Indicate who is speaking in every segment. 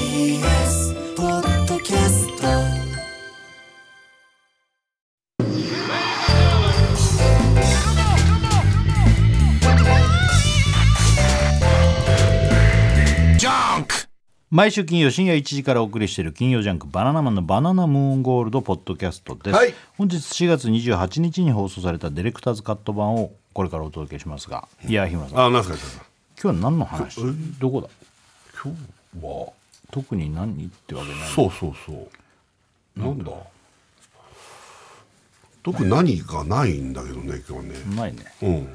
Speaker 1: TBS ポッドキャスト
Speaker 2: 毎週金曜深夜1時からお送りしている金曜ジャンク「バナナマンのバナナムーンゴールド」ポッドキャストです、
Speaker 3: はい
Speaker 2: 本日4月28日に放送されたディレクターズカット版をこれからお届けしますがいや日村さん
Speaker 3: あ、なんすか、北
Speaker 2: 今日は何の話どこだ
Speaker 3: さん。今日は。
Speaker 2: 特に何ってわけない
Speaker 3: そうそうそう。なんだ。特に何がないんだけどね、今日ね。
Speaker 2: ないね
Speaker 3: うん。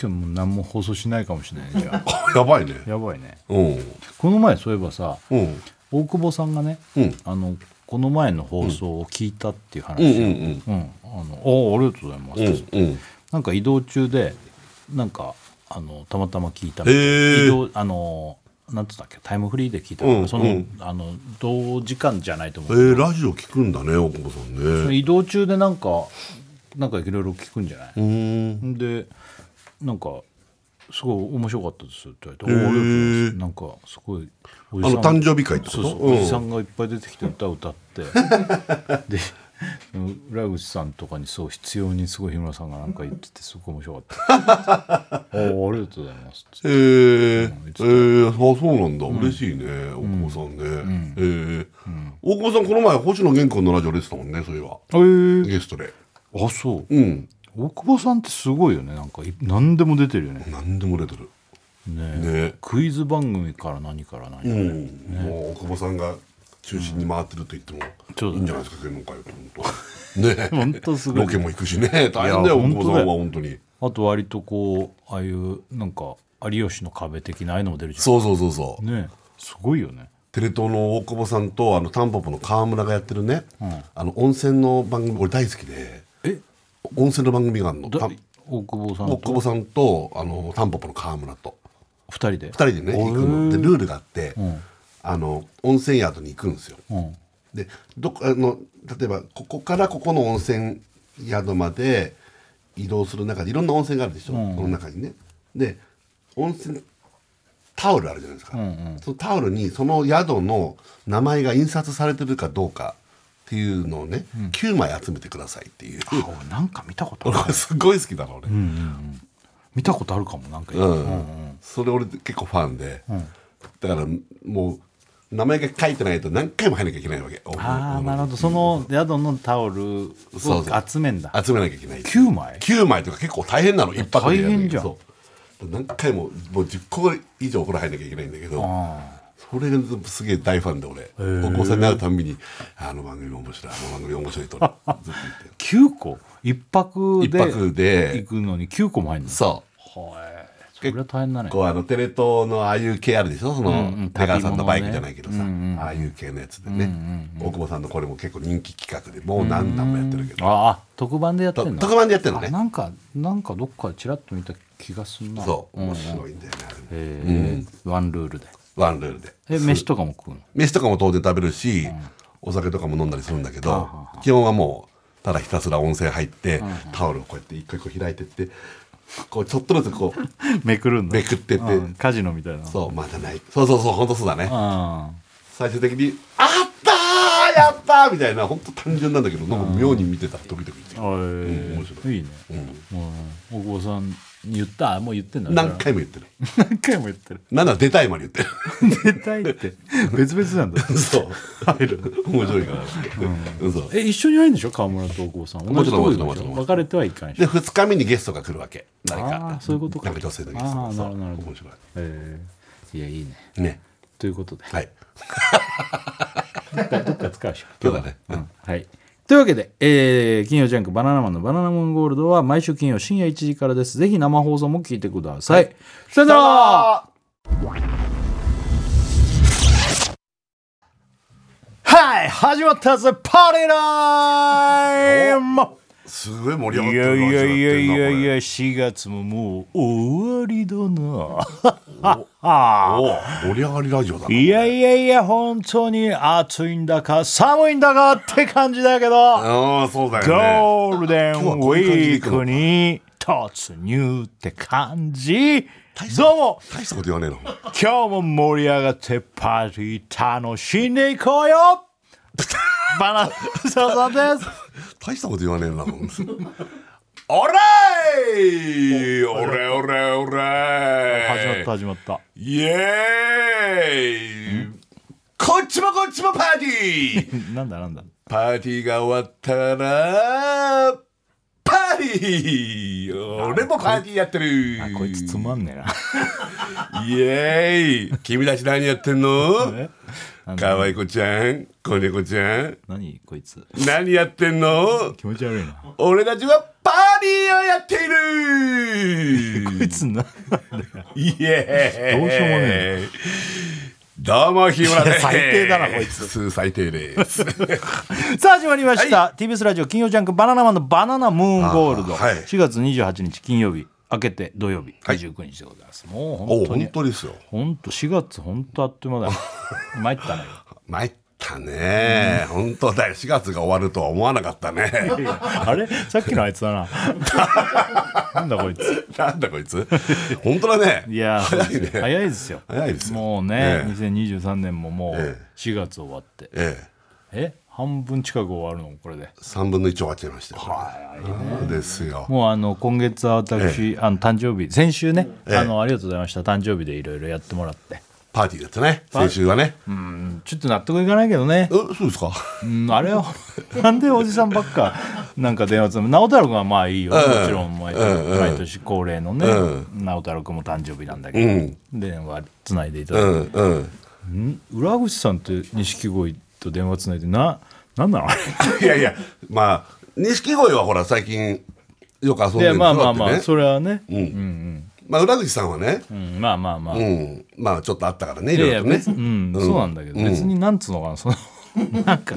Speaker 2: 今日もう何も放送しないかもしれないねじゃあ
Speaker 3: あ、やばいね。
Speaker 2: やばいね
Speaker 3: うん。
Speaker 2: この前そういえばさ
Speaker 3: うん。
Speaker 2: 大久保さんがね、
Speaker 3: うん
Speaker 2: あのこの前の放送を聞いたっていう話、
Speaker 3: うんうん
Speaker 2: うんあのおーありがとうございます、
Speaker 3: うん。うんうん。
Speaker 2: なんか移動中でなんかあのたまたま聞いたみたいな
Speaker 3: へー
Speaker 2: 移動あのなんつったっけタイムフリーで聞いたのかな
Speaker 3: うん
Speaker 2: その,、
Speaker 3: うん
Speaker 2: あの同時間じゃないと思
Speaker 3: え
Speaker 2: う、
Speaker 3: ー、ラジオ聞くんだね、大久保さんね。
Speaker 2: 移動中でなんかなんかいろいろ聞くんじゃない、
Speaker 3: うーん。
Speaker 2: でなんかすごい面白かったですって言われて、
Speaker 3: へー
Speaker 2: おありがとうございますなんかすごいお
Speaker 3: あの誕生日会ってこ
Speaker 2: そう
Speaker 3: と。
Speaker 2: そうおじさんがいっぱい出てきて歌を歌って で浦口さんとかにそう必要にすごい日村さんがなんか言っててすごく面白 かった「おーありがとうございます」
Speaker 3: えー、えー、あそうなんだ、嬉しいね大久保さんね、えー大久保さんこの前星野源君のラジオ出てたもんねそれは
Speaker 2: えー、
Speaker 3: ゲストで
Speaker 2: あそう
Speaker 3: うん
Speaker 2: 大久保さんってすごいよねなんかい何でも出てるよね
Speaker 3: 何でも出てる
Speaker 2: ね
Speaker 3: ね
Speaker 2: クイズ番組から何から何、
Speaker 3: うん、もう大久保さんが中心に回ってると言っても
Speaker 2: そうだね
Speaker 3: いいんじゃないですか、芸能界は本当ね
Speaker 2: ほんとすごい
Speaker 3: ロケも行くしね大変だよ
Speaker 2: いや
Speaker 3: 大久保さんは
Speaker 2: ほ
Speaker 3: 本当に
Speaker 2: あと割とこうああいうなんか「有吉の壁」的なああいうのも出るじゃ
Speaker 3: そうそうそうそうん
Speaker 2: ねすごいよね
Speaker 3: テレ東の大久保さんとあのタンポポの川村がやってるね、あの温泉の番組俺大好きで
Speaker 2: え
Speaker 3: 温泉の番組があるの
Speaker 2: だ
Speaker 3: た
Speaker 2: 大久保さ
Speaker 3: 大久
Speaker 2: んと
Speaker 3: 保さんとあのタンポポの川村と
Speaker 2: 2人で
Speaker 3: 2
Speaker 2: 2
Speaker 3: 人でね行くのでルールがあって、
Speaker 2: ん
Speaker 3: あの温泉宿に行くんですよ
Speaker 2: うん
Speaker 3: でどこあの例えばここからここの温泉宿まで移動する中でいろんな温泉があるでしょ、その中にねで温泉タオルあるじゃないですか、そのタオルにその宿の名前が印刷されてるかどうかっていうのをね、9枚集めてくださいっていう、
Speaker 2: あ俺なんか見たことある
Speaker 3: 俺すごい好きだな俺、
Speaker 2: 見たことあるかもなんか、
Speaker 3: うんそれ俺結構ファンで、だからもう名前が書いてないと何回も入らなきゃいけないわけ
Speaker 2: ああ
Speaker 3: お
Speaker 2: なるほどその宿のタオルを
Speaker 3: そうそう
Speaker 2: 集めんだ
Speaker 3: 集めなきゃいけない
Speaker 2: 9枚
Speaker 3: 9枚とか結構大変なの一泊でやる
Speaker 2: 大変じゃん
Speaker 3: そう何回ももう10個以上お風呂入んなきゃいけないんだけどそれがすげえ大ファンで俺お子さんに会うたんびに「あの番組面白いあの番組面白い」とず っと言ってる
Speaker 2: 9個一泊で
Speaker 3: 一泊で
Speaker 2: 行くのに9個も入るんだ
Speaker 3: そう
Speaker 2: はいそれは大変だね
Speaker 3: こうあのテレ東のああいう系あるでしょその
Speaker 2: うん
Speaker 3: 出川さんの
Speaker 2: 旅物ね
Speaker 3: バイクじゃないけどさああいう系のやつでね大久保さんのこれも結構人気企画でもう何段もやってるけど
Speaker 2: ああ特番でやって
Speaker 3: と
Speaker 2: んの
Speaker 3: 特番でやってるの
Speaker 2: あ
Speaker 3: ね
Speaker 2: なんかなんかどっかでチラッと見た気がすんな
Speaker 3: そう
Speaker 2: うん
Speaker 3: 面白いんだよねあれね
Speaker 2: えーワンルールで
Speaker 3: ワンルールで
Speaker 2: え飯とかも食うの
Speaker 3: 飯とかも当然食べるし、お酒とかも飲んだりするんだけど、基本はもうただひたすら温泉入って、タオルをこうやって一個一個開いてってこうちょっとずつこう
Speaker 2: めくるんだ
Speaker 3: めくってて
Speaker 2: うんカジノみたいな
Speaker 3: そうまだないそうそうそう本当そうだね、
Speaker 2: あ
Speaker 3: 最終的に「あったーやったー!」みたいな本当単純なんだけどなんか妙に見てたらドキドキして
Speaker 2: あ面白いいねうん大久保さん言ったあもう言ってんだ
Speaker 3: 何回も言ってる
Speaker 2: それは何回も言ってる
Speaker 3: なんなら出たいまで言って
Speaker 2: 出たいって別々なんだ
Speaker 3: るそう入る面白いから、うん、そう
Speaker 2: え一緒に入るんでしょ川村と大久保さん同
Speaker 3: もち
Speaker 2: じと
Speaker 3: ろん
Speaker 2: こいるん
Speaker 3: も
Speaker 2: で
Speaker 3: ち
Speaker 2: し
Speaker 3: ろん
Speaker 2: ょ
Speaker 3: もちろん
Speaker 2: 別れてはいかないでし
Speaker 3: で
Speaker 2: ょ
Speaker 3: 2日目にゲストが来るわけ誰
Speaker 2: あ
Speaker 3: か
Speaker 2: ーそういうことか
Speaker 3: なんか女性のゲスト
Speaker 2: あ
Speaker 3: が
Speaker 2: あ
Speaker 3: そ
Speaker 2: な
Speaker 3: う
Speaker 2: るほどなるほど
Speaker 3: 面白い
Speaker 2: えーいやいいね
Speaker 3: ね
Speaker 2: ということで
Speaker 3: はい
Speaker 2: どっか使うでしょ
Speaker 3: そうだね
Speaker 2: うんはいというわけで、えー金曜ジャンク「バナナマンのバナナムーンゴールド」は毎週金曜深夜1時からですぜひ生放送も聞いてください、さよならはい始まったぜパーティーライム
Speaker 3: すごい盛
Speaker 2: い
Speaker 3: り
Speaker 2: や
Speaker 3: 上が
Speaker 2: いや
Speaker 3: ってる
Speaker 2: いやいやいや
Speaker 3: や
Speaker 2: 4月ももう終わりだ
Speaker 3: お
Speaker 2: な
Speaker 3: お盛り上がりラジオだない
Speaker 2: や いやいや本当に暑いんだか寒いんだかって感じだけど
Speaker 3: ああそうだよね
Speaker 2: ゴールデンウィークに突入って感じどうも
Speaker 4: 大したこと言わねえの
Speaker 2: 今日も盛り上がってパーティー楽しんでいこうよバナナサさんです
Speaker 4: 大したこと言わ ねえなほんと
Speaker 3: オレイオレオレオレ
Speaker 2: 始まった始まった
Speaker 3: イエーイこっちもこっちもパーティー
Speaker 2: なんだなんだ
Speaker 3: パーティーが終わったらパーティー俺もパーティーやってる
Speaker 2: あこいつつまんねえな
Speaker 3: イエーイ君たち何やってんの
Speaker 2: なんだ
Speaker 3: かわいこちゃん子猫ちゃん
Speaker 2: 何こいつ
Speaker 3: 何やってんの
Speaker 2: 気持ち悪いな
Speaker 3: 俺たちはパーティーをやっている
Speaker 2: こ いつな
Speaker 3: イエーイ
Speaker 2: どうしようもねえ
Speaker 3: どうも日村です
Speaker 2: 最低だなこい
Speaker 3: つ最低 です
Speaker 2: さあ始まりました、TBS ラジオ金曜ジャンク「バナナマンのバナナムーンゴールド」
Speaker 4: あーはい
Speaker 2: 4月28日金曜日明けて土曜日29日でございます、もう
Speaker 4: お
Speaker 2: 本当
Speaker 4: 本
Speaker 2: に
Speaker 4: 当ですよ
Speaker 2: 本当4月本当あっという間 だよ参ったね
Speaker 4: 参ったね
Speaker 3: ねえ本当だよ4月が終わるとは思わなかったね
Speaker 2: あれさっきのあいつだ ななんだこいつ
Speaker 3: なんだこいつ本当だね
Speaker 2: いやーそうですよ早いですよ
Speaker 3: 早いですよ
Speaker 2: もうね、2023年ももう4月終わってえ
Speaker 3: ええ
Speaker 2: 半分近く終わるのこれで
Speaker 4: 3分の1終わっちゃいましたよ
Speaker 3: ですよ
Speaker 2: もうあの今月は私、あの誕生日先週ね、あのありがとうございました誕生日でいろいろやってもらって
Speaker 4: パーティーだったね先週はね
Speaker 2: うんちょっと納得いかないけどね
Speaker 4: え、そうですか
Speaker 2: うん、あれはなんでおじさんばっかなんか電話つなぐ直太朗君はまあいいよ、もちろん毎年,、毎年恒例のね、直太朗君も誕生日なんだけど、電話つないでいただいて、
Speaker 4: うんうん
Speaker 2: 浦口さんと錦鯉と電話つないでななんなのあれ
Speaker 4: いやいやまあ錦鯉はほら最近よく遊んで
Speaker 2: い
Speaker 4: る
Speaker 2: や
Speaker 4: ん
Speaker 2: ま
Speaker 4: だ
Speaker 2: あ
Speaker 4: って
Speaker 2: まあ
Speaker 4: ね
Speaker 2: まあそれはね、
Speaker 4: まあ裏口さんはね
Speaker 2: うん、まあまあまあ、
Speaker 4: うんまあちょっとあったからねい
Speaker 2: いや
Speaker 4: ろ
Speaker 2: い
Speaker 4: い
Speaker 2: や
Speaker 4: ろとね
Speaker 2: 別にうん、そうなんだけど、別になんつうのかな そのなんか、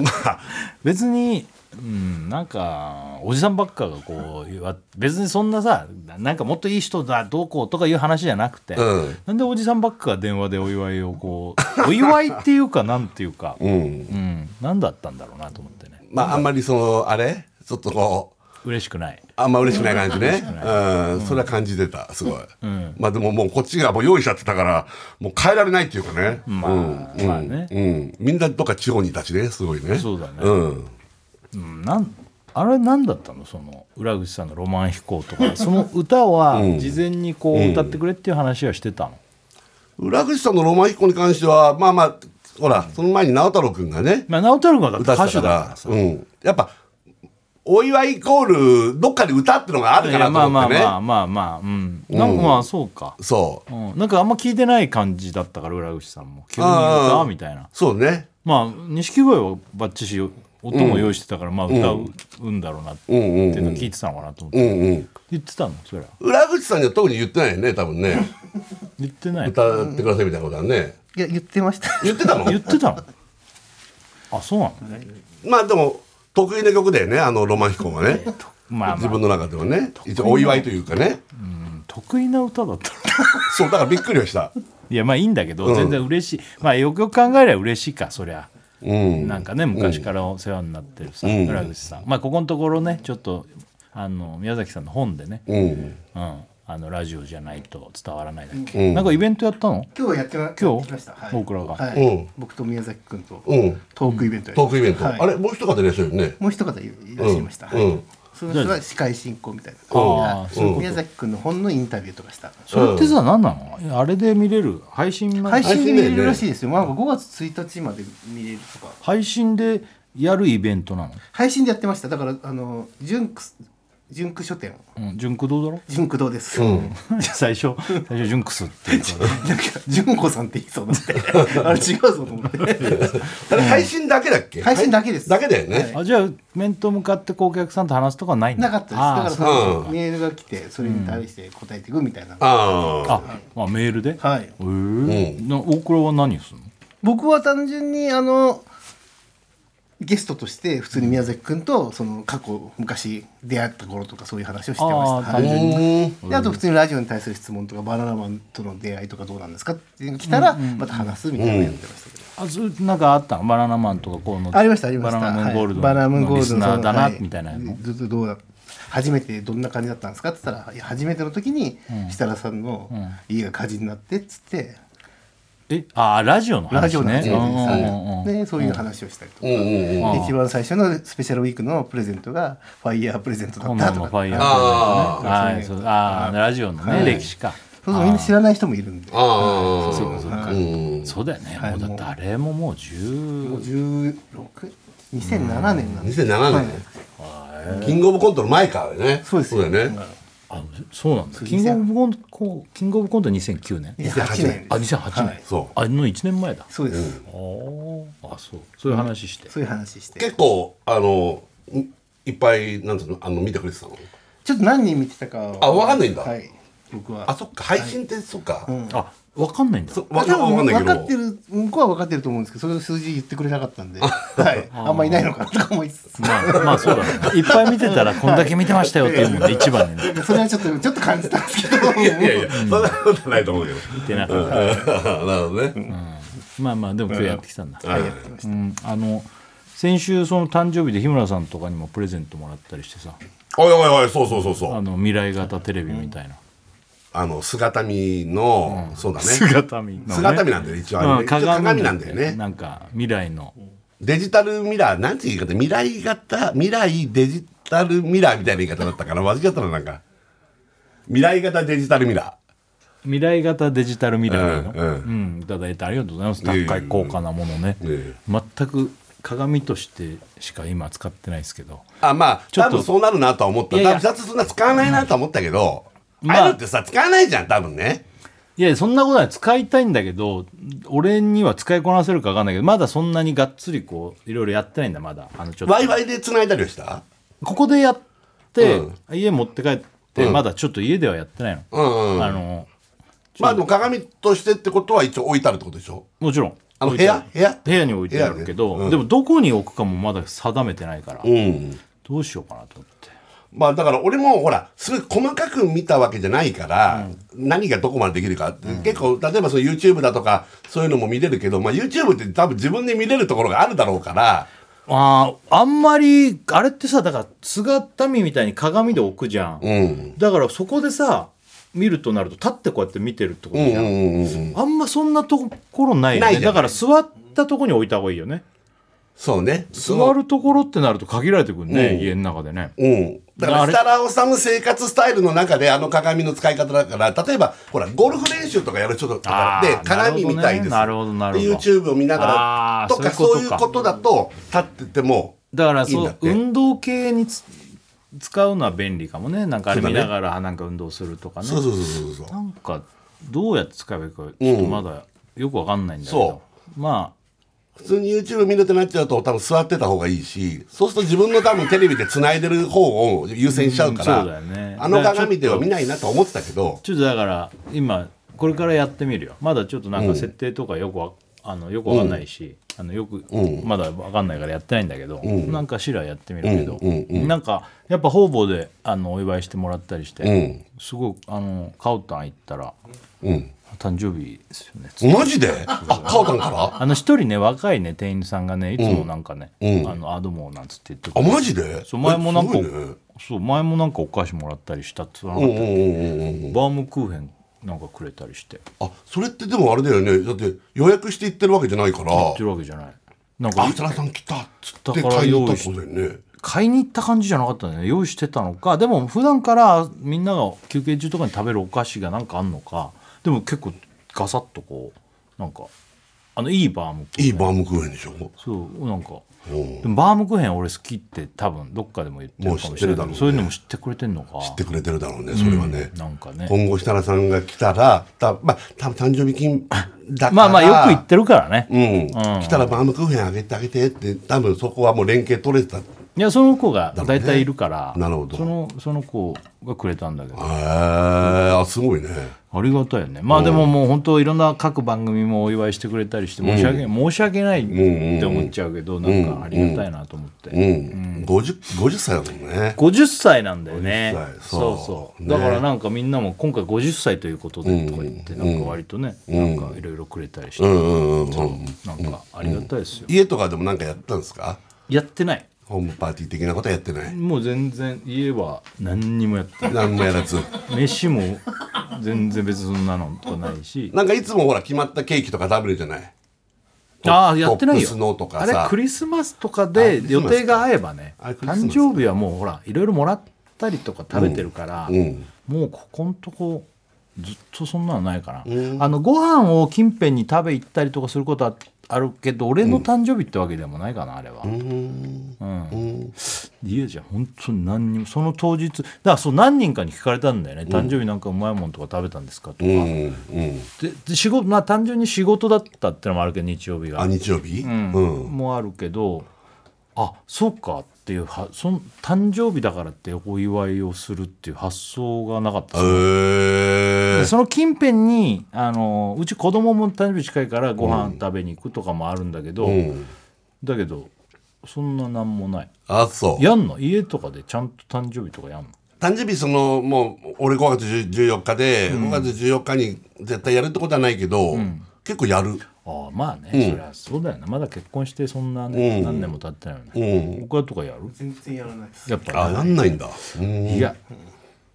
Speaker 2: 別に、うん、なんかおじさんばっかがこうわ別にそんなさなんかもっといい人だどうこうとかいう話じゃなくて、
Speaker 4: うん
Speaker 2: なんでおじさんばっかが電話でお祝いをこう お祝いっていうかなんていうか、うん
Speaker 4: うん
Speaker 2: なんだったんだろうなと思ってね
Speaker 4: まああんまりそのあれちょっとこう
Speaker 2: 嬉しくない。
Speaker 4: あんま嬉しくない感じねうんそれは感じてたすごいまあでももうこっちがもう用意しちゃってたからもう変えられないっていうかね
Speaker 2: まあ
Speaker 4: うん
Speaker 2: まあね
Speaker 4: うんみんなどっか地方にいたしねすごいね
Speaker 2: そうだね
Speaker 4: うん
Speaker 2: うん、なんあれ何だったのその浦口さんの「ロマン飛行」とかその歌は事前にこう歌ってくれっていう話はしてたの、
Speaker 4: 裏口さんのロマン飛行に関してはまあまあほらその前に直太朗君がね
Speaker 2: まあ、直太朗君はだって
Speaker 4: 歌っ
Speaker 2: 歌
Speaker 4: て
Speaker 2: 手だ
Speaker 4: た
Speaker 2: か
Speaker 4: からら
Speaker 2: さ、
Speaker 4: うん、やっぱお祝いイコールどっかで歌ってのがある
Speaker 2: い
Speaker 4: か
Speaker 2: や
Speaker 4: なと
Speaker 2: まあま
Speaker 4: 思っ
Speaker 2: あ
Speaker 4: てね、
Speaker 2: まあまあまあ、うん、なんかまあそうか、
Speaker 4: そう
Speaker 2: うん、なんかあんま聞いてない感じだったから浦口さんも急に
Speaker 4: あ
Speaker 2: 歌
Speaker 4: ー
Speaker 2: みたいな
Speaker 4: そうね
Speaker 2: まあ錦鯉はバッチし音も用意してたからまあ歌ううんだろうなって
Speaker 4: うんうん
Speaker 2: いうの聞いてたのかなと思っ
Speaker 4: う
Speaker 2: て
Speaker 4: んうん
Speaker 2: 言ってたのそれは
Speaker 4: 裏口さんには特に言ってないよね多分 ね
Speaker 2: 言ってない
Speaker 4: 歌ってくださいみたいなことはね
Speaker 5: いや言ってました
Speaker 4: 言ってたの
Speaker 2: 言って たのあそうなの
Speaker 4: まあでも得意な曲だよねあの「ロマン飛行」はね
Speaker 2: まあ
Speaker 4: 自
Speaker 2: まあ
Speaker 4: 分の中ではね一応お祝いというかね
Speaker 2: 得意な歌だったの
Speaker 4: そうだからびっくりはした
Speaker 2: いやまあいいんだけど全然嬉しい、まあよくよく考えりゃ嬉しいかそりゃ
Speaker 4: うん
Speaker 2: なんかね昔からお世話になってるさ、
Speaker 4: ん
Speaker 2: 浦口さんまあここのところねちょっとあの宮崎さんの本でね、
Speaker 4: うん
Speaker 2: うん、あのラジオじゃないと伝わらないだっけ、
Speaker 4: うん
Speaker 2: なんかイベントやったの
Speaker 5: 今日はやってま
Speaker 2: 今日
Speaker 5: やってました、はい、
Speaker 2: 僕らが
Speaker 5: はい
Speaker 4: うん
Speaker 5: 僕と宮崎君と
Speaker 4: うん
Speaker 5: トークイベントやり
Speaker 4: ト
Speaker 5: ま
Speaker 4: ーク
Speaker 5: した
Speaker 4: イベント、
Speaker 5: はい
Speaker 4: あれもう一方いらっしゃるよね
Speaker 5: もう一方いいらっしゃいました、
Speaker 4: うんうん
Speaker 5: その人は司会進行みたいな
Speaker 2: あー
Speaker 5: はい
Speaker 2: そういうこと
Speaker 5: 宮崎君の本のインタビューとかした
Speaker 2: それってさ、何なのあれで見れる配信前
Speaker 5: 配信で見れ
Speaker 4: 配信でね
Speaker 5: るらしいですよ、なんか5月1日まで見れるとか
Speaker 2: 配信でやるイベントなの、
Speaker 5: 配信でやってましただからあの純駆純駆書店
Speaker 2: うん、純駆動だろ
Speaker 5: 純駆堂です、
Speaker 2: 最初最初純クスって いうから
Speaker 5: なんか純子さんって言いそうになってあれ違うぞと思っ て
Speaker 4: あれ配信だけだっけ
Speaker 5: 配信だけです
Speaker 4: だけだよね、
Speaker 5: はい
Speaker 2: あじゃあ面と向かってこうお客さんと話すとかないんだ
Speaker 5: なかったですだ
Speaker 2: あ
Speaker 5: か
Speaker 2: ー
Speaker 5: ら
Speaker 2: そ
Speaker 5: そうの
Speaker 2: か
Speaker 5: メールが来てそれに対して答えていくみたいな、
Speaker 4: ああ
Speaker 2: あ、まあ、メールで、
Speaker 5: はい
Speaker 2: えーな大倉は何するの
Speaker 5: 僕は単純にあのゲストとして普通に宮崎君とその過去昔出会った頃とかそういう話をしてました
Speaker 2: あー
Speaker 5: はい
Speaker 2: 単純に
Speaker 5: であと普通にラジオに対する質問とかバナナマンとの出会いとかどうなんですかっていうのが来たらまた話すみたいなのやってましたけど、
Speaker 2: あそうなんかあったのバナナマンとかこうの
Speaker 5: ありましたありました
Speaker 2: バナナムーンゴールド
Speaker 5: はいバナナムーンゴールド
Speaker 2: のリスナーだな、
Speaker 5: はい
Speaker 2: みたいなの
Speaker 5: ずっとどうだ初めてどんな感じだったんですか?」って言ったらいや「初めての時に設楽さんの家が火事になって」っつって
Speaker 2: えああラジオの
Speaker 5: ラ
Speaker 2: 話
Speaker 5: ジオの
Speaker 2: ね
Speaker 5: 話
Speaker 2: う
Speaker 5: を
Speaker 2: んうんうんうん
Speaker 5: ねでそういう話をしたりとか
Speaker 3: うんうんうん。
Speaker 2: ん
Speaker 5: で一番最初のスペシャルウィークのプレゼントがファイヤープレゼントだっ
Speaker 2: 本
Speaker 5: た
Speaker 2: 能
Speaker 5: と
Speaker 2: のフ
Speaker 5: か
Speaker 2: ァイヤー
Speaker 3: あ
Speaker 2: は
Speaker 5: ー
Speaker 2: い、そうあーラジオのね、
Speaker 5: はい
Speaker 2: 歴史か
Speaker 5: そうそうみんな知らない人もいるんで
Speaker 3: あ。ああ。そう
Speaker 5: かそう
Speaker 3: か
Speaker 5: か
Speaker 3: うん。
Speaker 2: そうだよね、
Speaker 5: はい
Speaker 2: もうだってあれももう10
Speaker 5: 162007年なんです
Speaker 3: 2007
Speaker 5: はい
Speaker 3: 年。キングオブコントの前からね。
Speaker 5: そうですよ
Speaker 3: だよね。
Speaker 2: あそうなんだキングオブコントこうキングオブコント2009年
Speaker 5: 2008年
Speaker 2: あ2008年、
Speaker 5: はい
Speaker 3: そう
Speaker 2: あの1年前だ
Speaker 5: そうです
Speaker 2: あーあそうそういう話して、
Speaker 5: そういう話して
Speaker 3: 結構あのんいっぱいなんつうのあの見てくれてたの。
Speaker 5: ちょっと何人見てたかは
Speaker 3: あわかんないんだ
Speaker 5: はい僕は
Speaker 3: あそっか配信ってそっか。
Speaker 2: あわかんないんだ
Speaker 3: そわか
Speaker 5: 多分
Speaker 3: わかんないけど。
Speaker 5: 分かってる向こうは分かってると思うんですけどそれを数字言ってくれなかったん で、はい、あんまいないのかなとか思いつつ
Speaker 2: まあまあそうだねいっぱい見てたらこんだけ見てましたよっていうもんね一番にね
Speaker 5: それはちょっとちょっと感じたんですけど
Speaker 3: いやいや、そんなことないと思うけど。
Speaker 2: 見てな
Speaker 3: う
Speaker 2: か
Speaker 3: ん
Speaker 2: っ
Speaker 3: なるほどね。
Speaker 2: たまあまあでも今日やってきたんだ、
Speaker 5: はいやってまし
Speaker 2: う
Speaker 5: た
Speaker 2: ん、あの先週その誕生日で日村さんとかにもプレゼントもらったりしてさ
Speaker 3: おいおいおい、そうそうそうそ
Speaker 2: あ
Speaker 3: う。
Speaker 2: の未来型テレビみたいな、
Speaker 3: あの姿見の、そうだね。
Speaker 2: 姿見のね
Speaker 3: 姿見なんだよね一応あれね
Speaker 2: うん
Speaker 3: 一応鏡なんだよね
Speaker 2: なんか未来の
Speaker 3: デジタルミラー、なんていう言い方、未来型、未来デジタルミラーみたいな言い方だったから、間違ったのなんか。未来型デジタルミラ
Speaker 2: 未来型デジタル未来の、
Speaker 3: うんうん
Speaker 2: いただいてありがとうございます
Speaker 3: いえいえ
Speaker 2: 高い高価なものね、
Speaker 3: え
Speaker 2: 全く鏡としてしか今使ってないですけど
Speaker 3: ー。あ、まあ、
Speaker 2: ちょっ
Speaker 3: 多
Speaker 2: と
Speaker 3: 分そうなるなとは思った。
Speaker 2: いやいや
Speaker 3: 多分雑そんな使わないなとは思ったけど、
Speaker 2: まあ
Speaker 3: ああいうのってさ、使わないじゃん、多分ね。
Speaker 2: いやいやそんなことは使いたいんだけど俺には使いこなせるか分かんないけどまだそんなにがっつりこういろいろやってないんだまだあのちょっと
Speaker 3: Wi-Fi で繋いだりはした
Speaker 2: ここでやって、
Speaker 3: うん
Speaker 2: 家持って帰って、
Speaker 3: うん
Speaker 2: まだちょっと家ではやってないの、
Speaker 3: うんうん。
Speaker 2: あの
Speaker 3: まあでも鏡としてってことは一応置いてあるってことでしょ
Speaker 2: もちろん
Speaker 3: あの
Speaker 2: 置いてある
Speaker 3: 部屋部
Speaker 2: 部屋に置いてあるけ
Speaker 3: 部
Speaker 2: ど、
Speaker 3: 屋ねうん
Speaker 2: でもどこに置くかもまだ定めてないから、
Speaker 3: うん。
Speaker 2: どうしようかなと思って
Speaker 3: まあだから俺もほら、すごい細かく見たわけじゃないから、何がどこまでできるかって、結構、例えばそう YouTube だとか、そういうのも見れるけど、まあ YouTube って多分自分で見れるところがあるだろうから、
Speaker 2: あーあんまりあれってさだから姿見みたいに鏡で置くじゃん、
Speaker 3: うん。
Speaker 2: だからそこでさ見るとなると立ってこうやって見てるってこ
Speaker 3: う
Speaker 2: と
Speaker 3: ん
Speaker 2: じ
Speaker 3: う
Speaker 2: ゃん、
Speaker 3: んうんうん。
Speaker 2: あんまそんなところないよ
Speaker 3: ない
Speaker 2: ね
Speaker 3: じゃん
Speaker 2: だから座ったとこに置いた方がいいよね
Speaker 3: そうね。
Speaker 2: 座るところってなると限られてくるね、
Speaker 3: うん
Speaker 2: 家の中でね
Speaker 3: うん。だから、
Speaker 2: あれ
Speaker 3: 設楽治生活スタイルの中で、あの鏡の使い方だから、例えば、ほら、ゴルフ練習とかやる人とか
Speaker 2: あー
Speaker 3: で、鏡みたいです。
Speaker 2: なるほどねなるほどなるほ
Speaker 3: で YouTube を見なが
Speaker 2: あー
Speaker 3: ら、とか、
Speaker 2: そう
Speaker 3: そう
Speaker 2: い
Speaker 3: いうう
Speaker 2: ことか
Speaker 3: ことだと、立ってても、
Speaker 2: だから
Speaker 3: いいん
Speaker 2: そ
Speaker 3: だ
Speaker 2: う
Speaker 3: って
Speaker 2: 運動系につ使うのは便利かもねなんかあれ
Speaker 3: そうだ
Speaker 2: 見
Speaker 3: ね
Speaker 2: ながらなんか運動するとかね
Speaker 3: そうそうそうそうそう。
Speaker 2: なんかどうやって使えばいいかちょっとまだよくわかんないんだけど、ま
Speaker 3: 普通に YouTube 見るってなっちゃうと多分座ってた方がいいしそうすると自分の多分テレビで繋いでる方を優先しちゃうから、
Speaker 2: うんそうだよね
Speaker 3: あの
Speaker 2: だからちょっと
Speaker 3: 鏡では見ないなと思ってたけど
Speaker 2: あちょっとだから今これからやってみるよまだちょっとなんか設定とかよくわ,、あのよくわかんないし、あのよく、
Speaker 3: うん
Speaker 2: まだわかんないからやってないんだけど、
Speaker 3: ん
Speaker 2: なんかしらやってみるけど、
Speaker 3: うんうんうん
Speaker 2: なんかやっぱ方々であのお祝いしてもらったりして、
Speaker 3: うん
Speaker 2: すごくあのカオタン行ったら
Speaker 3: うん
Speaker 2: 誕生日ですよね
Speaker 3: マジであカオタンか
Speaker 2: あの一人ね若いね店員さんがねいつもなんかね「
Speaker 3: うん
Speaker 2: あのアドモなんつって言ってく
Speaker 3: らあ
Speaker 2: る
Speaker 3: マジで
Speaker 2: そう前もなんか、
Speaker 3: えすごいね
Speaker 2: そう前もなんかお菓子もらったりしたって言っ
Speaker 3: うん
Speaker 2: て
Speaker 3: うんうんうんうん
Speaker 2: バームクーヘンなんかくれたりして言
Speaker 3: あそれってでもあれだよねだって予約して行ってるわけじゃないから
Speaker 2: ってるわけじゃないなん
Speaker 3: あ
Speaker 2: か
Speaker 3: 設楽さん来たっつっ
Speaker 2: だ
Speaker 3: て
Speaker 2: から
Speaker 3: 買いに行ったってことだよね
Speaker 2: 買いに行った感じじゃなかったね用意してたのかでも普段からみんなが休憩中とかに食べるお菓子がなんかあんのかでも結構ガサッとこうなんかあのいいバームクーヘン
Speaker 3: いいバームクーヘンでしょ
Speaker 2: そうなんか
Speaker 3: うん
Speaker 2: でもバームクーヘン俺好きって多分どっかでも言ってるかもしれな
Speaker 3: もう
Speaker 2: いけ
Speaker 3: 知ってるだろう
Speaker 2: ど
Speaker 3: ね
Speaker 2: そういうのも知ってくれてんのか
Speaker 3: 知ってくれてるだろうねそれはね、
Speaker 2: なんかね
Speaker 3: 今後設楽さんが来たらたまあ多分誕生日金だ から
Speaker 2: まあまあよく言ってるからね、
Speaker 3: う
Speaker 2: い
Speaker 3: ん、来たらバームクーヘンあげてあげてって多分そこはもう連携取れてたへ
Speaker 2: やその子が大体いるから
Speaker 3: なるほど
Speaker 2: そのその子がくれたんだけど
Speaker 3: えあすごいね
Speaker 2: ありがたいよねまあでももう本当いろんな各番組もお祝いしてくれたりして申し訳,、申し訳ないって思っちゃうけど、なんかありがたいなと思って、
Speaker 3: うん、五十 50, 50歳だもんね
Speaker 2: 50歳なんだよね
Speaker 3: 50歳
Speaker 2: そ
Speaker 3: そうう
Speaker 2: そう、
Speaker 3: ね
Speaker 2: だからなんかみんなも今回50歳ということでとか言って、
Speaker 3: う
Speaker 2: なんか割とね、なんかいろいろくれたりして、
Speaker 3: うんうんうんうん
Speaker 2: なんかありがたいですよ、
Speaker 3: 家とかでもなんかやったんですか
Speaker 2: やってない
Speaker 3: ホームパーティー的なことはやってない
Speaker 2: もう全然家は何にもやって
Speaker 3: 何もやらず
Speaker 2: ない飯も全然別にそんなのとかないし
Speaker 3: なんかいつもほら決まったケーキとか食べるじゃない
Speaker 2: ああやってない
Speaker 3: トップスノ
Speaker 2: よ
Speaker 3: ーとか
Speaker 2: あれ
Speaker 3: さ
Speaker 2: クリスマスとか
Speaker 3: あク
Speaker 2: で
Speaker 3: リス
Speaker 2: 予
Speaker 3: マスか
Speaker 2: 定が合えばね
Speaker 3: あれクリスマス
Speaker 2: 誕生日はもうほらいろいろもらったりとか食べてるから、
Speaker 3: うん
Speaker 2: もうここんとこずっとそんなのないかな、
Speaker 3: うん
Speaker 2: あのご飯を近辺に食べ行ったりとかすることはあるけど俺の誕生日ってわけでもないかなあれは、
Speaker 3: うんうん
Speaker 2: 家じゃ本当に何にもその当日だからそう何人かに聞かれたんだよね、誕生日なんかうまいもんとか食べたんですかとか、
Speaker 3: うん
Speaker 2: で
Speaker 3: うん
Speaker 2: で仕事まあ単純に仕事だったってのもあるけど日曜日が
Speaker 3: あ日曜日う
Speaker 2: うん
Speaker 3: ん
Speaker 2: もあるけどあそうかっていうはその誕生日だからってお祝いをするっていう発想がなかった
Speaker 3: へ
Speaker 2: ですね
Speaker 3: え
Speaker 2: でその近辺にあのうち子供も誕生日近いからご飯食べに行くとかもあるんだけど、
Speaker 3: うん
Speaker 2: だけどそんななんもない
Speaker 3: あそう
Speaker 2: やんの家とかでちゃんと誕生日とかやんの
Speaker 3: 誕生日そのもう俺5月14日で、5月14日に絶対やるってことはないけど、結構やる
Speaker 2: ああまあね、そりゃそうだよねまだ結婚してそんな、ね
Speaker 3: うん
Speaker 2: 何年も経ってないよね、
Speaker 3: うん
Speaker 2: 僕はとかやる
Speaker 5: 全然やらないです
Speaker 2: やっ
Speaker 3: あ
Speaker 2: ぱ
Speaker 3: やんないんだうん
Speaker 2: りいや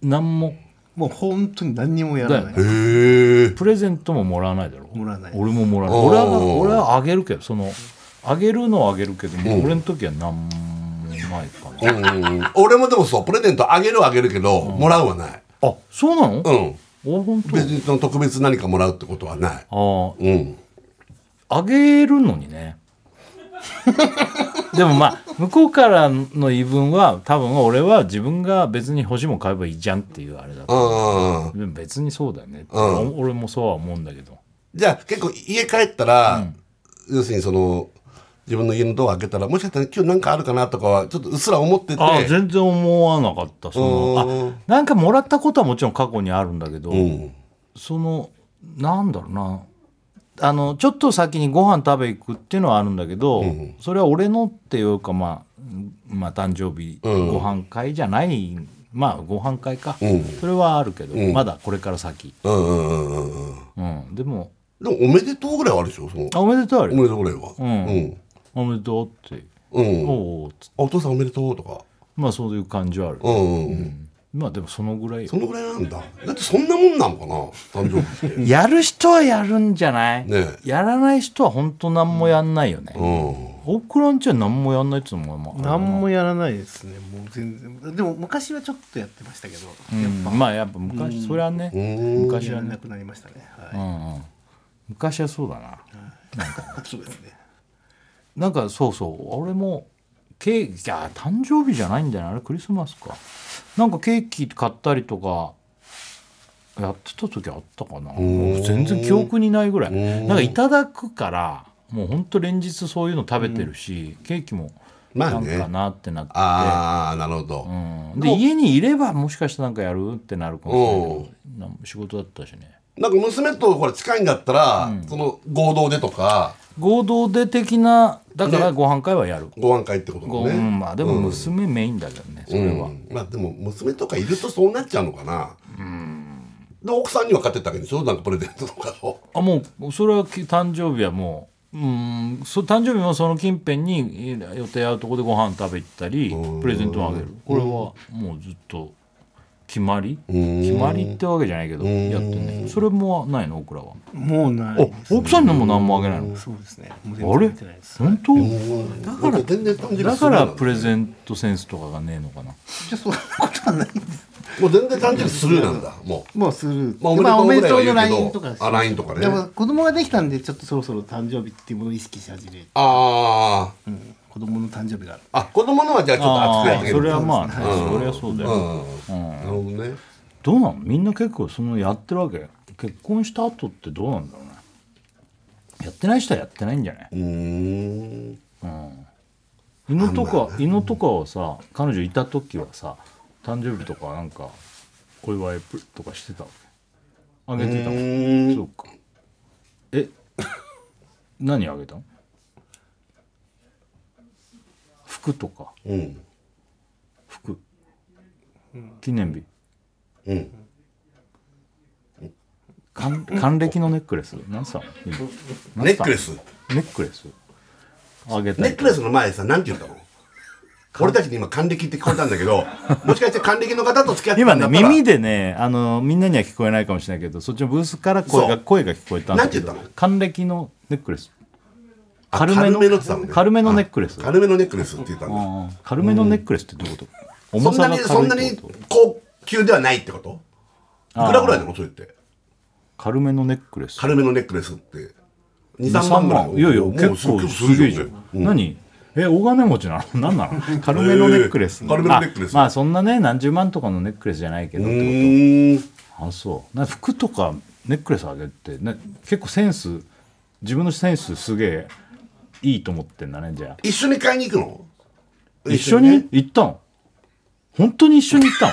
Speaker 2: 何も
Speaker 5: もう本当に何にもやらない
Speaker 2: だ
Speaker 3: へえ
Speaker 2: プレゼントももらわないだろ
Speaker 5: もらわない
Speaker 2: 俺ももらわない
Speaker 3: あー
Speaker 2: 俺は俺はあげるけどそのあげるのはあげるけども、俺の時は何もないかな
Speaker 3: うん、俺もでもそうプレゼントあげるはあげるけど、もらうはない
Speaker 2: あそうなの、
Speaker 3: うん
Speaker 2: お本当
Speaker 3: 別にその特別何かもらうってことはない
Speaker 2: あ
Speaker 3: うん
Speaker 2: ああげるのにね でもまあ向こうからの言い分は多分俺は自分が別に欲しいもん買えばいいじゃんっていうあれだと
Speaker 3: あ
Speaker 2: でも別にそうだよねって、
Speaker 3: うん
Speaker 2: 俺もそうは思うんだけど
Speaker 3: じゃあ結構家帰ったら、要するにその自分の家のドア開けたらもしかしたら今日何かあるかなとかはちょっとうっすら思ってて
Speaker 2: ああ全然思わなかったそ
Speaker 3: うん
Speaker 2: のあなんかもらったことはもちろん過去にあるんだけど、
Speaker 3: うん
Speaker 2: そのなんだろうなあのちょっと先にご飯食べ行くっていうのはあるんだけど、それは俺のっていうか、まあ、うんまあ誕生日、
Speaker 3: うん
Speaker 2: ご飯会じゃないまあご飯会か、
Speaker 3: うん
Speaker 2: それはあるけど、
Speaker 3: うん
Speaker 2: まだこれから先、
Speaker 3: うんうんうんうんうん
Speaker 2: うん、でも
Speaker 3: でもおめでとうぐらいはあるでしょその
Speaker 2: あ「おめでとうあ
Speaker 3: お
Speaker 2: る
Speaker 3: めで
Speaker 2: よ
Speaker 3: とうぐらいは
Speaker 2: うんおめでとう」って
Speaker 3: うん
Speaker 2: 「
Speaker 3: うんあ
Speaker 2: おお」っつって
Speaker 3: お父さんおめでとうとか
Speaker 2: まあそういう感じはある、
Speaker 3: うんうんうん
Speaker 2: まあでもそのぐらいよ
Speaker 3: そのぐらいなんだだってそんなもんなのかな誕生日 って
Speaker 2: やる人はやるんじゃない、
Speaker 3: ね
Speaker 2: やらない人は本当何もやんないよね、
Speaker 3: うん
Speaker 2: オクランチは何もやんないっつうのもまあ
Speaker 5: 何もやらないですねもう全然でも昔はちょっとやってましたけど、
Speaker 2: うんまあやっぱ昔、それはね、
Speaker 3: うん
Speaker 2: 昔は
Speaker 5: やらな
Speaker 2: ね、
Speaker 5: くなりましたねはい、
Speaker 2: うんうん、昔はそうだな
Speaker 5: そうですね
Speaker 2: なんかそうそう俺もケーキあ誕生日じゃないんだよなあれクリスマスかなんかケーキ買ったりとかやってた時あったかなもう全然記憶にないぐらい
Speaker 3: ん
Speaker 2: なんかいただくからもうほんと連日そういうの食べてるし、ケーキも
Speaker 3: まあ
Speaker 2: なん
Speaker 3: ね
Speaker 2: かなってなって、
Speaker 3: ああなるほど、
Speaker 2: うん、で家にいればもしかしてなんかやるってなるかもしれないけどなん仕事だったしね
Speaker 3: なんか娘とほら近いんだったら、その合同でとか
Speaker 2: 合同で的なだから
Speaker 3: ね
Speaker 2: ご飯会はやる、
Speaker 3: ご飯会ってこと
Speaker 2: ご
Speaker 3: だね、
Speaker 2: うんまあでも娘メインだけどね、それ
Speaker 3: う
Speaker 2: は、
Speaker 3: んまあでも娘とかいるとそうなっちゃうのかなで奥さんには買ってったわけでしょなんかプレゼントとかを
Speaker 2: あもうそれはき誕生日はもううんそ誕生日もその近辺にえ予定合うとこでご飯食べ行ったりプレゼントもあげるこれはもうずっと決まり
Speaker 3: ん
Speaker 2: 決まりってわけじゃないけどやってんねそれもないのオクラは
Speaker 5: もうない
Speaker 2: あ奥さんのも何もあげないの
Speaker 5: そうですねもう全
Speaker 2: あ
Speaker 5: 然
Speaker 2: れ
Speaker 5: やってないです
Speaker 2: 本当
Speaker 3: だから全然誕生日
Speaker 2: だから
Speaker 3: ス
Speaker 2: プ
Speaker 3: ルー
Speaker 2: レゼントセンスとかがねえのかな
Speaker 5: じゃあそんなことはないんです
Speaker 3: なんだもう全然誕生日スルーなんだもう
Speaker 5: もうする、
Speaker 3: まあおめでとうぐらいは言うけど
Speaker 5: まあおめでとうの LINE とかです
Speaker 3: あ LINE とかね
Speaker 5: でも子供ができたんでちょっとそろそろ誕生日っていうものを意識し始め、
Speaker 3: ああ
Speaker 5: うん、子供の誕生日がある
Speaker 3: あ子供のはじゃあちょっと
Speaker 2: あ
Speaker 3: 扱いて
Speaker 2: ーそれは
Speaker 3: あ
Speaker 2: まあね、それはそうだよ、
Speaker 3: うん、なるほどね
Speaker 2: どうなのみんな結構そのやってるわけ結婚した後ってどうなんだろうねやってない人はやってないんじゃないう
Speaker 3: ーん
Speaker 2: 犬とか犬とかはさ彼女いた時はさ誕生日とかなんかお祝いとかしてたわけあげてた
Speaker 3: う
Speaker 2: わけ
Speaker 3: ーん
Speaker 2: そうかえ何あげたの服とか
Speaker 3: うん
Speaker 2: 服記念日
Speaker 3: うん
Speaker 2: 還還暦のネックレス何さ
Speaker 3: ネックレス
Speaker 2: ネックレスあげた
Speaker 3: ネ
Speaker 2: い
Speaker 3: ックレスの前さなんて言ったの俺たちに今還暦って聞こえたんだけど もしかして還暦の方と付き合って
Speaker 2: 今
Speaker 3: たん
Speaker 2: ね
Speaker 3: だったら
Speaker 2: 耳でねあのみんなには聞こえないかもしれないけどそっちのブースから声
Speaker 3: そ
Speaker 2: が
Speaker 3: う
Speaker 2: 声が聞こえたん
Speaker 3: な
Speaker 2: だけ
Speaker 3: んて言
Speaker 2: ど
Speaker 3: ったの
Speaker 2: 還暦のネックレス
Speaker 3: あ
Speaker 2: 軽め
Speaker 3: 軽
Speaker 2: の
Speaker 3: めのって言ってたもんね
Speaker 2: 軽めのネックレス
Speaker 3: 軽めのネックレスって言ったんだ
Speaker 2: あー軽めのネックレスってどういうこと
Speaker 3: そ
Speaker 2: 重
Speaker 3: んな
Speaker 2: さが
Speaker 3: にそんな
Speaker 2: 軽いっ
Speaker 3: に
Speaker 2: てこと
Speaker 3: 高級ではないってこといくらぐらいなのそれって
Speaker 2: 軽めのネックレス
Speaker 3: 軽めのネックレスって23万ぐらい
Speaker 2: いやいや
Speaker 3: もう
Speaker 2: 結構
Speaker 3: すごい
Speaker 2: すげえじゃ
Speaker 3: す
Speaker 2: ん、何え大金持ちなの何 なの軽めのネックレス、
Speaker 3: えー軽めのネックレス
Speaker 2: まあ、まあそんなね何十万とかのネックレスじゃないけどっ
Speaker 3: う
Speaker 2: てこ
Speaker 3: ーん
Speaker 2: とあそうな服とかネックレスあげるって、ね、結構センス自分のセンスすげえいいと思ってんだねじゃ
Speaker 3: 一緒に買いに行くの
Speaker 2: あ一緒に行ったの本当に一緒に行ったの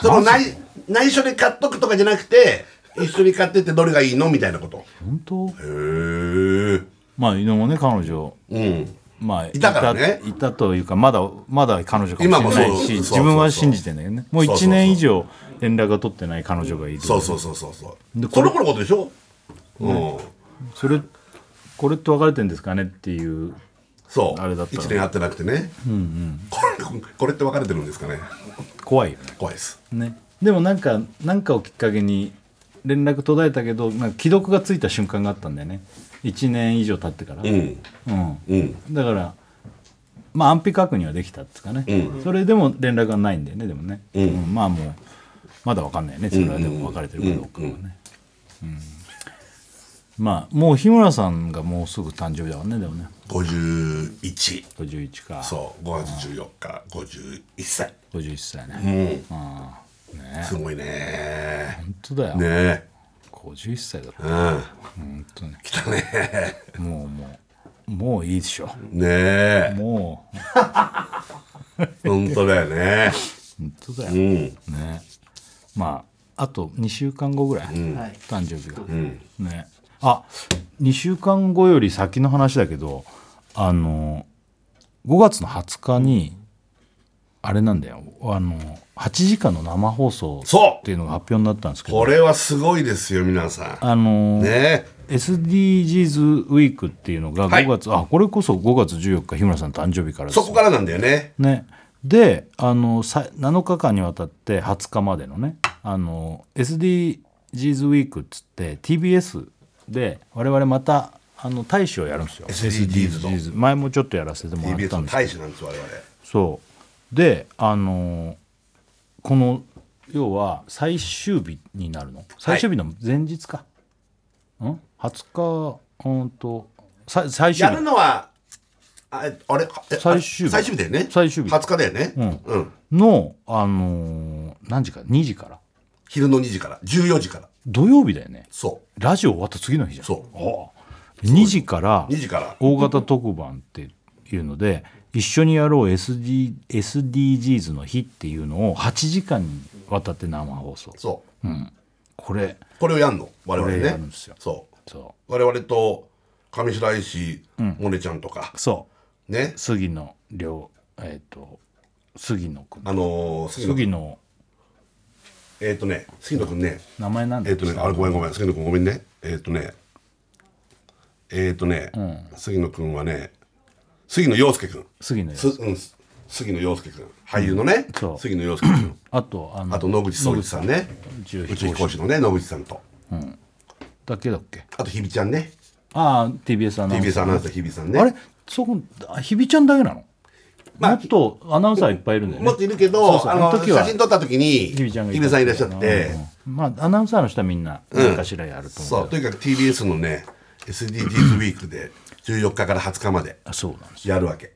Speaker 3: その内内緒で買っとくとかじゃなくて一緒に買ってってどれがいいのみたいなことへ
Speaker 2: 本当
Speaker 3: え
Speaker 2: まあ今もね彼女
Speaker 3: うん
Speaker 2: まあ、い
Speaker 3: いたからね
Speaker 2: たいたというかまだまだ彼女かもしれ
Speaker 3: 今
Speaker 2: な
Speaker 3: も
Speaker 2: い
Speaker 3: そう
Speaker 2: し
Speaker 3: そう
Speaker 2: 自分は信じてんだけどねもう
Speaker 3: そうそう
Speaker 2: 1年以上連絡が取ってない彼女がいる
Speaker 3: そうそうそうそうそう
Speaker 2: で
Speaker 3: その頃のことでしょうん、
Speaker 2: それこれって別れてんですかねっていう
Speaker 3: そう
Speaker 2: あれだったの
Speaker 3: 1年会ってなくてね、これこれって別れてるんですかね
Speaker 2: 怖いよね
Speaker 3: 怖いです
Speaker 2: ねでもなんかなんかをきっかけに連絡途絶えたけどなんか既読がついた瞬間があったんだよね1年以上経ってから、
Speaker 3: うん
Speaker 2: うん
Speaker 3: うん
Speaker 2: だからまあ安否確認はできたっつうかね、
Speaker 3: う
Speaker 2: それでも連絡がないんだよねでもね、
Speaker 3: うん
Speaker 2: うまあもうまだわかんないねそれはでも別れてるかどうかはね、うんまあもう日村さんがもうすぐ誕生日だわねでもね
Speaker 3: 51
Speaker 2: 51か
Speaker 3: そう5月14日51歳
Speaker 2: 51歳ね、
Speaker 3: う
Speaker 2: 本
Speaker 3: んすごいね
Speaker 2: 当だよ、
Speaker 3: ねえ
Speaker 2: 51歳だ
Speaker 3: う
Speaker 2: ろ
Speaker 3: ん
Speaker 2: 本当ね
Speaker 3: 来たね
Speaker 2: もうもうもういいでしょ
Speaker 3: ねえ
Speaker 2: もう
Speaker 3: 本当だよね
Speaker 2: 本当だよ、
Speaker 3: うん
Speaker 2: ねまああと2週間後ぐらい、
Speaker 5: はい
Speaker 2: 誕生日が、
Speaker 3: うん
Speaker 2: ねあ2週間後より先の話だけどあの5月の20日にあれなんだよあの8時間の生放送
Speaker 3: そう
Speaker 2: っていうのが発表になったんですけど
Speaker 3: これはすごいですよ皆さ
Speaker 2: あの、
Speaker 3: んねえ
Speaker 2: SDGs ウィークっていうのが
Speaker 3: はい
Speaker 2: 5月、あこれこそ5月14日日村さん誕生日からです
Speaker 3: そこからなんだよね
Speaker 2: ね、であのさ7日間にわたって20日までのねあの SDGs ウィークっつって TBS で我々またあの大使をやるんですよ
Speaker 3: SDGs の
Speaker 2: SDGs 前もちょっとやらせてもらっ
Speaker 3: TBS
Speaker 2: たん
Speaker 3: の
Speaker 2: ですけ
Speaker 3: 大
Speaker 2: ど
Speaker 3: 使なんです我々
Speaker 2: そうであのこの要は最終日になるの最終日の前日か、ん ?20 日うんとさ最終
Speaker 3: や
Speaker 2: 日
Speaker 3: るのはああれえ
Speaker 2: 最終日
Speaker 3: 最終日だよね
Speaker 2: 最終日
Speaker 3: 20日だよね
Speaker 2: うん
Speaker 3: うん
Speaker 2: の、あのー何時から2時から
Speaker 3: 昼の2時から14時から
Speaker 2: 土曜日だよね
Speaker 3: そ
Speaker 2: ラジオ終わった次の日じゃん
Speaker 3: そう
Speaker 2: 2時から
Speaker 3: う2時から
Speaker 2: 大型特番っていうので一緒にやろう SD SDGs の日っていうのを8時間にわたって生放送
Speaker 3: そう
Speaker 2: うん、これ
Speaker 3: これをやんの我々
Speaker 2: これやるん
Speaker 3: ね
Speaker 2: ですよ
Speaker 3: そう
Speaker 2: そ
Speaker 3: 我々と上白石萌音ちゃんとか
Speaker 2: うそう
Speaker 3: ね
Speaker 2: 杉野亮えっ、と杉野くん
Speaker 3: あのー杉野
Speaker 2: 杉野
Speaker 3: えっとね杉野くんね
Speaker 2: 名前なんだ
Speaker 3: えっ
Speaker 2: っ
Speaker 3: と
Speaker 2: け、
Speaker 3: ねあれごめんごめん杉野くんごめんねえっとねえっとね杉野くんはね杉野陽介くん
Speaker 2: 杉野
Speaker 3: す
Speaker 2: よ
Speaker 3: うんす杉野陽介君俳優のね、
Speaker 2: そう
Speaker 3: 杉野陽介君
Speaker 2: あとあの
Speaker 3: あと野口聡一さんね
Speaker 2: 宇宙飛行士
Speaker 3: 宇宙飛行士のね野口さんと
Speaker 2: だけだっけ
Speaker 3: あと日比ちゃんね
Speaker 2: ああ TBS アナウンサー
Speaker 3: TBS アナウンサー日比さんね
Speaker 2: あれそこあひびちゃんだけなの、
Speaker 3: まあ
Speaker 2: もっとアナウンサーいっぱいいるんだよね
Speaker 3: もっといるけど
Speaker 2: そうそう
Speaker 3: あ
Speaker 2: あ
Speaker 3: の
Speaker 2: の時は
Speaker 3: 写真撮った時に
Speaker 2: ひびちゃんが
Speaker 3: 日比さんいらっしゃって、
Speaker 2: うんまあアナウンサーの人はみんな何かしらやると
Speaker 3: そ
Speaker 2: 思う
Speaker 3: う
Speaker 2: け
Speaker 3: と
Speaker 2: ど、
Speaker 3: にかく TBS のね SDGs ウィークで14日から20日まで
Speaker 2: あそうなんですよ
Speaker 3: やるわけ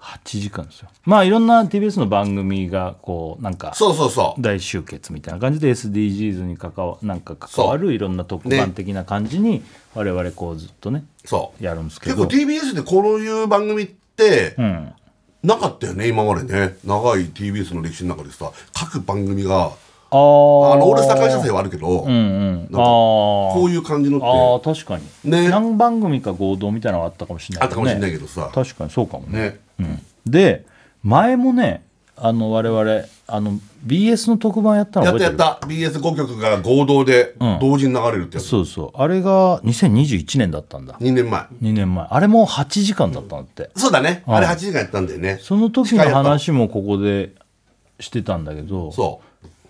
Speaker 2: 8時間ですよまあいろんな TBS の番組がこうなんか
Speaker 3: そうそうそう
Speaker 2: 大集結みたいな感じで SDGs に関わなんか関わ
Speaker 3: そ
Speaker 2: るいろんな特番的な感じに我々こうずっとね
Speaker 3: そう
Speaker 2: やるんですけ
Speaker 3: 結
Speaker 2: ど
Speaker 3: 構 TBS でこういう番組って、
Speaker 2: うん
Speaker 3: なかったよね今までね長い TBS の歴史の中でさ各番組が
Speaker 2: あー
Speaker 3: あの俺社会女性はあるけど、
Speaker 2: うんうん
Speaker 3: か
Speaker 2: あー
Speaker 3: こういう感じのって
Speaker 2: あー確かに、
Speaker 3: ね
Speaker 2: 何番組か合同みたいなのがあったかもしれな
Speaker 3: あ
Speaker 2: い、
Speaker 3: ったかもしれないけどさ
Speaker 2: 確かにそうかもね
Speaker 3: ね
Speaker 2: うんで前もねあの我々あの BS の特番やったの
Speaker 3: やっ
Speaker 2: 覚
Speaker 3: た
Speaker 2: え
Speaker 3: や
Speaker 2: て
Speaker 3: っ
Speaker 2: る
Speaker 3: た BS5 局が合同で
Speaker 2: ん
Speaker 3: 同時に流れるってやつ、
Speaker 2: そうそうあれが2021年だったんだ
Speaker 3: 2年前
Speaker 2: 2年前あれも8時間だったんだって
Speaker 3: そうだね、
Speaker 2: うん
Speaker 3: あれ8時間やったんだよね
Speaker 2: その時の話もここでしてたんだけど
Speaker 3: そ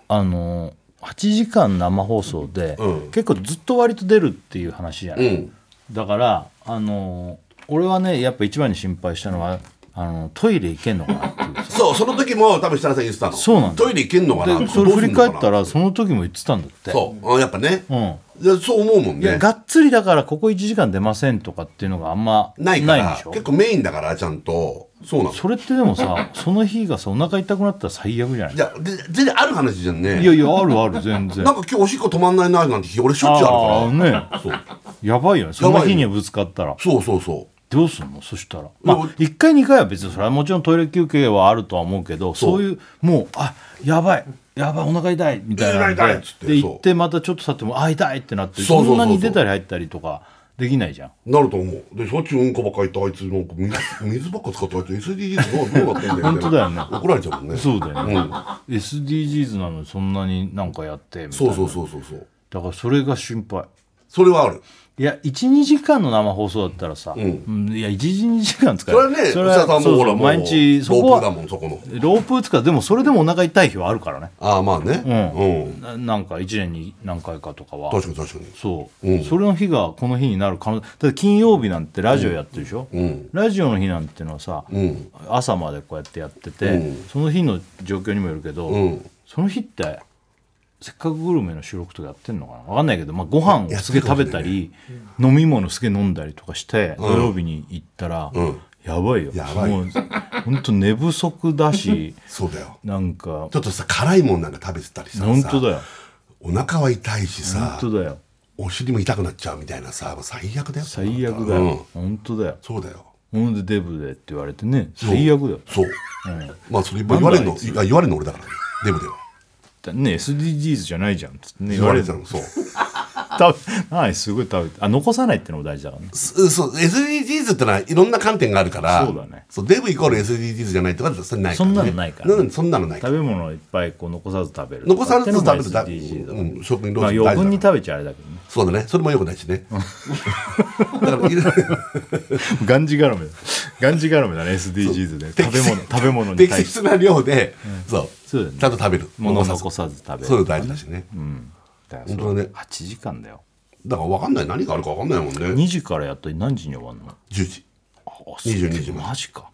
Speaker 2: あの8時間生放送で、
Speaker 3: うん
Speaker 2: 結構ずっと割と出るっていう話じゃ
Speaker 3: う
Speaker 2: な
Speaker 3: う
Speaker 2: い、
Speaker 3: ん
Speaker 2: だからあの俺はねやっぱ一番に心配したのはあのトイレ行けんのかな っていう
Speaker 3: そうその時も多分設楽さん言ってたの
Speaker 2: そうなんだ
Speaker 3: トイレ行けんのかな
Speaker 2: でそれ
Speaker 3: どう
Speaker 2: 振
Speaker 3: すん
Speaker 2: り
Speaker 3: のか
Speaker 2: 返
Speaker 3: な
Speaker 2: ったらその時も言ってたんだって
Speaker 3: そうあやっぱね、
Speaker 2: うん
Speaker 3: でそう思うもん
Speaker 2: いや
Speaker 3: ね
Speaker 2: がっつりだからここ1時間出ませんとかっていうのがあんま
Speaker 3: な
Speaker 2: な
Speaker 3: いい
Speaker 2: ん
Speaker 3: から
Speaker 2: でしょ
Speaker 3: 結構メインだからちゃんとそうなの
Speaker 2: それってでもさ その日がさお腹痛くなったら最悪じゃない
Speaker 3: じゃあで全然ある話じゃんね
Speaker 2: いやいやあるある全然
Speaker 3: なんか今日おしっこ止まんないななんて日俺しょっちゅうある
Speaker 2: あ
Speaker 3: から、そう
Speaker 2: あねや ばいよねその日にぶつかったら
Speaker 3: そうそうそ
Speaker 2: どうすんのそしたら、まあ、
Speaker 3: いや
Speaker 2: 1回2回は別にそれはもちろんトイレ休憩はあるとは思うけど
Speaker 3: そ
Speaker 2: そうういうもうあやばいやばいお腹痛いみたいなので
Speaker 3: 痛い痛いっつって
Speaker 2: で
Speaker 3: そう
Speaker 2: 行ってまたちょっと経ってもあ痛いってなっ
Speaker 3: そ
Speaker 2: て
Speaker 3: うそうそうそうん
Speaker 2: なに出たり入ったりとかできないじゃん
Speaker 3: うなると思うでしょっちゅううんこばっかり言ってあいつなんか水水ばっか使ってあいつ SDGs どうどうなってんだよみたいな
Speaker 2: 本当だよね
Speaker 3: 怒られちゃうもんね
Speaker 2: そうだよね、
Speaker 3: うん
Speaker 2: SDGs なのにそんなになんかやってみたい
Speaker 3: そ
Speaker 2: な
Speaker 3: うそうそうそうそう
Speaker 2: だからそれが心配
Speaker 3: それはある
Speaker 2: いや12時間の生放送だったらさ、
Speaker 3: ん
Speaker 2: うんいや12時間使
Speaker 3: それはね内田さん
Speaker 2: そ
Speaker 3: もほ
Speaker 2: うそ
Speaker 3: ら
Speaker 2: う
Speaker 3: もう
Speaker 2: 毎日そこ
Speaker 3: ロープだ
Speaker 2: は
Speaker 3: もんそこの
Speaker 2: ロープ使うでもそれでもお腹痛い日はあるからね
Speaker 3: ああまあね
Speaker 2: う
Speaker 3: うん、
Speaker 2: ななんか1年に何回かとかは
Speaker 3: 確かに確か
Speaker 2: そう、
Speaker 3: うん
Speaker 2: それの日がこの日になる可能だって金曜日なんてラジオやってるでしょ、
Speaker 3: にうん
Speaker 2: ラジオの日なんてのはさ、
Speaker 3: うん
Speaker 2: 朝までこうやってやってて、
Speaker 3: うん
Speaker 2: その日の状況にもよるけど、
Speaker 3: うん
Speaker 2: その日ってせっかくグルメの収録とかやってんのかな分かんないけど、まあ、ご飯をすげえ食べたり、飲み物すげえ飲んだりとかして、土曜日に行ったら、
Speaker 3: うん
Speaker 2: やばいよ
Speaker 3: やばい
Speaker 2: もうほんと寝不足だ し
Speaker 3: そうだよ
Speaker 2: なんか
Speaker 3: ちょっとさ辛いもんなんか食べてたりしたら
Speaker 2: 本
Speaker 3: さ
Speaker 2: 当だよ
Speaker 3: お腹は痛いしさ
Speaker 2: 本当だよ
Speaker 3: お尻も痛くなっちゃうみたいなさ最悪だよ
Speaker 2: 最悪だよ、
Speaker 3: うん
Speaker 2: 本当だよ
Speaker 3: そうだよ
Speaker 2: ほんでデブでって言われてね最悪だよ
Speaker 3: そう
Speaker 2: うん
Speaker 3: まあそれ言われる
Speaker 2: な
Speaker 3: の
Speaker 2: んだあ
Speaker 3: いや言われるの俺だからねデブでは
Speaker 2: だね SDGs じゃないじゃんっつってね
Speaker 3: 言われてたのそう
Speaker 2: 食べはいすごい食べてあ残さないってのも大事だからね
Speaker 3: すそう SDGs ってのはいろんな観点があるから
Speaker 2: そうだね
Speaker 3: そうデブイコール SDGs じゃないとかそれないからね
Speaker 2: そんなのないからね
Speaker 3: んそんなのないから
Speaker 2: 食べ物をいっぱいこう残さず食べる
Speaker 3: 残さず食べ
Speaker 2: と
Speaker 3: て
Speaker 2: か
Speaker 3: た
Speaker 2: っていうのも SDGs だから
Speaker 3: うん食品ロ
Speaker 2: まあ
Speaker 3: ス
Speaker 2: 余分に
Speaker 3: 大事だか
Speaker 2: 食べちゃあれだけどね
Speaker 3: らそうだねそれもよくないしねだからいろいろ
Speaker 2: がんじがらめだ がんじがらめだね SDGs で食べ物食べ物に
Speaker 3: 適
Speaker 2: 対して
Speaker 3: 切な量でそう
Speaker 2: そうだよね
Speaker 3: ちゃんと食べる
Speaker 2: 物を残さず食べる
Speaker 3: そういうの大事だしね
Speaker 2: だから
Speaker 3: 本当だね
Speaker 2: 8時間だよ
Speaker 3: だから分かんない何があるか分かんないもんね
Speaker 2: 2時からやったら何時に終わるの
Speaker 3: 10時
Speaker 2: 22
Speaker 3: 22時まで
Speaker 2: マジか、
Speaker 3: うん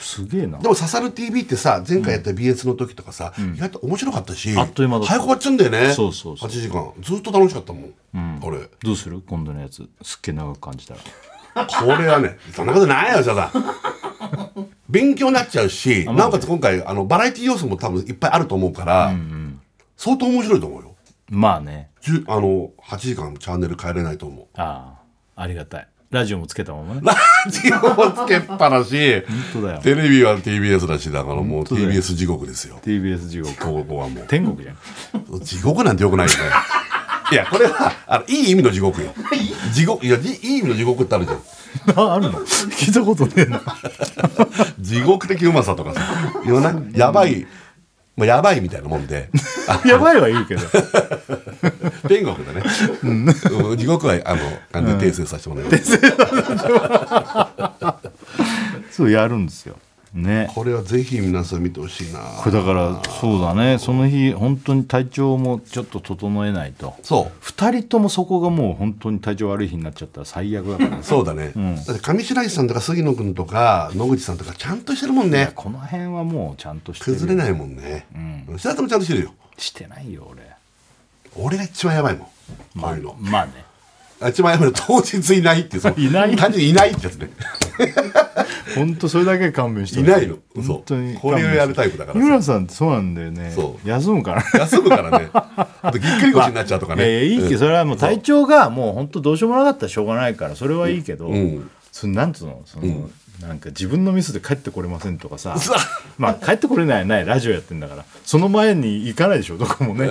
Speaker 2: すげえな
Speaker 3: でも「刺さる TV」ってさ前回やった BS の時とかさ、意外と面白かったし
Speaker 2: あっという間だった
Speaker 3: 早く終わっちゃうんだよね
Speaker 2: そうそうそう
Speaker 3: 8時間ずっと楽しかったもん、これ
Speaker 2: どうする今度のやつすっげえ長く感じたら
Speaker 3: これはねそんなことないよ社さん勉強になっちゃうしなおかつ今回あのバラエティ要素も多分いっぱいあると思うから、相当面白いと思うよ
Speaker 2: まあね
Speaker 3: じゅあの8時間チャンネル変えれないと思う
Speaker 2: ああありがたいラジオもつけたままね
Speaker 3: ラジオをつけっぱなしテ
Speaker 2: 本当だよ
Speaker 3: レビは TBS だしだからもう
Speaker 2: 当だよ
Speaker 3: TBS 地獄ですよ
Speaker 2: TBS 地獄
Speaker 3: ここはもう
Speaker 2: 天国じゃん
Speaker 3: 地獄なんてよくないよね。いや、これは、あの、いい意味の地獄よ。地獄、いや、じいい意味の地獄ってあるじゃん。
Speaker 2: ああるの聞いたことねえ な
Speaker 3: 地獄的うまさとかさ。いろんな、やばい、まあ、やばいみたいなもんで。あ
Speaker 2: やばいは言うけど
Speaker 3: 天国だね。うん地獄は、あの、完全に訂正させてもらいます。
Speaker 2: そうやるんですよね
Speaker 3: これはぜひ皆さん見てほしいな。
Speaker 2: これだからそうだねその日本当に体調もちょっと整えないと
Speaker 3: そ
Speaker 2: 2人ともそこがもう本当に体調悪い日になっちゃったら最悪だから ね
Speaker 3: う。そうだね。だって上白石さんとか杉野君とか野口さんとかちゃんとしてるもんね。
Speaker 2: この辺はもうちゃんとしてる
Speaker 3: 崩れないもんね。うん。白田もちゃんとしてるよ。
Speaker 2: してないよ俺
Speaker 3: 俺が一番やばいもん。こういうの。
Speaker 2: まあね
Speaker 3: 一番やめる当日いないっていうその
Speaker 2: いない
Speaker 3: 単純にいないってやつね
Speaker 2: 本当それだけ勘弁して
Speaker 3: いないの嘘
Speaker 2: 本当に
Speaker 3: これをやるタイプだから
Speaker 2: 三浦さんってそうなんだよね
Speaker 3: そう
Speaker 2: 休むから
Speaker 3: 休むからねあとぎっくり腰になっちゃうとかね、
Speaker 2: い やいやいいけど、それはもう体調がもう本当どうしようもなかったらしょうがないからそれはいいけど、
Speaker 3: ん
Speaker 2: そのなんつうのその、なんか自分のミスで帰ってこれませんと かさまあ帰ってこれないないラジオやってんだからその前に行かないでしょど こも
Speaker 3: うん
Speaker 2: ね,、
Speaker 3: うん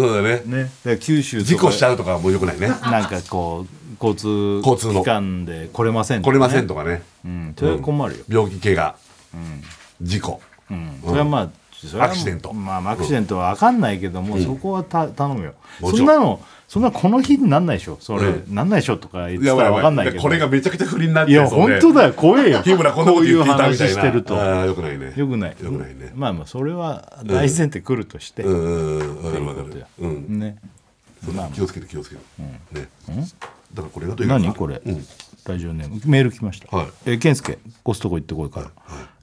Speaker 3: そうだね
Speaker 2: ねだから九州とか
Speaker 3: 事故しちゃうとかもよくないね
Speaker 2: なんかこう交
Speaker 3: 交
Speaker 2: 通
Speaker 3: 通の
Speaker 2: 機関で来れませんと
Speaker 3: 来
Speaker 2: か、
Speaker 3: れ
Speaker 2: ね、
Speaker 3: ませんとかね
Speaker 2: うんそれは困るよ、
Speaker 3: 病気怪我、事故
Speaker 2: うんそれはまあしそれは
Speaker 3: アクシデント
Speaker 2: まあアクシデントは分かんないけども、そこはた頼むよ
Speaker 3: も
Speaker 2: そ
Speaker 3: ちろん
Speaker 2: んなのそんなこの日になんないでしょそれ、
Speaker 3: う
Speaker 2: なんないでしょとか言って
Speaker 3: や
Speaker 2: た
Speaker 3: ばい
Speaker 2: ら
Speaker 3: やば
Speaker 2: 分
Speaker 3: い
Speaker 2: かんないけど
Speaker 3: これがめちゃくちゃ不倫になって
Speaker 2: いや本当だよ怖えよ
Speaker 3: 日村こんなこと言っていたみたい
Speaker 2: こういう話し
Speaker 3: な
Speaker 2: てると
Speaker 3: ああよくないね
Speaker 2: よくない
Speaker 3: よくないね
Speaker 2: まあまあそれは大前提来るとして、
Speaker 3: うんうんうんわかるわか
Speaker 2: っていう
Speaker 3: る
Speaker 2: こと
Speaker 3: う
Speaker 2: や
Speaker 3: ん
Speaker 2: ね
Speaker 3: そう
Speaker 2: まあまあ
Speaker 3: 気をつけて気をつけてねだからこれがどういうことか
Speaker 2: 何これ、
Speaker 3: うん
Speaker 2: ラジオネームメール来ました、
Speaker 3: はい
Speaker 2: えー健介コストコ行ってこいから、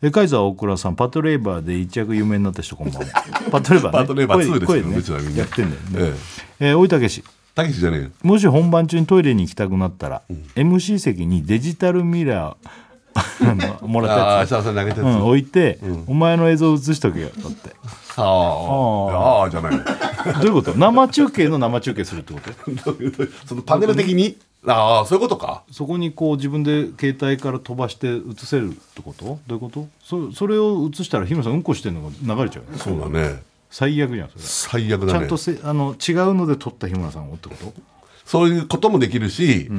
Speaker 2: えカイザー大倉さんパトレーバーで一躍有名になった人こ んばんはパトレーバー、ね、
Speaker 3: パトレーバー2ですよ
Speaker 2: 声声
Speaker 3: うちはみんな
Speaker 2: やってんだよね、
Speaker 3: え
Speaker 2: えー大井武志
Speaker 3: たけしじゃねえよ
Speaker 2: もし本番中にトイレに行きたくなったら、MC 席にデジタルミラー あのもらった
Speaker 3: ああ
Speaker 2: やつ
Speaker 3: 設楽さん投げたやつ
Speaker 2: うん、置いて、お前の映像映しとけよだって
Speaker 3: ああああじゃない
Speaker 2: どういうこと生中継の生中継するってこと
Speaker 3: そのパネル的にああそういうことか
Speaker 2: そこにこう自分で携帯から飛ばして映せるってことどういうことそそれを映したら日村さんうんこしてるのが流れちゃうよ
Speaker 3: そうだね
Speaker 2: 最悪じゃんそれ
Speaker 3: 最悪
Speaker 2: ち
Speaker 3: だ
Speaker 2: ゃん
Speaker 3: ね
Speaker 2: とせあの違うので撮った日村さんをってこと
Speaker 3: そういうこともできるし、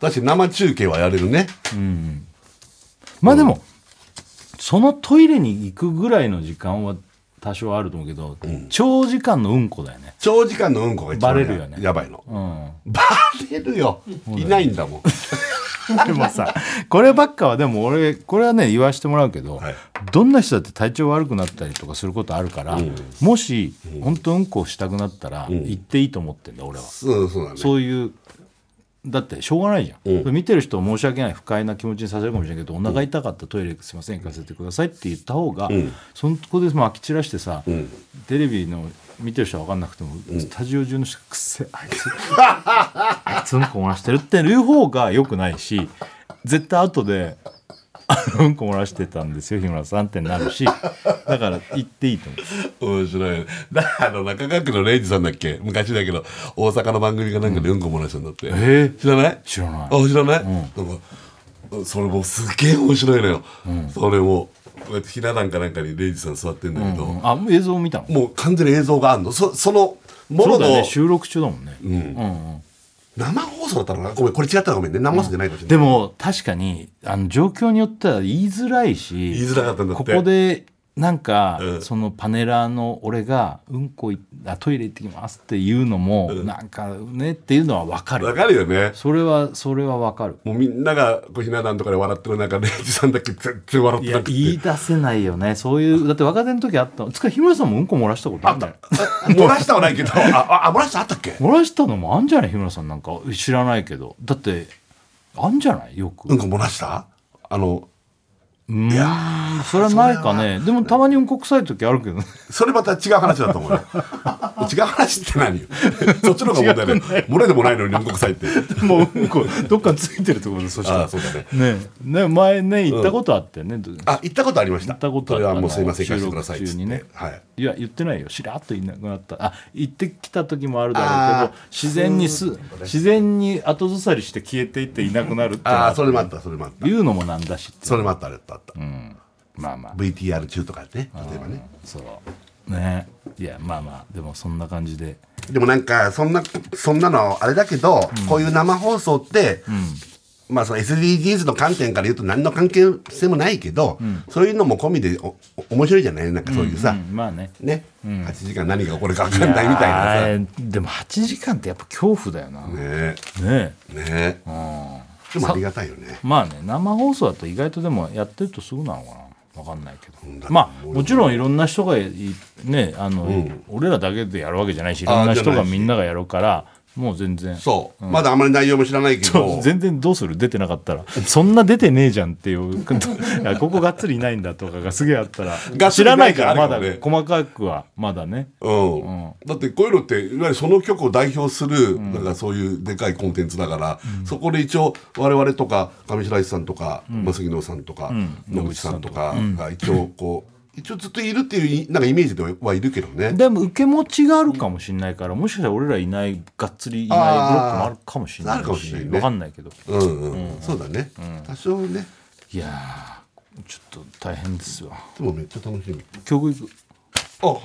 Speaker 3: だし生中継はやれるね
Speaker 2: まあでも、そのトイレに行くぐらいの時間は多少あると思うけど、長時間のうんこだよね
Speaker 3: 長時間のうんこが一番
Speaker 2: バレるよね
Speaker 3: やばいの
Speaker 2: うん
Speaker 3: バレるよいないんだもん
Speaker 2: でもさ こればっかはでも俺これはね言わしてもらうけど、
Speaker 3: はい
Speaker 2: どんな人だって体調悪くなったりとかすることあるから、もし、本当うんこしたくなったら、行っていいと思ってんだ俺は、
Speaker 3: そうそうだね
Speaker 2: そういうだってしょうがないじゃん、見てる人を申し訳ない不快な気持ちにさせるかもしれないけど、お腹痛かったトイレすいません行かせてくださいって言った方が、そのとこでまき散らしてさ、テレビの見てる人は分かんなくても、スタジオ中の人がくっせあいつ あいつうんこ漏らしてるっていう方がよくないし絶対後で。 あのうんこ漏らしてたんですよ日村さんってなるしだから言っていいと思う
Speaker 3: 面白いねだ あの中川区のレイジさんだっけ昔だけど大阪の番組がなんかでうんこ漏らしたんだって、
Speaker 2: え
Speaker 3: 知らない
Speaker 2: 知らない
Speaker 3: あ知らない、なんかそれもすげえ面白いのよ、それもこうやってひな壇かなんかにレイジさん座ってんだけど、
Speaker 2: あ映像見たの
Speaker 3: もう完全に映像があんのそそのも
Speaker 2: そ
Speaker 3: の
Speaker 2: うだ
Speaker 3: の、
Speaker 2: よね収録中だもんね、うんうん
Speaker 3: 生放送だったのかなごめんこれ違ったらごめんね生放送じゃないかもしれない、
Speaker 2: でも確かにあの状況によっては言いづらいし
Speaker 3: 言いづらかったんだって
Speaker 2: ここでなんか、
Speaker 3: うん
Speaker 2: そのパネラーの俺が「うんこいあトイレ行ってきます」っていうのも、なんかねっていうのは分かる
Speaker 3: わかるよね
Speaker 2: それはそれは分かる
Speaker 3: もうみんながこうひな壇とかで笑ってる中レイジさんだけ全然笑っ
Speaker 2: い
Speaker 3: てな
Speaker 2: や
Speaker 3: くて
Speaker 2: 言い出せないよねそ ういうだって若手の時あったつか日村さんもうんこ漏らしたことあったよ
Speaker 3: 漏らしたはないけどあああ漏らしたあったっけ
Speaker 2: 漏らしたのもあんじゃない日村さんなんか知らないけどだってあんじゃないよく、
Speaker 3: うんこ漏らしたあの
Speaker 2: うんそれはないかねでもたまにうんこ臭い時あるけどね
Speaker 3: それまた違う話だと思うよ違う話って何よそっちの方が問題だよ漏れでもないのにうんこ臭いって
Speaker 2: もううんこどっかについてるってことでそした
Speaker 3: あ
Speaker 2: ら
Speaker 3: あそうだね
Speaker 2: ねね前ね行ったことあってね、ど
Speaker 3: あ行ったことありました
Speaker 2: 行ったこと
Speaker 3: そ
Speaker 2: あっ
Speaker 3: れ
Speaker 2: た
Speaker 3: はもうすいません行かせてくださいっつ
Speaker 2: 収
Speaker 3: って、
Speaker 2: 録中にね
Speaker 3: はい
Speaker 2: いや言ってないよしらっといなくなったあ行ってきた時もあるだろうけど自然にす自然に後ずさりして消えていっていなくなるって
Speaker 3: ああそれもあったそれもあった
Speaker 2: いうのもなんだしって
Speaker 3: それもあったあれあった、
Speaker 2: まあまあ
Speaker 3: VTR 中とかね例えばね
Speaker 2: そうねいやまあまあでもそんな感じで
Speaker 3: でもなんかそんなそんなのあれだけど、こういう生放送って、まあその SDGs の観点から言うと何の関係性もないけど、そういうのも込みでおお面白いじゃないなんかそういうさ、
Speaker 2: うんまあね
Speaker 3: ね、8時間何が起こるか分かんないみたい
Speaker 2: や
Speaker 3: な
Speaker 2: ーでも8時間ってやっぱ恐怖だよな
Speaker 3: さ
Speaker 2: ね
Speaker 3: ね
Speaker 2: ね
Speaker 3: ねでもありがたいよね
Speaker 2: まあね生放送だと意外とでもやってるとすぐなのかな分かんないけどまあもちろんいろんな人がいねあの、俺らだけでやるわけじゃないしいろんな人
Speaker 3: じゃ
Speaker 2: が
Speaker 3: ないし
Speaker 2: みんながやるからもう全然
Speaker 3: そう、まだあまり内容も知らないけど
Speaker 2: 全然どうする出てなかったらそんな出てねえじゃんっていう いやここがっつりいないんだとかがすげえあったら
Speaker 3: がっつ
Speaker 2: 知
Speaker 3: りな
Speaker 2: ら
Speaker 3: いか
Speaker 2: な
Speaker 3: ら
Speaker 2: いからまだ
Speaker 3: あるか
Speaker 2: 細かくはまだね
Speaker 3: うんだってこういうのっていわゆるその曲を代表する、なんかそういうでかいコンテンツだから、そこで一応我々とか上白石さんとか、まあ杉野さんとか、野口さんとかが一応こう、一応ずっといるっていうなんかイメージではいるけどね。
Speaker 2: でも受け持ちがあるかもしれないからもしかしたら俺らいないがっつりいないブロックもあるかもしれ
Speaker 3: あーあるか
Speaker 2: な
Speaker 3: も
Speaker 2: い
Speaker 3: し
Speaker 2: し
Speaker 3: れないね
Speaker 2: 分かんないけど
Speaker 3: うんうん、そうだね、多少ね
Speaker 2: いやーちょっと大変ですわ
Speaker 3: でもめっちゃ楽しみ
Speaker 2: 曲いく
Speaker 3: あはい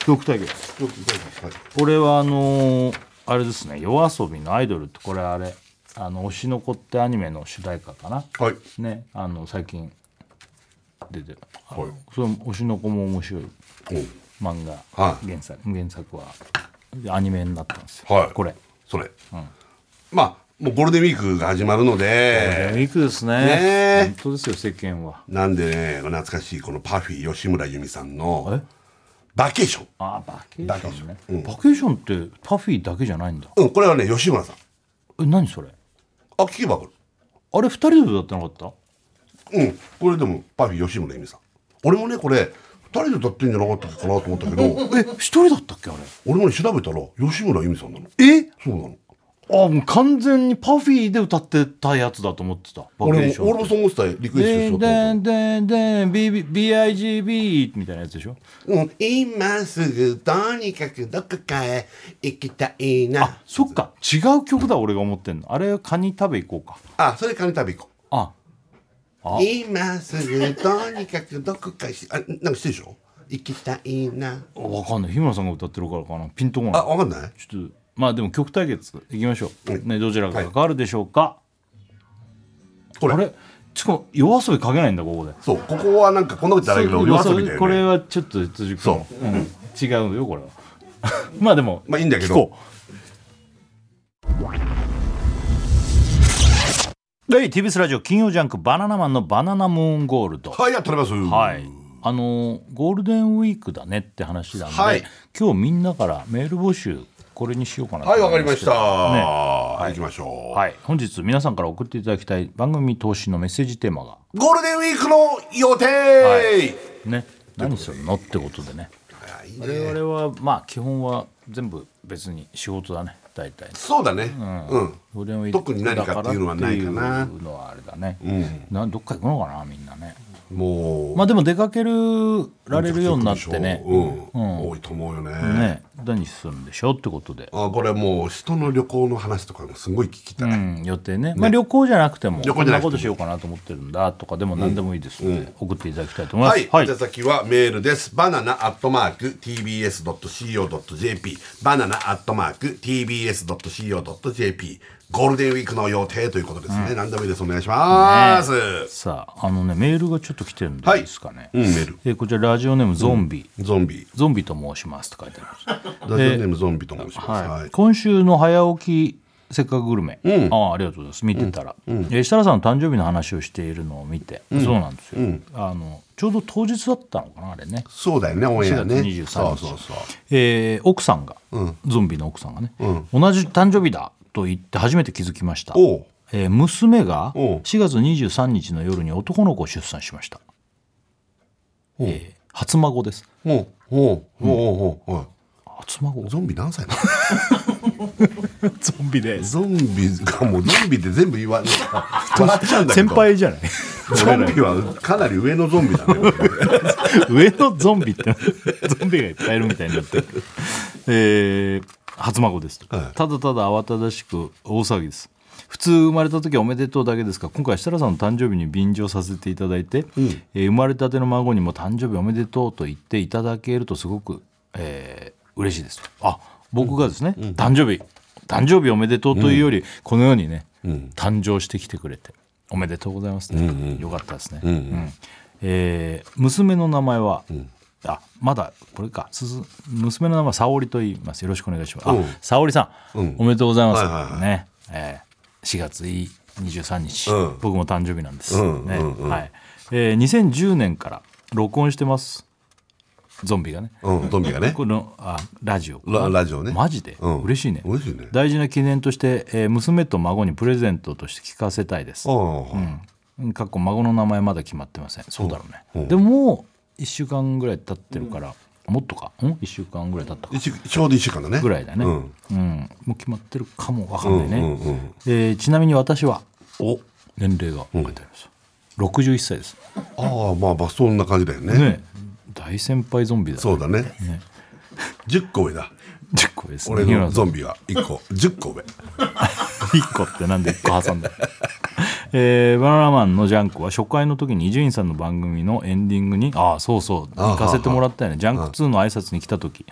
Speaker 2: 曲対決
Speaker 3: どうぞどうぞ
Speaker 2: これはあのーあれですね夜遊びのアイドルってこれあれあの推しの子ってアニメの主題歌かな
Speaker 3: はいはい
Speaker 2: ねあの最近出てる
Speaker 3: はい
Speaker 2: それも推しの子も面白い漫画、
Speaker 3: はい
Speaker 2: 原作原作はアニメになったんですよ、
Speaker 3: はい
Speaker 2: これ
Speaker 3: それ、まあもうゴールデンウィークが始まるの
Speaker 2: ゴールデンウ
Speaker 3: で
Speaker 2: ィークですね
Speaker 3: ねえ
Speaker 2: 本当ですよ世間は
Speaker 3: なんでね懐かしいこのパフィー吉村由美さんの
Speaker 2: え
Speaker 3: バケーション
Speaker 2: ああバケーションねバケーションってパフィーだけじゃないんだ
Speaker 3: うんこれはね吉村さん
Speaker 2: え何それ
Speaker 3: あ聞けば分か
Speaker 2: あれ二人でだってなかった
Speaker 3: るうんこれでもパフィー吉村由美さん俺もねこれ二人で歌ってんじゃなかったかなと思ったけど
Speaker 2: え一人だったっけあれ
Speaker 3: 俺もね調べたら吉村由美さんなの
Speaker 2: え
Speaker 3: そうなの
Speaker 2: あもう完全にパフィーで歌ってたやつだと思ってたバケ
Speaker 3: 俺
Speaker 2: ー
Speaker 3: も
Speaker 2: ション
Speaker 3: 俺もそう思ってたよリクエストし
Speaker 2: で
Speaker 3: よ
Speaker 2: ん
Speaker 3: うと思
Speaker 2: で
Speaker 3: っ
Speaker 2: んでんでん B- B- BIGB みたいなやつでしょ
Speaker 3: たうん今すぐとにかくどこかへ行きたいな
Speaker 2: あそっか違う曲だ俺が思ってんのあれカニ食べ行こうか
Speaker 3: あそれカニ旅行こう
Speaker 2: あ
Speaker 3: 今すぐとにかくどこかしあなんかしてるでしょ行きたいな
Speaker 2: わかんない日村さんが歌ってるからかなピンとこない
Speaker 3: あわかんない
Speaker 2: ちょっとまあでも曲対決いきましょう、ね、どちらが関わるでしょうか、
Speaker 3: これ
Speaker 2: あれしかも夜遊びかけないんだここで
Speaker 3: そうここはなんかこんなこと言ったらいいけど夜遊びだよね
Speaker 2: これはちょっと辻君
Speaker 3: そ
Speaker 2: うん、違うよこれは まあでも
Speaker 3: まあいいんだけ
Speaker 2: 聞
Speaker 3: ど
Speaker 2: こうはい TBS ラジオ金曜ジャンク「バナナマンのバナナムーンゴールド」
Speaker 3: はいや取れます
Speaker 2: はい、あのーゴールデンウィークだねって話なんで、
Speaker 3: はい
Speaker 2: 今日みんなからメール募集これにしようかなと
Speaker 3: はい
Speaker 2: 思
Speaker 3: わかりま
Speaker 2: す
Speaker 3: し
Speaker 2: け
Speaker 3: た
Speaker 2: ど
Speaker 3: はい行きましょう
Speaker 2: はい、本日皆さんから送っていただきたい番組投資のメッセージテーマが
Speaker 3: ゴールデンウィークの予定
Speaker 2: はいね何するのってことでね
Speaker 3: あいいね
Speaker 2: 我々はまあ基本は全部別に仕事だね大体
Speaker 3: そうだねうん
Speaker 2: ゴールデンウィーク
Speaker 3: 特に何かっていうのはないか
Speaker 2: だら
Speaker 3: な
Speaker 2: っていうのはあれだね、などっか行くのかなみんなね
Speaker 3: もう
Speaker 2: まあでも出かけるられるようになってね
Speaker 3: うん多いと思うよね
Speaker 2: ね何するんでしょうってことで、
Speaker 3: あこれもう人の旅行の話とかもすごい聞きた
Speaker 2: う
Speaker 3: い
Speaker 2: ん、予定ね、まあ、旅行じゃなくても
Speaker 3: 旅
Speaker 2: こ
Speaker 3: 行
Speaker 2: ん
Speaker 3: じゃ
Speaker 2: な
Speaker 3: なくても
Speaker 2: ことしようかなと思ってるんだとかでも何でもいいですので、送っていただきたいと思いま
Speaker 3: は
Speaker 2: す、
Speaker 3: い、宛先はメールです。バナナアットマーク tbs.co.jp バナナアットマーク tbs.co.jp ゴールデンウィークの予定ということですね。何でもいいです。お願いします。
Speaker 2: さああのねメールがちょっと来てるんで
Speaker 3: はいい
Speaker 2: いですかね、
Speaker 3: うん、メール。
Speaker 2: えーこちらラジオネームゾンビ、
Speaker 3: ゾンビ。
Speaker 2: ゾンビと申しますって書いてあります
Speaker 3: ラジオネームゾンビと申します。
Speaker 2: はい
Speaker 3: はい。
Speaker 2: 今週の早起きせっかくグルメ、ああありがとうございます見てたら、えー設楽さんの誕生日の話をしているのを見て、そうなんですよ、あのちょうど当日だったのかなあれね、
Speaker 3: そうだよね、オンエアね。
Speaker 2: 4月23
Speaker 3: そう
Speaker 2: 日
Speaker 3: そうそう。
Speaker 2: えー奥さんが、ゾンビの奥さんがね、同じ誕生日だと言って初めて気づきました、
Speaker 3: おう
Speaker 2: えー娘が
Speaker 3: おう
Speaker 2: 4月23日の夜に男の子を出産しました、えー初孫です
Speaker 3: おうおうおうおうおうお
Speaker 2: 初孫
Speaker 3: うゾンビ何歳なの
Speaker 2: ゾンビです
Speaker 3: ゾンビがもうゾンビって全部言わない。笑っちゃうんだけ
Speaker 2: 先
Speaker 3: ど。
Speaker 2: 輩じゃない
Speaker 3: ゾンビはかなり上のゾンビだね。俺
Speaker 2: 上のゾンビって ゾンビがいっぱいいるみたいになってるえー初孫ですと、
Speaker 3: はい
Speaker 2: ただただ慌ただしく大騒ぎです普通生まれた時はおめでとうだけですが今回設楽さんの誕生日に便乗させていただいて、えー生まれたての孫にも誕生日おめでとうと言っていただけるとすごく、えー嬉しいですとあ僕がですね、誕生日誕生日おめでとうというより、このようにね、誕生してきてくれておめでとうございます、ねよかったですね、うんえー娘の名前は、あまだこれかすず娘の名前は沙織と言いますよろしくお願いします、あ沙織さん、おめでとうございます、
Speaker 3: はいはいは
Speaker 2: ね、えー4月23日、
Speaker 3: うん
Speaker 2: 僕も誕生日なんです、
Speaker 3: うん
Speaker 2: ねはいえー2010年から録音してますゾンビがね
Speaker 3: うん、ゾンビがね。
Speaker 2: このあラジオ
Speaker 3: ララジオね
Speaker 2: マジで、
Speaker 3: うん
Speaker 2: 嬉しいね
Speaker 3: 嬉しいね
Speaker 2: 大事な記念として、えー娘と孫にプレゼントとして聞かせたいです
Speaker 3: ああ
Speaker 2: うんかっこ孫の名前まだ決まってませんそうだろうね、でももう1週間ぐらい経ってるから、もっとか、うん、1週間ぐらい経ったか
Speaker 3: 一ちょうど1週間だね
Speaker 2: ぐらいだね、う
Speaker 3: うんん
Speaker 2: もう決まってるかもわかんないね、
Speaker 3: うんうんうん
Speaker 2: えーちなみに私はお年齢が書いてあります、61歳です
Speaker 3: ああまあまあそんな感じだよね
Speaker 2: ね大先輩ゾンビだ
Speaker 3: そうだね10個上だ
Speaker 2: 10個ですね
Speaker 3: 俺
Speaker 2: 日
Speaker 3: の
Speaker 2: 村さん
Speaker 3: ゾ ンビは1個10個上
Speaker 2: 1個ってなんで1個挟んだ えーバナナマンのジャンクは初回の時に伊集院さんの番組のエンディングにああそうそう行かせてもらったよねジャンク2の挨拶に来た時、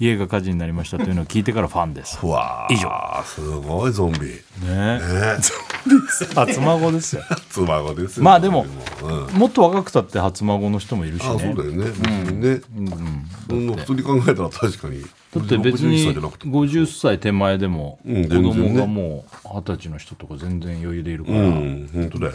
Speaker 2: 家が火事になりましたというのを聞いてからファンです
Speaker 3: うわ
Speaker 2: 以上
Speaker 3: あすごいゾンビ
Speaker 2: ね 初孫ですよ
Speaker 3: つまごですよ
Speaker 2: まあでも
Speaker 3: うん
Speaker 2: もっと若くたって初孫の人もいるし
Speaker 3: あそう
Speaker 2: ね
Speaker 3: だよね、別にね、そんな普通に考えたら確かに
Speaker 2: だって別
Speaker 3: 60
Speaker 2: に
Speaker 3: 歳じゃなくても
Speaker 2: 50歳手前でも
Speaker 3: うん
Speaker 2: 子
Speaker 3: 全然ね
Speaker 2: 供がもう二十歳の人とか全然余裕でいるから、
Speaker 3: う
Speaker 2: い
Speaker 3: ん本当だよ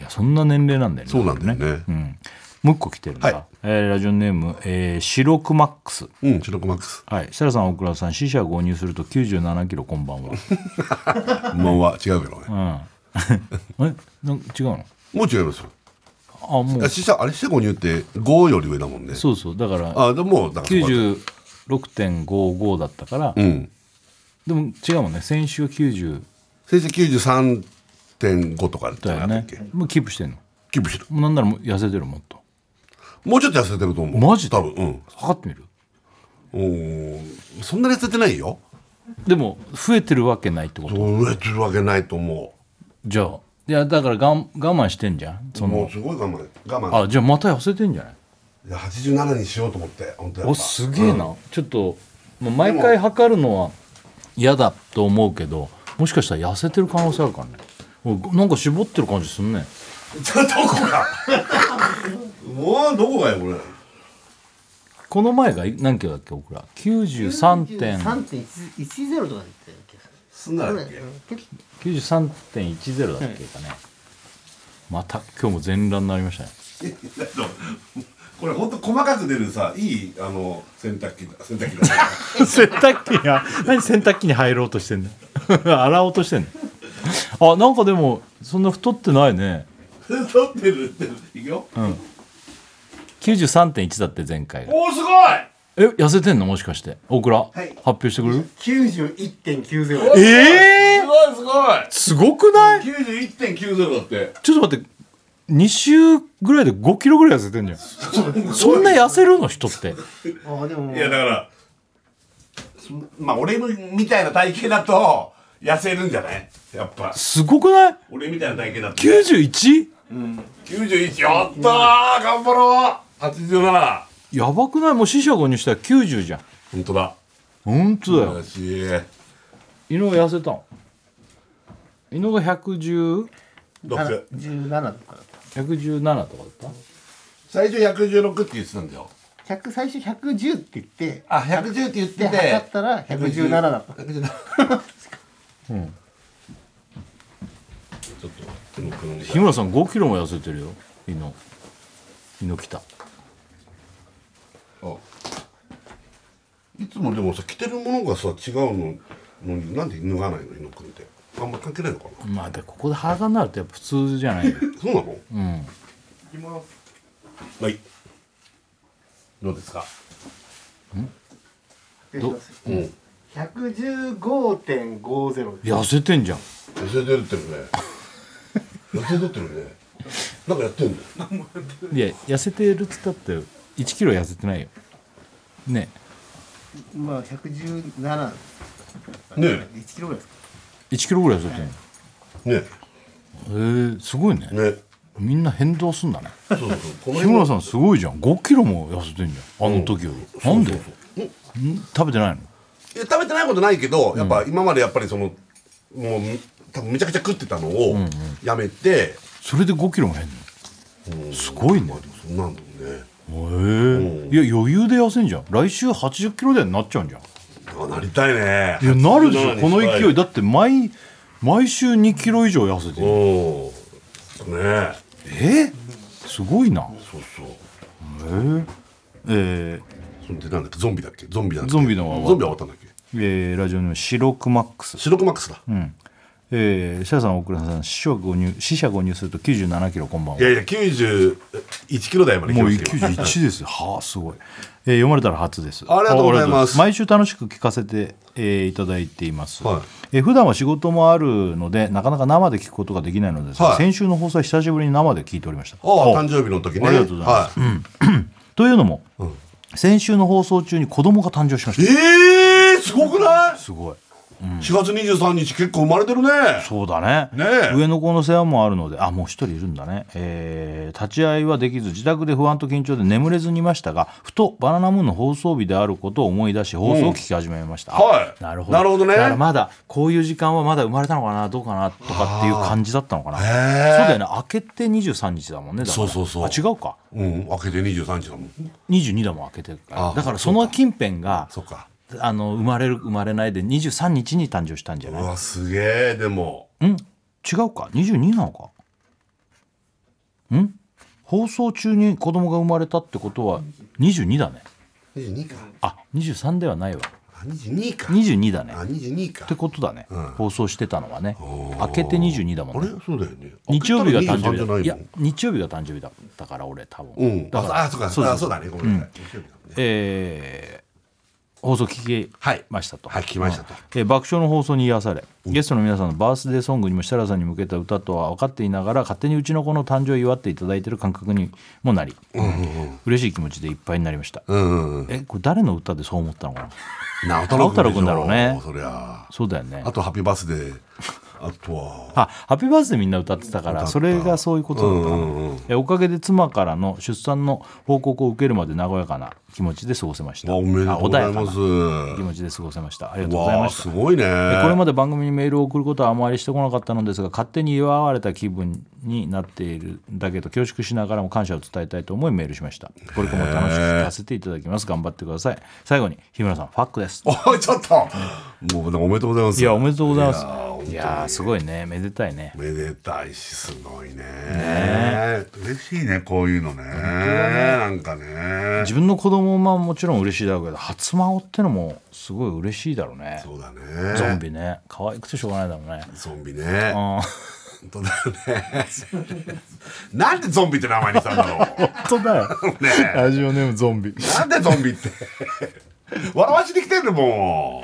Speaker 2: やそんな年齢なんだよね
Speaker 3: そうなんだよね
Speaker 2: うん、もう一個来てるんだ、
Speaker 3: はい
Speaker 2: えーラジオネーム、えー、シロクマックス
Speaker 3: うん白くマックス
Speaker 2: はい設楽さん大倉さん死者購入すると9 7キロこんばんは、
Speaker 3: こんばんは違うけ どね
Speaker 2: うん、えなん違うの
Speaker 3: もう違いますよ
Speaker 2: あも
Speaker 3: あ
Speaker 2: う
Speaker 3: 死者あれ死者購入って5より上だもんね
Speaker 2: そうそうだから
Speaker 3: あでもだから
Speaker 2: 96.55だったから、
Speaker 3: うん
Speaker 2: でも違うもんね先週は90
Speaker 3: 先生93.5とかじ
Speaker 2: だ
Speaker 3: ゃな
Speaker 2: よ
Speaker 3: かった
Speaker 2: ね
Speaker 3: っけ
Speaker 2: もうキープしてんの
Speaker 3: キープしてる
Speaker 2: もうなんならもう痩せてるもっと
Speaker 3: もうちょっと痩せてると思う
Speaker 2: マジで
Speaker 3: 多分
Speaker 2: 測ってみる
Speaker 3: うんおーそんなに痩せてないよ
Speaker 2: でも増えてるわけないってこと
Speaker 3: 増えてるわけないと思
Speaker 2: じゃあいやだからがん我慢してんじゃん
Speaker 3: う
Speaker 2: そ
Speaker 3: も
Speaker 2: の
Speaker 3: うすごい我慢我慢
Speaker 2: あじゃあまた痩せてんじゃない
Speaker 3: いや87にしようと思って本当やっ
Speaker 2: お
Speaker 3: ぱ
Speaker 2: すげえな、ちょっともう毎回測るのは嫌だと思うけどもしかしたら痩せてる可能性あるからねおなんか絞ってる感じすんね
Speaker 3: じゃあどこがもうどこがよこれ
Speaker 2: この前が何キロだっけ僕ら93.93.10
Speaker 6: 3.10とかで言ってたっ
Speaker 3: すんならだっ
Speaker 6: け
Speaker 3: け
Speaker 6: 結
Speaker 2: だっけかね、また今日も全裸になりましたね
Speaker 3: これ本当細かく出るさいいあの洗濯機だ洗濯機だ
Speaker 2: 洗濯機が何洗濯機に入ろうとしてんの 洗おうとしてんのあなんかでもそんな太ってないね
Speaker 3: 撮ってるっていくよ
Speaker 2: 93.1だって前回が
Speaker 3: おおすごい
Speaker 2: え痩せてんのもしかして大倉、
Speaker 6: い
Speaker 2: 発表してくれる
Speaker 6: 91.90
Speaker 2: ええ
Speaker 3: すごいすごい
Speaker 2: すごくない
Speaker 3: 91.90だって
Speaker 2: ちょっと待って2週ぐらいで5キロぐらい痩せてんじゃんそんな痩せるの人って
Speaker 6: ああでも
Speaker 3: いやだからそんまあ俺みたいな体型だと痩せるんじゃないやっぱ
Speaker 2: すごくない
Speaker 3: 俺みたいな体型だと
Speaker 2: 91?
Speaker 3: 91やったー頑張ろう87
Speaker 2: やばくないもう四捨五入したら90じゃん
Speaker 3: 本当だ
Speaker 2: 本当だ
Speaker 3: 素晴
Speaker 2: よ
Speaker 3: らしい
Speaker 2: 犬が痩せたの犬が110
Speaker 3: 6
Speaker 6: 17とかだっ
Speaker 2: 117とかだった
Speaker 3: 最初116って言ってたんだよ
Speaker 6: た100最初110って言って
Speaker 3: あ110って言っ
Speaker 6: で
Speaker 3: てて
Speaker 6: 測ったら117だった
Speaker 3: ちょっと手の黒の
Speaker 2: 日村さん5キロも痩せてるよ犬犬来た
Speaker 3: あいつもでもさ着てるものがさ違うののになんで脱がないの猪野君ってあんま関係ないのかな
Speaker 2: まあでここで裸になるとやっぱ普通じゃないよ
Speaker 3: そうなの
Speaker 2: うん
Speaker 3: はいどうですか
Speaker 6: 失礼します
Speaker 3: うん
Speaker 6: 115.50です
Speaker 2: 痩せてんじゃん
Speaker 3: 痩せてるってるね痩せてってるねなんかやってんの
Speaker 2: いや痩せてるっつったって1キロ痩せてないよね
Speaker 6: まあ117
Speaker 3: ね
Speaker 6: 1キロぐらいですか
Speaker 2: 1キロぐらい痩せてんの
Speaker 3: えね
Speaker 2: へえすごいね
Speaker 3: えねえ
Speaker 2: みんな変動すんだね
Speaker 3: そうそうそうこの
Speaker 2: 日
Speaker 3: 辺
Speaker 2: 村さんすごいじゃん5キロも痩せてんじゃんあの時よりなんでん食べてないの
Speaker 3: いや食べてないことないけどやっぱ今までやっぱりそのもう多分めちゃくちゃ食ってたのをやめて、
Speaker 2: それで5キロも減んのすごいね
Speaker 3: そんなんだもんね
Speaker 2: へえいや余裕で痩せんじゃん来週8 0キロ台になっちゃうんじゃん
Speaker 3: あなりたいね
Speaker 2: いやなるでしょ
Speaker 3: 87
Speaker 2: この
Speaker 3: にした
Speaker 2: 勢いだって毎毎週2キロ以上痩せて
Speaker 3: う
Speaker 2: る
Speaker 3: んね
Speaker 2: えすごいな
Speaker 3: そうそう
Speaker 2: えー
Speaker 3: それでなんだっけゾンビだっけゾンビなんだっけ
Speaker 2: ゾンビのは
Speaker 3: ゾンビは終わったんだっけ
Speaker 2: えーラジオネーム白クマックス
Speaker 3: 白クマックスだ、
Speaker 2: うんえー、シャさん大倉さん死者誤入死者誤入すると9 7キロこんばんはい
Speaker 3: やいや91キロ台まで来
Speaker 2: もう
Speaker 3: ましたよ
Speaker 2: 91です よ。はあ、すごい。えー読まれたら初です。
Speaker 3: ありがとうございます
Speaker 2: あありがと毎週楽しく聞かせて、えーいただいています、
Speaker 3: はい
Speaker 2: えー普段は仕事もあるので、なかなか生で聞くことができないのですが、
Speaker 3: はい
Speaker 2: 先週の放送は久しぶりに生で聞いておりました。
Speaker 3: あ
Speaker 2: お
Speaker 3: あ誕生日の時ね
Speaker 2: ありがとうございます
Speaker 3: は
Speaker 2: というのも、先週の放送中に子供が誕生しまし
Speaker 3: い、
Speaker 2: た。
Speaker 3: えー、すごくない
Speaker 2: すごい。
Speaker 3: 4月23日結構生まれてるね
Speaker 2: そうだね
Speaker 3: ねえ
Speaker 2: 上の子の世話もあるのであもう一人いるんだね、えー立ち会いはできず自宅で不安と緊張で眠れずにいましたがふと「バナナムーン」の放送日であることを思い出し放送を聞き始めました、あ
Speaker 3: はい
Speaker 2: なるほど
Speaker 3: なるほどね
Speaker 2: だからまだこういう時間はまだ生まれたのかなどうかなとかっていう感じだったのかなそう
Speaker 3: へえ
Speaker 2: だよね明けて23日だもんねだから
Speaker 3: そうそうそう
Speaker 2: あ違うか
Speaker 3: うん明けて23日だもん
Speaker 2: 22だもん明けてるから
Speaker 3: あ
Speaker 2: だからその近辺が
Speaker 3: そっか
Speaker 2: あの生まれる生まれないで23日に誕生したんじゃ
Speaker 3: う
Speaker 2: ない
Speaker 3: わすげえでも
Speaker 2: ん違うか22なのかん放送中に子供が生まれたってことは22だね
Speaker 3: 22か
Speaker 2: あ23ではないわ
Speaker 3: あ22か
Speaker 2: 22だね
Speaker 3: あ22
Speaker 2: っ
Speaker 3: か
Speaker 2: てことだね、
Speaker 3: ん
Speaker 2: 放送してたのはね明けて22だも
Speaker 3: あ
Speaker 2: ん
Speaker 3: れ
Speaker 2: ね
Speaker 3: そうだよね
Speaker 2: 日曜日が誕
Speaker 3: 明け
Speaker 2: 生
Speaker 3: たら
Speaker 2: 日だ
Speaker 3: 23
Speaker 2: い
Speaker 3: じゃ
Speaker 2: や
Speaker 3: ないもん
Speaker 2: 日曜日が誕生日だったから俺多分、
Speaker 3: うん
Speaker 2: だから
Speaker 3: あそうか
Speaker 2: そう
Speaker 3: あ
Speaker 2: です
Speaker 3: そうだねごめんなさい日曜日だもんね
Speaker 2: えー放送聞き
Speaker 3: はい
Speaker 2: ましたと、
Speaker 3: はい聞きましたと
Speaker 2: うんえー爆笑の放送に癒されゲストの皆さんのバースデーソングにも設楽さんに向けた歌とは分かっていながら勝手にうちの子の誕生を祝っていただいてる感覚にもなり、嬉しい気持ちでいっぱいになりました、
Speaker 3: うんうんうん
Speaker 2: えこれ誰の歌でそう思ったのかな
Speaker 3: 直太
Speaker 2: 直太朗君だろうね
Speaker 3: そりゃ
Speaker 2: そうだよね
Speaker 3: あとハッピーバースデ ーあとは
Speaker 2: あハッピーバースデーみんな歌ってたからそれがそういうことだったかな、えおかげで妻からの出産の報告を受けるまで和やかな気持ちで過ごせました
Speaker 3: あおめでとうござい
Speaker 2: あ穏
Speaker 3: ま
Speaker 2: や
Speaker 3: す
Speaker 2: かな気持ちで過ごせましたありがとうござい
Speaker 3: わ
Speaker 2: ま
Speaker 3: あ
Speaker 2: した
Speaker 3: すごいね
Speaker 2: えこれまで番組にメールを送ることはあまりしてこなかったのですが勝手に祝われた気分になっているだけど恐縮しながらも感謝を伝えたいと思いメールしましたこれからも楽しく聞かせていただきます頑張ってください最後に日村さんファックです
Speaker 3: おいちょっともうでもおめでとうございます
Speaker 2: いやおめでとうございますい
Speaker 3: いやー本当
Speaker 2: や
Speaker 3: に
Speaker 2: ーすごいねめでたいね
Speaker 3: めでたいしすごいね嬉しいねこういうのねなんかね
Speaker 2: 自分の子供ももちろん嬉しいだろうけど初孫ってのもすごい嬉しいだろうね
Speaker 3: そうだね
Speaker 2: ゾンビね可愛くてしょうがないだろうね
Speaker 3: ゾンビね
Speaker 2: あ
Speaker 3: 本当だよねなんでゾンビって名前にしたんだろう
Speaker 2: 本当だ よ
Speaker 3: ねえ
Speaker 2: ラジオネームゾンビ
Speaker 3: なんでゾンビって笑わしに来てんのも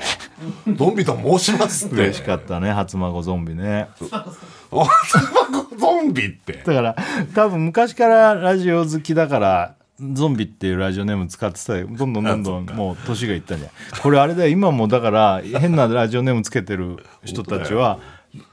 Speaker 3: うゾンビと申しますって
Speaker 2: 嬉しかったね初孫ゾンビね
Speaker 3: おゾンビって
Speaker 2: だから多分昔からラジオ好きだからゾンビっていうラジオネーム使ってたよどんどんどんどんもう年がいったんじゃんこれあれだよ今もだから変なラジオネームつけてる人たちは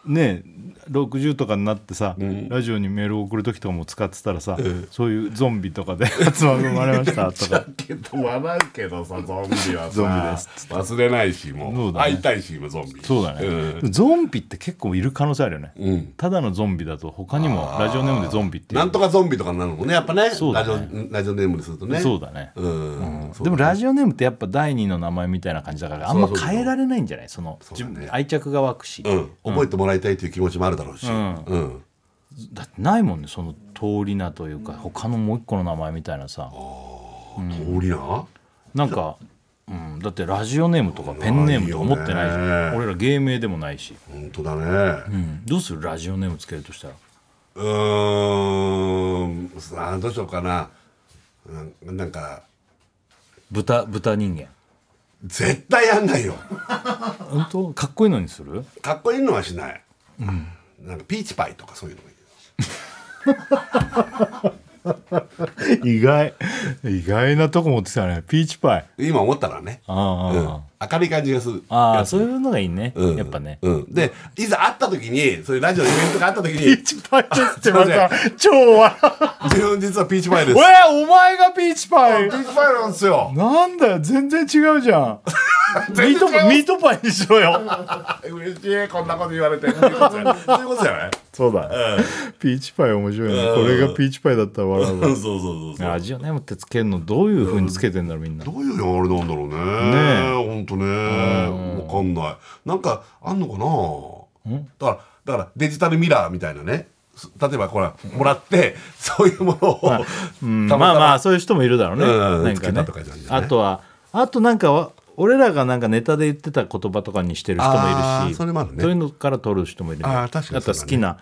Speaker 2: ねえ60とかになってさ、ラジオにメールを送る時とかも使ってたらさ、そういうゾンビとかで「集ま生まれました」とか
Speaker 3: けど笑うけどさゾンビはさ
Speaker 2: ゾンビです
Speaker 3: 忘れないし
Speaker 2: そ
Speaker 3: も
Speaker 2: う
Speaker 3: う
Speaker 2: だね
Speaker 3: 会いたいし今ゾンビ
Speaker 2: そうだね、
Speaker 3: ん
Speaker 2: ゾンビって結構いる可能性あるよね、
Speaker 3: ん
Speaker 2: ただのゾンビだと他にもラジオネームでゾンビっていう
Speaker 3: なんとかゾンビとかになるもんねやっぱね
Speaker 2: そうだ
Speaker 3: ラジ
Speaker 2: ね
Speaker 3: オラジオネームにするとね
Speaker 2: そうだね
Speaker 3: うん、そう
Speaker 2: でもラジオネームってやっぱ第二の名前みたいな感じだからあんま変えられないんじゃないその
Speaker 3: うだね
Speaker 2: 自分愛着が湧くし、
Speaker 3: うん、覚えてもらいたいという気持ちもあるだろうし、うん
Speaker 2: だってないもんねその通り名というか他のもう一個の名前みたいなさ
Speaker 3: 通りな
Speaker 2: なんか、うん、だってラジオネームとかペンネームとか持ってないじゃ
Speaker 3: ないよ
Speaker 2: ん
Speaker 3: ね
Speaker 2: 俺ら芸名でもないし、
Speaker 3: 本当だね
Speaker 2: うんどうするラジオネームつけるとしたら
Speaker 3: うーんさあどうしようかななんなんか
Speaker 2: 豚豚人間
Speaker 3: 絶対やんないよ
Speaker 2: 本当かっこいいのにする
Speaker 3: かっこいいのはしない、なんかピーチパイとかそういうのがいい
Speaker 2: 意外意外なとこ持ってたねピーチパイ
Speaker 3: 今思ったらね、
Speaker 2: ああああ
Speaker 3: うん、明るい感じがする
Speaker 2: ああ
Speaker 3: やつ
Speaker 2: そういうのがいいね、
Speaker 3: うん
Speaker 2: やっぱね、
Speaker 3: うん、でいざ会った時にそういうラジオのイベントがあった 時に
Speaker 2: チパイですって
Speaker 3: また
Speaker 2: 超笑う
Speaker 3: 自分実はピーチパイですピ
Speaker 2: えお前がピーチパイ
Speaker 3: ーチパイなんです よ
Speaker 2: なんだよ全然違うじゃ んミートパイミートパイにしろよ
Speaker 3: 嬉しいこんなこと言われてそういうことじゃないそういうことじゃない
Speaker 2: そうだ、 ピーチパイ面白いねこれがピーチパイだったら笑う
Speaker 3: う
Speaker 2: わ
Speaker 3: んそうそうそうそう
Speaker 2: ラジオネームってつけるのどういうふうにつけてんだろうみんな
Speaker 3: どういうあれなんだろうね。
Speaker 2: え
Speaker 3: ほんとね。わかんない。なんかあんのかなだから、だからデジタルミラーみたいなね。す例えばこれ、もらって、 そういうものを、た
Speaker 2: うん
Speaker 3: また
Speaker 2: まあまあ
Speaker 3: ま
Speaker 2: そういう人もいるだろうね,、
Speaker 3: うん
Speaker 2: なん
Speaker 3: つ
Speaker 2: か
Speaker 3: け
Speaker 2: ね
Speaker 3: たとかじゃんじゃな
Speaker 2: あ
Speaker 3: い
Speaker 2: とはあとなんかは俺らがなんかネタで言ってた言葉とかにしてる人も
Speaker 3: あ
Speaker 2: いる
Speaker 3: ー
Speaker 2: し
Speaker 3: それもあるね
Speaker 2: そういうのから取る人もいる
Speaker 3: あー確かに
Speaker 2: あとは
Speaker 3: そうだ
Speaker 2: 好
Speaker 3: ね
Speaker 2: きな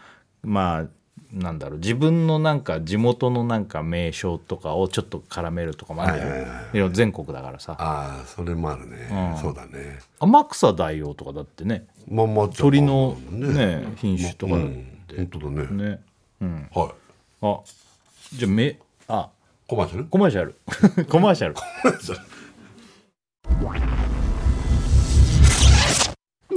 Speaker 2: まあなんだろう自分のなんか地元のなんか名称とかをちょっと絡めるとかもあるじゃん
Speaker 3: はいはいはい
Speaker 2: いや全国だからさ
Speaker 3: ああ、それもあるね。そうだね。
Speaker 2: 天草大王とかだってね
Speaker 3: まあまあ、
Speaker 2: 鳥の
Speaker 3: ね
Speaker 2: ね品種とか
Speaker 3: う
Speaker 2: だ
Speaker 3: ん。本当だね。
Speaker 2: ねうん
Speaker 3: はい。
Speaker 2: あじゃあめあ
Speaker 3: コマーシャ ル
Speaker 2: コマーシャルコマーシャル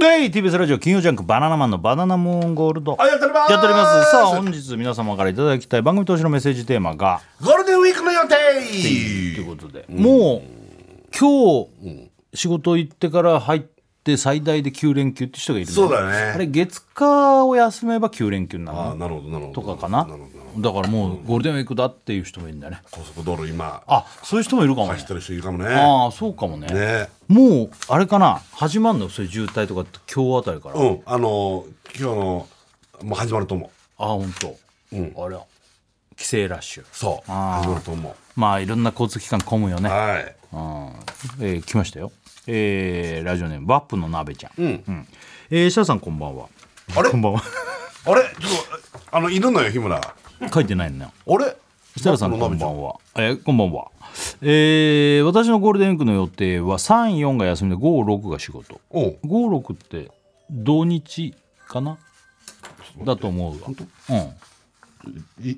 Speaker 2: はい TBS ラジオ金曜ジャンク「バナナマンのバナナムーンゴールド」
Speaker 3: あやっております
Speaker 2: やっておりますさあ本日皆様からいただきたい番組投資のメッセージテーマが
Speaker 3: ゴールデンウィークの予
Speaker 2: とい
Speaker 3: 定
Speaker 2: うことで、もう今日仕事行ってから入って最大で9連休って人がいるの
Speaker 3: そうだね
Speaker 2: あれ月火を休めば9連休になる
Speaker 3: ああなるほどなるほど
Speaker 2: とかかな
Speaker 3: るほどるほど
Speaker 2: だからもうゴールデンウィークだっていう人もいるんだね
Speaker 3: 高速道路今
Speaker 2: あそういう人もいるかもね
Speaker 3: 走ってる人いるかもね
Speaker 2: ああそうかもね
Speaker 3: ね
Speaker 2: もうあれかな始まるのそういう渋滞とかって今日あたりから、
Speaker 3: うんあのー今日のもう始まると思う
Speaker 2: あ本当。あれ帰省ラッシュ
Speaker 3: そう
Speaker 2: あー
Speaker 3: 始まると思う
Speaker 2: まあいろんな交通機関混むよね
Speaker 3: はい
Speaker 2: うんえー来ましたよ、えーラジオネームワップの鍋ちゃ
Speaker 3: う
Speaker 2: ん、
Speaker 3: ん
Speaker 2: うんえー、シャーさんこんばんは
Speaker 3: あれ
Speaker 2: こんばんは
Speaker 3: あれちょっとあのいるのよ日村あ
Speaker 2: 書いてないのよ
Speaker 3: れ
Speaker 2: 設楽さん
Speaker 3: マ
Speaker 2: こ
Speaker 3: ックの鍋
Speaker 2: ん
Speaker 3: ち
Speaker 2: ば
Speaker 3: ゃ
Speaker 2: んは、えーこんばんは、えー私のゴールデンウィークの予定は34が休みで56が仕事
Speaker 3: おう
Speaker 2: 56って土日かなだと思うわうん
Speaker 3: い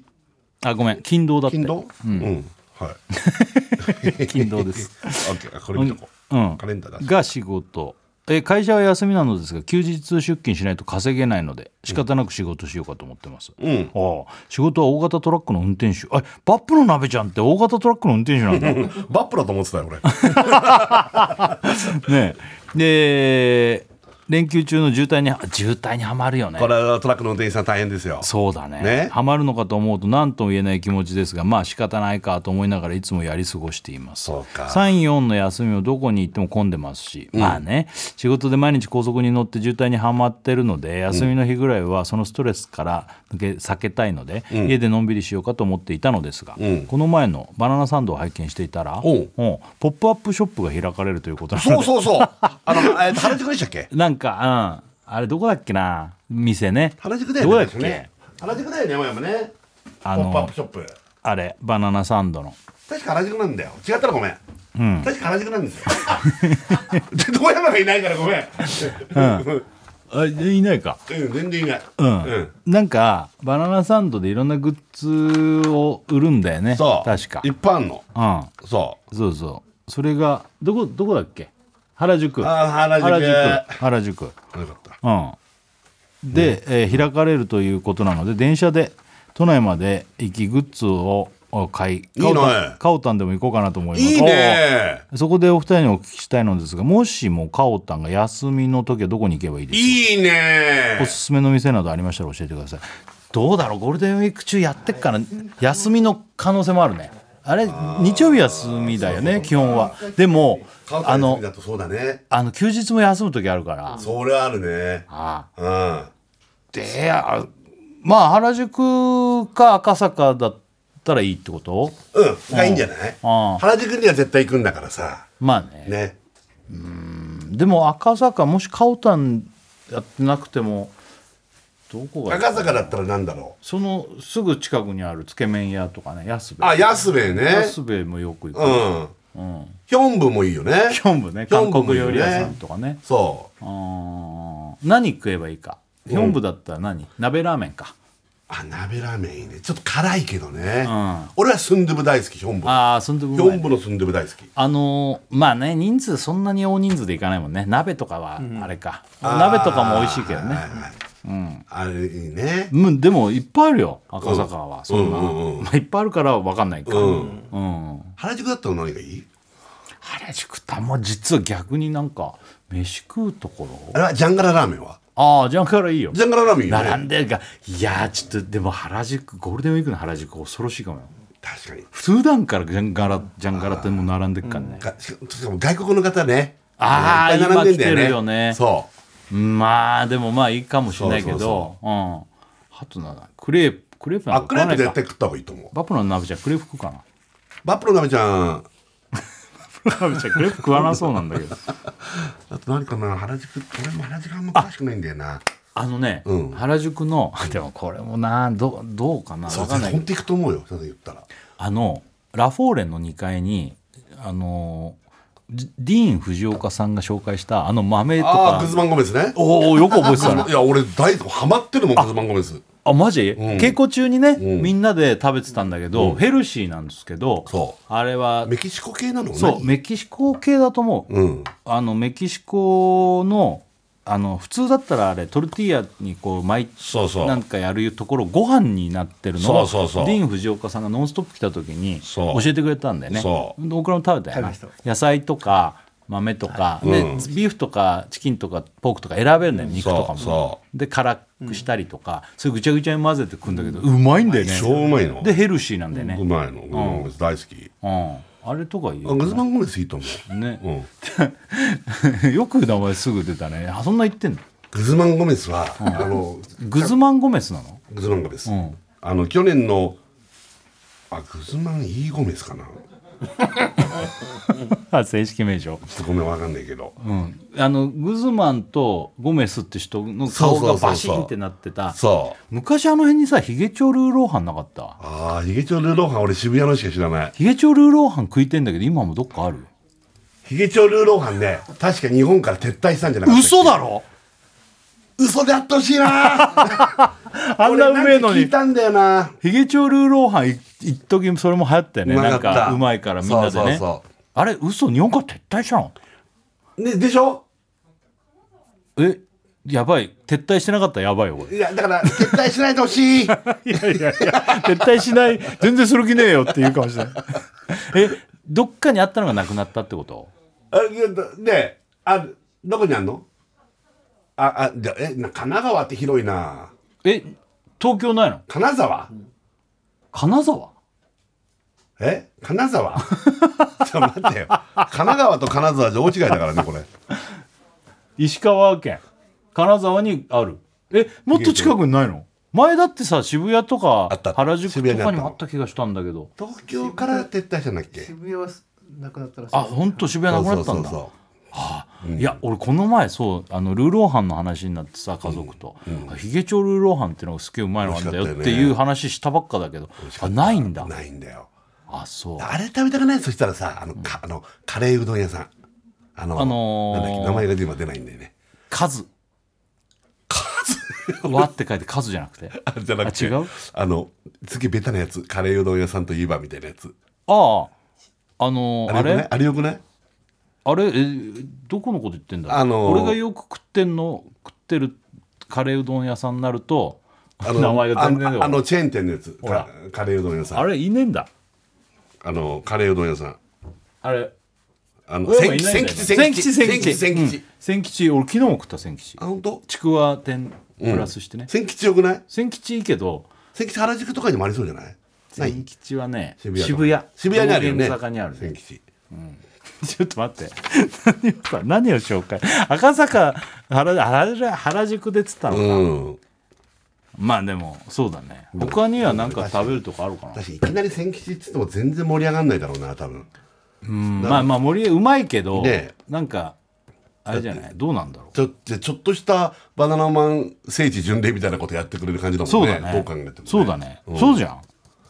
Speaker 2: あごめん勤労だって
Speaker 3: 金堂うんはい
Speaker 2: 勤労です
Speaker 3: オッケーこれ見とこう
Speaker 2: うん
Speaker 3: カレンダーだ
Speaker 2: が仕事えー会社は休みなのですが休日出勤しないと稼げないので仕方なく仕事しようかと思ってます、
Speaker 3: うん
Speaker 2: ああ仕事は大型トラックの運転手あバップの鍋ちゃんって大型トラックの運転手な んだね
Speaker 3: バップだと思ってた よ俺
Speaker 2: えで連休中の渋滞にあ渋滞にはまるよね
Speaker 3: これはトラックの運転手さん大変ですよ
Speaker 2: そうだね
Speaker 3: ね
Speaker 2: ハマるのかと思うと何とも言えない気持ちですがまあ仕方ないかと思いながらいつもやり過ごしています
Speaker 3: そうか
Speaker 2: 34の休みもどこに行っても混んでますし、まあね仕事で毎日高速に乗って渋滞にはまってるので休みの日ぐらいはそのストレスから抜け避けたいので、家でのんびりしようかと思っていたのですが、
Speaker 3: ん
Speaker 2: この前のバナナサンドを拝見していたら
Speaker 3: おう
Speaker 2: うんポップアップショップが開かれるということなので
Speaker 3: そうそうそうあのえー原宿でしたっけ
Speaker 2: なんか、うん、あれどこだっけな店ね
Speaker 3: 原宿だよ
Speaker 2: ど
Speaker 3: ね
Speaker 2: こだっ
Speaker 3: 確か
Speaker 2: け
Speaker 3: ね原宿だよね山々ね
Speaker 2: あ
Speaker 3: ポ
Speaker 2: の
Speaker 3: ップアップショップ
Speaker 2: あれバナナサンドの
Speaker 3: 確か原宿なんだよ違ったらごめん、確か原宿なんですよ で遠山がいないからごめん、
Speaker 2: あいないか
Speaker 3: うん、全然いない、
Speaker 2: うん、なんかバナナサンドでいろんなグッズを売るんだよね
Speaker 3: そう
Speaker 2: 確か
Speaker 3: 一般の
Speaker 2: う
Speaker 3: そ
Speaker 2: んそうそうそれがどこどこだっけ原宿
Speaker 3: あー原宿
Speaker 2: 原宿原宿
Speaker 3: うよかった
Speaker 2: うんで、えー開かれるということなので電車で都内まで行きグッズをを買い
Speaker 3: いいね
Speaker 2: カオタンカオタンでも行こうかなと思います
Speaker 3: いいね
Speaker 2: そこでお二人にお聞きしたいのですがもしもカオタンが休みの時はどこに行けばいいですか
Speaker 3: いいね
Speaker 2: おすすめの店などありましたら教えてくださいどうだろうゴールデンウィーク中やってっから休みの可能性もあるねあれ日曜日休みだよね基本はでも
Speaker 3: 顔
Speaker 2: あの
Speaker 3: だとそうだね
Speaker 2: あの休日も休む時あるから
Speaker 3: それあるね
Speaker 2: あ
Speaker 3: うん
Speaker 2: あであまあ原宿か赤坂だったらいいってこと
Speaker 3: うんがいいんじゃない
Speaker 2: あー
Speaker 3: 原宿には絶対行くんだからさ
Speaker 2: まあね
Speaker 3: ね
Speaker 2: でも赤坂もしカオタンやってなくてもどこが
Speaker 3: 赤坂だったらなんだろ
Speaker 2: そのすぐ近くにあるつけ麺屋とかね安
Speaker 3: う
Speaker 2: 部
Speaker 3: あ安兵衛ね
Speaker 2: 安部もよく行く
Speaker 3: うん
Speaker 2: うん
Speaker 3: ヒョンブもいいよね
Speaker 2: キョンブね
Speaker 3: キョ
Speaker 2: 韓
Speaker 3: ンブも
Speaker 2: 国
Speaker 3: いいよ
Speaker 2: 料
Speaker 3: ね
Speaker 2: 理屋さんとかね
Speaker 3: そう
Speaker 2: あー何食えばいいかキョンブだったら何鍋ラーメンか
Speaker 3: あ鍋ラーメンいいねちょっと辛いけどね、
Speaker 2: ん
Speaker 3: 俺はスンドゥブ大好きヒョンブヒ
Speaker 2: ああそんでもうま
Speaker 3: ョ
Speaker 2: い
Speaker 3: ンブのスンドゥブ大好き
Speaker 2: あのーまあね人数そんなに大人数でいかないもんね鍋とかはあれか、鍋とかも美味しいけど
Speaker 3: はい
Speaker 2: ね
Speaker 3: はいあれいいね
Speaker 2: うん、でもいっぱいあるよ赤坂は、そんな、
Speaker 3: うんうんうん
Speaker 2: まあ、いっぱいあるから分かんないか、
Speaker 3: う
Speaker 2: うん
Speaker 3: ん原宿だったら何がいい
Speaker 2: 原宿ってもう実は逆になんか飯食うとこ
Speaker 3: あ
Speaker 2: ろ
Speaker 3: れはジャンガララーメンは
Speaker 2: ああじゃあからいいよ
Speaker 3: ジャンガララーメンいいよね
Speaker 2: 並んでるがいやーちょっとでも原宿ゴールデンウィークの原宿恐ろしいかもよ
Speaker 3: 確かに
Speaker 2: 普段からジャンガラジャンガラってもう並んでっからね、
Speaker 3: がしかしかも外国の方ね
Speaker 2: あ
Speaker 3: い
Speaker 2: ー
Speaker 3: っぱい並んでんだ
Speaker 2: 今来てるよね
Speaker 3: そう
Speaker 2: まあでもまあいいかもしれないけ
Speaker 3: そう
Speaker 2: ど
Speaker 3: そ
Speaker 2: うんあとなんだクレープクレープな
Speaker 3: あ
Speaker 2: んか
Speaker 3: クレープ絶
Speaker 2: 食わない
Speaker 3: 対
Speaker 2: か
Speaker 3: 食った方がいいと思う
Speaker 2: バプロの鍋ちゃんクレープ食うかな
Speaker 3: バップロ鍋ちゃん
Speaker 2: 鍋ちゃんクレープ食わなそうなん だけど
Speaker 3: あと何かな原宿俺も原宿あんま詳しくないんだよな
Speaker 2: あのね、
Speaker 3: うん
Speaker 2: 原宿のでもこれもなどどうかな
Speaker 3: そう
Speaker 2: わかんないけ
Speaker 3: 本
Speaker 2: ど
Speaker 3: 当行くと思うよそれ言ったら
Speaker 2: あのラフォーレンの2階にあのじディーン・藤岡さんが紹介したあの豆と
Speaker 3: ああ
Speaker 2: か
Speaker 3: ーグズマンゴメスね
Speaker 2: おおよく覚えてたない
Speaker 3: や俺大ハマってるもんグズマンゴメス
Speaker 2: あマジ、稽古中にね、
Speaker 3: ん
Speaker 2: みんなで食べてたんだけど、ヘルシーなんですけど
Speaker 3: そ
Speaker 2: あれは
Speaker 3: メキシコ系なの
Speaker 2: そう
Speaker 3: 何
Speaker 2: メキシコ系だと思う、
Speaker 3: うん
Speaker 2: あのメキシコのあの普通だったらあれトルティーヤにこう巻い
Speaker 3: そうそう
Speaker 2: なんかやるところご飯になってるのを
Speaker 3: そうそうそう
Speaker 2: ディーン・フジオカさんが「ノンストップ!」来た時に
Speaker 3: そ
Speaker 2: 教
Speaker 3: う
Speaker 2: えてくれたんだよね
Speaker 3: そう
Speaker 2: で僕らも食べたよな野菜とか豆とか、でビーフとかチキンとかポークとか選べるんだよ肉とかも
Speaker 3: そうそ
Speaker 2: で辛くしたりとか、それぐちゃぐちゃに混ぜて食うんだけど、うまいんだよね
Speaker 3: 超うまいの
Speaker 2: でヘルシーなんだよね、
Speaker 3: うまいの、うん大好き
Speaker 2: うん、あれとかいい
Speaker 3: あ
Speaker 2: よ
Speaker 3: グズマンゴメスいいと思う、
Speaker 2: ね
Speaker 3: う、ん、
Speaker 2: よく名前すぐ出たねあそんな言ってんの
Speaker 3: グズマンゴメスは、あの
Speaker 2: グズマン・ゴメスなの
Speaker 3: グズマンゴメス、
Speaker 2: ん
Speaker 3: あの去年のあグズマンイーゴメスかな
Speaker 2: あ正式名称、
Speaker 3: ちょっとごめんわかんないけど、
Speaker 2: うん、あのグズマンとゴメスって人の
Speaker 3: そ
Speaker 2: 顔
Speaker 3: うそうそ
Speaker 2: が
Speaker 3: うそう
Speaker 2: バシーンってなってた
Speaker 3: そう
Speaker 2: 昔あの辺にさヒゲチョルーローハンなかった
Speaker 3: ああヒゲチョルーローハン俺渋谷のしか知らない
Speaker 2: ヒゲチョルーローハン食いてんだけど今もどっかある
Speaker 3: ヒゲチョルーローハンね確か日本から撤退したんじゃなかったっけ
Speaker 2: 嘘だろ
Speaker 3: 嘘であってほしいな
Speaker 2: あんなうめ
Speaker 3: 俺
Speaker 2: えの
Speaker 3: なんか聞
Speaker 2: に
Speaker 3: いたんだよな
Speaker 2: ヒゲチョルーローハンい一時それも流行ったよね
Speaker 3: うまか
Speaker 2: なん
Speaker 3: った
Speaker 2: かうまいからみんなでね
Speaker 3: そうそうそ
Speaker 2: あれ嘘日本から撤退したの
Speaker 3: ねでしょ
Speaker 2: えやばい撤退してなかったらやばいよこれ
Speaker 3: いやだから撤退しないでほしい
Speaker 2: いやいやいや、絶対しない、全然する気ねえよって言うかもしれない。 え、どっかにあったのがなくなったってこと
Speaker 3: あいやだであどこにあんのああじゃえな神奈川って広いな
Speaker 2: え、東京ないの
Speaker 3: 金沢
Speaker 2: 金沢
Speaker 3: え金沢 ちょ待ってよ神奈川と金沢じゃ大違いだからねこれ
Speaker 2: 石川県。金沢にある。え、もっと近くにないの前だってさ、渋谷とか
Speaker 3: あったあった
Speaker 2: 原宿
Speaker 3: 渋
Speaker 2: と
Speaker 3: 谷にあ
Speaker 2: か
Speaker 3: っ
Speaker 2: に
Speaker 3: た
Speaker 2: もあった気がしたんだけど。
Speaker 3: 東京から撤退したんだっけ
Speaker 6: 渋谷はすなくなったらしい
Speaker 2: あ、ほんと渋谷なくなったんだ。
Speaker 3: そうそうそうそう
Speaker 2: いや俺この前そうあのルーローハンの話になってさ家族と「ヒゲチョルーローハンってのがすげえうまいのあるんだよ」
Speaker 3: 美
Speaker 2: っ
Speaker 3: 味しかった
Speaker 2: て
Speaker 3: よね
Speaker 2: いう話したばっかだけどあないんだ
Speaker 3: ないんだよ
Speaker 2: あそう
Speaker 3: あれ食べたくないそしたらさあの,か、あのカレーうどん屋さんあの、
Speaker 2: あの
Speaker 3: な
Speaker 2: ー
Speaker 3: んだっけ名前が今出ないんだよね
Speaker 2: 数数和って書いて数じゃなくてあ
Speaker 3: あじゃなくて
Speaker 2: あ違う
Speaker 3: あの次ベタなやつカレーうどん屋さんといえばみたいなやつ
Speaker 2: ああのーあ
Speaker 3: あれよくない
Speaker 2: れ
Speaker 3: あれよくない
Speaker 2: あれえどこのこと言ってんだろう、
Speaker 3: あのー
Speaker 2: 俺がよく食ってんの食ってるカレーうどん屋さんになると
Speaker 3: あの
Speaker 2: 名前が全然
Speaker 3: あ
Speaker 2: 出
Speaker 3: の
Speaker 2: な
Speaker 3: あ
Speaker 2: い
Speaker 3: のチェーン店のやつ
Speaker 2: ほら
Speaker 3: かカレーうどん屋さん
Speaker 2: あ
Speaker 3: あ
Speaker 2: れいねえんだ
Speaker 3: のカレーうどん屋さん
Speaker 2: あれ
Speaker 3: あの
Speaker 2: 俺もいない
Speaker 3: 千
Speaker 2: んだよね
Speaker 3: 吉
Speaker 2: 千
Speaker 3: 千吉
Speaker 2: 吉
Speaker 3: 千吉
Speaker 2: 千
Speaker 3: 千
Speaker 2: 吉
Speaker 3: 吉
Speaker 2: うん千吉俺昨日も食った千吉
Speaker 3: あ本当
Speaker 2: ちくわ天プラスしてね、
Speaker 3: 千吉よくない
Speaker 2: 千吉いいけど
Speaker 3: 千吉原宿とかにもありそうじゃないない
Speaker 2: 千吉はね
Speaker 3: 渋
Speaker 2: 渋
Speaker 3: 谷
Speaker 2: 谷
Speaker 3: とか渋谷にあるよね
Speaker 2: 道玄坂にある
Speaker 3: 千吉
Speaker 2: ちょっと待って何をさ何を紹介赤坂原原原宿でっつったの、
Speaker 3: うん
Speaker 2: まあでもそうだね他には何か食べるとかあるかな、
Speaker 3: 私いきなり千吉っつっても全然盛り上がんないだろうな多分
Speaker 2: うんまあまあ森江うまいけど、
Speaker 3: ね
Speaker 2: なんかあれじゃないどうなんだろ
Speaker 3: ちょじゃあちょっとしたバナナマン聖地巡礼みたいなことやってくれる感じだ
Speaker 2: う
Speaker 3: も
Speaker 2: そ
Speaker 3: ん
Speaker 2: う
Speaker 3: ね
Speaker 2: だね
Speaker 3: どう考えても、ね、
Speaker 2: そうだね、
Speaker 3: ん
Speaker 2: そうじゃん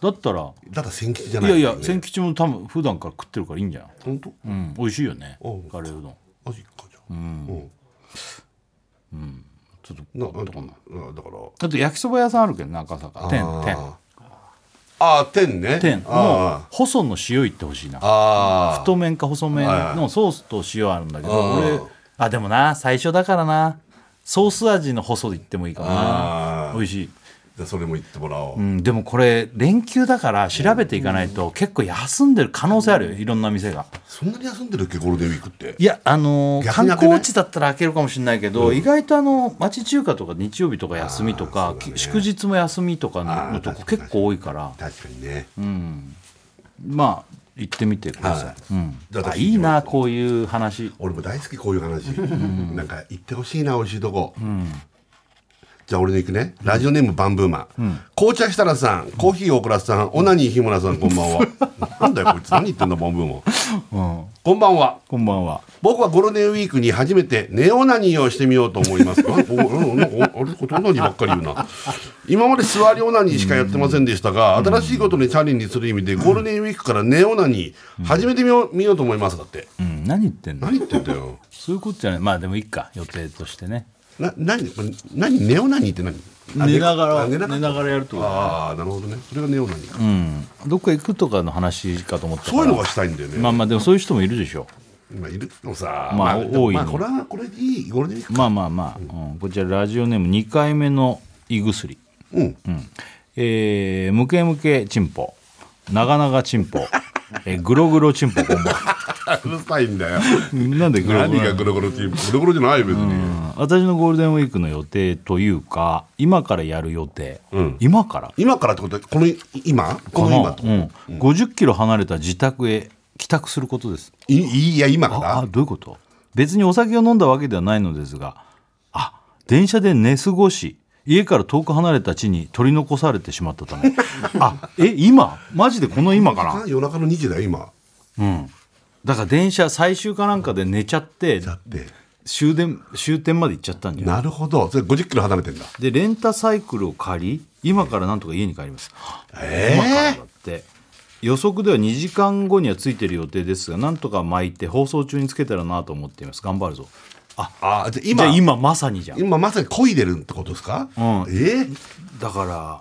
Speaker 2: だったら
Speaker 3: ただ千吉じゃ
Speaker 2: い
Speaker 3: ない
Speaker 2: やいや
Speaker 3: 千
Speaker 2: 千吉も多分普段から食ってるからいいんじゃん
Speaker 3: 本当
Speaker 2: うん、美味しいよね
Speaker 3: うん
Speaker 2: カレーうどん
Speaker 3: マジかじゃあうん、うん、
Speaker 2: ちょっと
Speaker 3: ななんとかなだから
Speaker 2: あと焼きそば屋さんあるけどな赤坂天
Speaker 3: あああ天ね
Speaker 2: 天天もう
Speaker 3: あ
Speaker 2: 細の塩いってほしいな
Speaker 3: あああ
Speaker 2: 太麺か細麺
Speaker 3: はいは
Speaker 2: のソースと塩あるんだけど
Speaker 3: あー
Speaker 2: 俺あでもな最初だからなソース味の細でいってもいいかもな
Speaker 3: あー
Speaker 2: 美味しい、
Speaker 3: じゃあそれも言ってもらおう、
Speaker 2: うん、でもこれ連休だから調べていかないと結構休んでる可能性あるよいろんな店が
Speaker 3: そんなに休んでるっけゴールデンウィークって
Speaker 2: いやあのー
Speaker 3: 逆
Speaker 2: 観
Speaker 3: に開けない
Speaker 2: 光地だったら開けるかもしれないけど、意外とあの町中華とか日曜日とか休みとか、き祝日も休みとかの
Speaker 3: あー
Speaker 2: のとこ
Speaker 3: 確かに
Speaker 2: 結構多いから
Speaker 3: 確かにね、
Speaker 2: まあ行ってみてください、
Speaker 3: はい
Speaker 2: うん、
Speaker 3: じゃあ
Speaker 2: あいいなこういう話
Speaker 3: 俺も大好きこういう話なんか行ってほしいな美味しいとこ、じゃあ俺の行くねラジオネームバンブーマン、紅茶設楽さんコーヒー大倉さんオナニー日村さんこんばん はなんだよこいつ何言ってんだバンブーマン、こんばんは
Speaker 2: こんばんは
Speaker 3: 僕はゴールデンウィークに初めてネオナニーをしてみようと思います。なんかおなんかおあれこれオナニーばっかり言うな。今まで座りオナニーしかやってませんでしたが、新しいことにチャレンジする意味でゴールデンウィークからネオナニー始めてみよう,、見ようと思いますだって。
Speaker 2: うん、何言ってんの
Speaker 3: 何言ってんだよ。
Speaker 2: そういうことじゃないまあでもいいか予定としてね
Speaker 3: な何これ何ネオナニーって何？あ
Speaker 2: 寝ながら
Speaker 3: あ
Speaker 2: 寝
Speaker 3: 寝
Speaker 2: な
Speaker 3: ながら。
Speaker 2: がらやるとか
Speaker 3: ああなるほどね。それがネオナニーか。
Speaker 2: うんどっか行くとかの話かと思ったから
Speaker 3: そういうのがしたいんだよね。
Speaker 2: まあまあでもそういう人もいるでしょ
Speaker 3: 今いるのさ
Speaker 2: まあ
Speaker 3: でも
Speaker 2: 多いね
Speaker 3: まあこれはこれでいいゴールデンウィーク
Speaker 2: まあまあまあ、うんこちらラジオネーム2回目の胃薬、
Speaker 3: うん
Speaker 2: うんえームケムケチンポ長々チンポ、 えーグログロチンポこんばん は
Speaker 3: うるさいんだよ
Speaker 2: なんでグログ
Speaker 3: 何
Speaker 2: ロな
Speaker 3: が
Speaker 2: の
Speaker 3: ゴロゴロチームゴロゴロじゃない別に
Speaker 2: うん私のゴールデンウィークの予定というか今からやる予定、
Speaker 3: うん
Speaker 2: 今から
Speaker 3: 今からってことこの今この
Speaker 2: かな
Speaker 3: 今と
Speaker 2: うん、50キロ離れた自宅へ帰宅することです
Speaker 3: いいいや今か
Speaker 2: ああ
Speaker 3: ら
Speaker 2: どういうこと別にお酒を飲んだわけではないのですがあ電車で寝過ごし家から遠く離れた地に取り残されてしまったため あえ今マジでこの今か
Speaker 3: あ
Speaker 2: な
Speaker 3: 夜中の2時だよ今
Speaker 2: うんだから電車最終かなんかで寝ちゃって
Speaker 3: だって
Speaker 2: 終電終点まで行っちゃったんじゃない
Speaker 3: なるほどそれ50キロ離れてんだ
Speaker 2: でレンタサイクルを借り今からなんとか家に帰ります
Speaker 3: え
Speaker 2: 今からだって予測では2時間後にはついてる予定ですがなんとか巻いて放送中につけたらなと思っています頑張るぞあ
Speaker 3: あじゃあ
Speaker 2: じゃあ
Speaker 3: 今
Speaker 2: 今まさにじゃん
Speaker 3: 今まさに漕いでるってことですか、
Speaker 2: ん
Speaker 3: ええ
Speaker 2: だから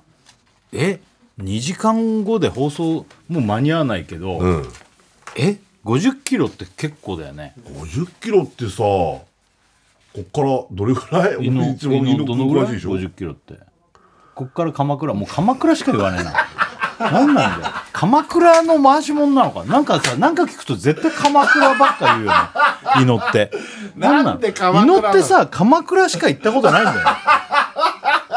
Speaker 2: え2時間後で放送もう間に合わないけど、
Speaker 3: うん
Speaker 2: え50キロって結構だよね
Speaker 3: 50キロってさこっからどれぐらい
Speaker 2: 胃の
Speaker 3: 俺一番
Speaker 2: 胃
Speaker 3: 胃
Speaker 2: の
Speaker 3: の
Speaker 2: どの
Speaker 3: ぐ
Speaker 2: ぐ
Speaker 3: ら
Speaker 2: ら
Speaker 3: い
Speaker 2: い
Speaker 3: でしょ
Speaker 2: 50キロってこっから鎌倉もう鎌倉しか言わねえな何なんだよ鎌倉の回し者なのかなんかさなんか聞くと絶対鎌倉ばっか言うよね祈って何
Speaker 6: なんで鎌倉なの
Speaker 2: 祈ってさ鎌倉しか行ったことないんだよ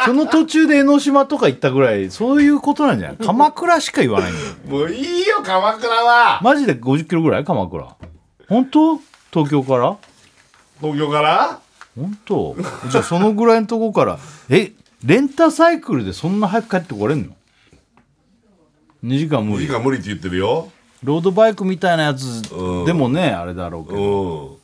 Speaker 2: その途中で江ノ島とか行ったぐらいそういうことなんじゃない鎌倉しか言わないんだよ
Speaker 6: もういいよ鎌倉は
Speaker 2: マジで50キロぐらい鎌倉本当東京から
Speaker 3: 東京から
Speaker 2: 本当じゃあそのぐらいのとこからえレンタサイクルでそんな早く帰ってこれんの2時間無
Speaker 3: 時
Speaker 2: 理
Speaker 3: 間無理って言ってるよ
Speaker 2: ロードバイクみたいなやつでもねあれだろうけ
Speaker 3: うん
Speaker 2: ど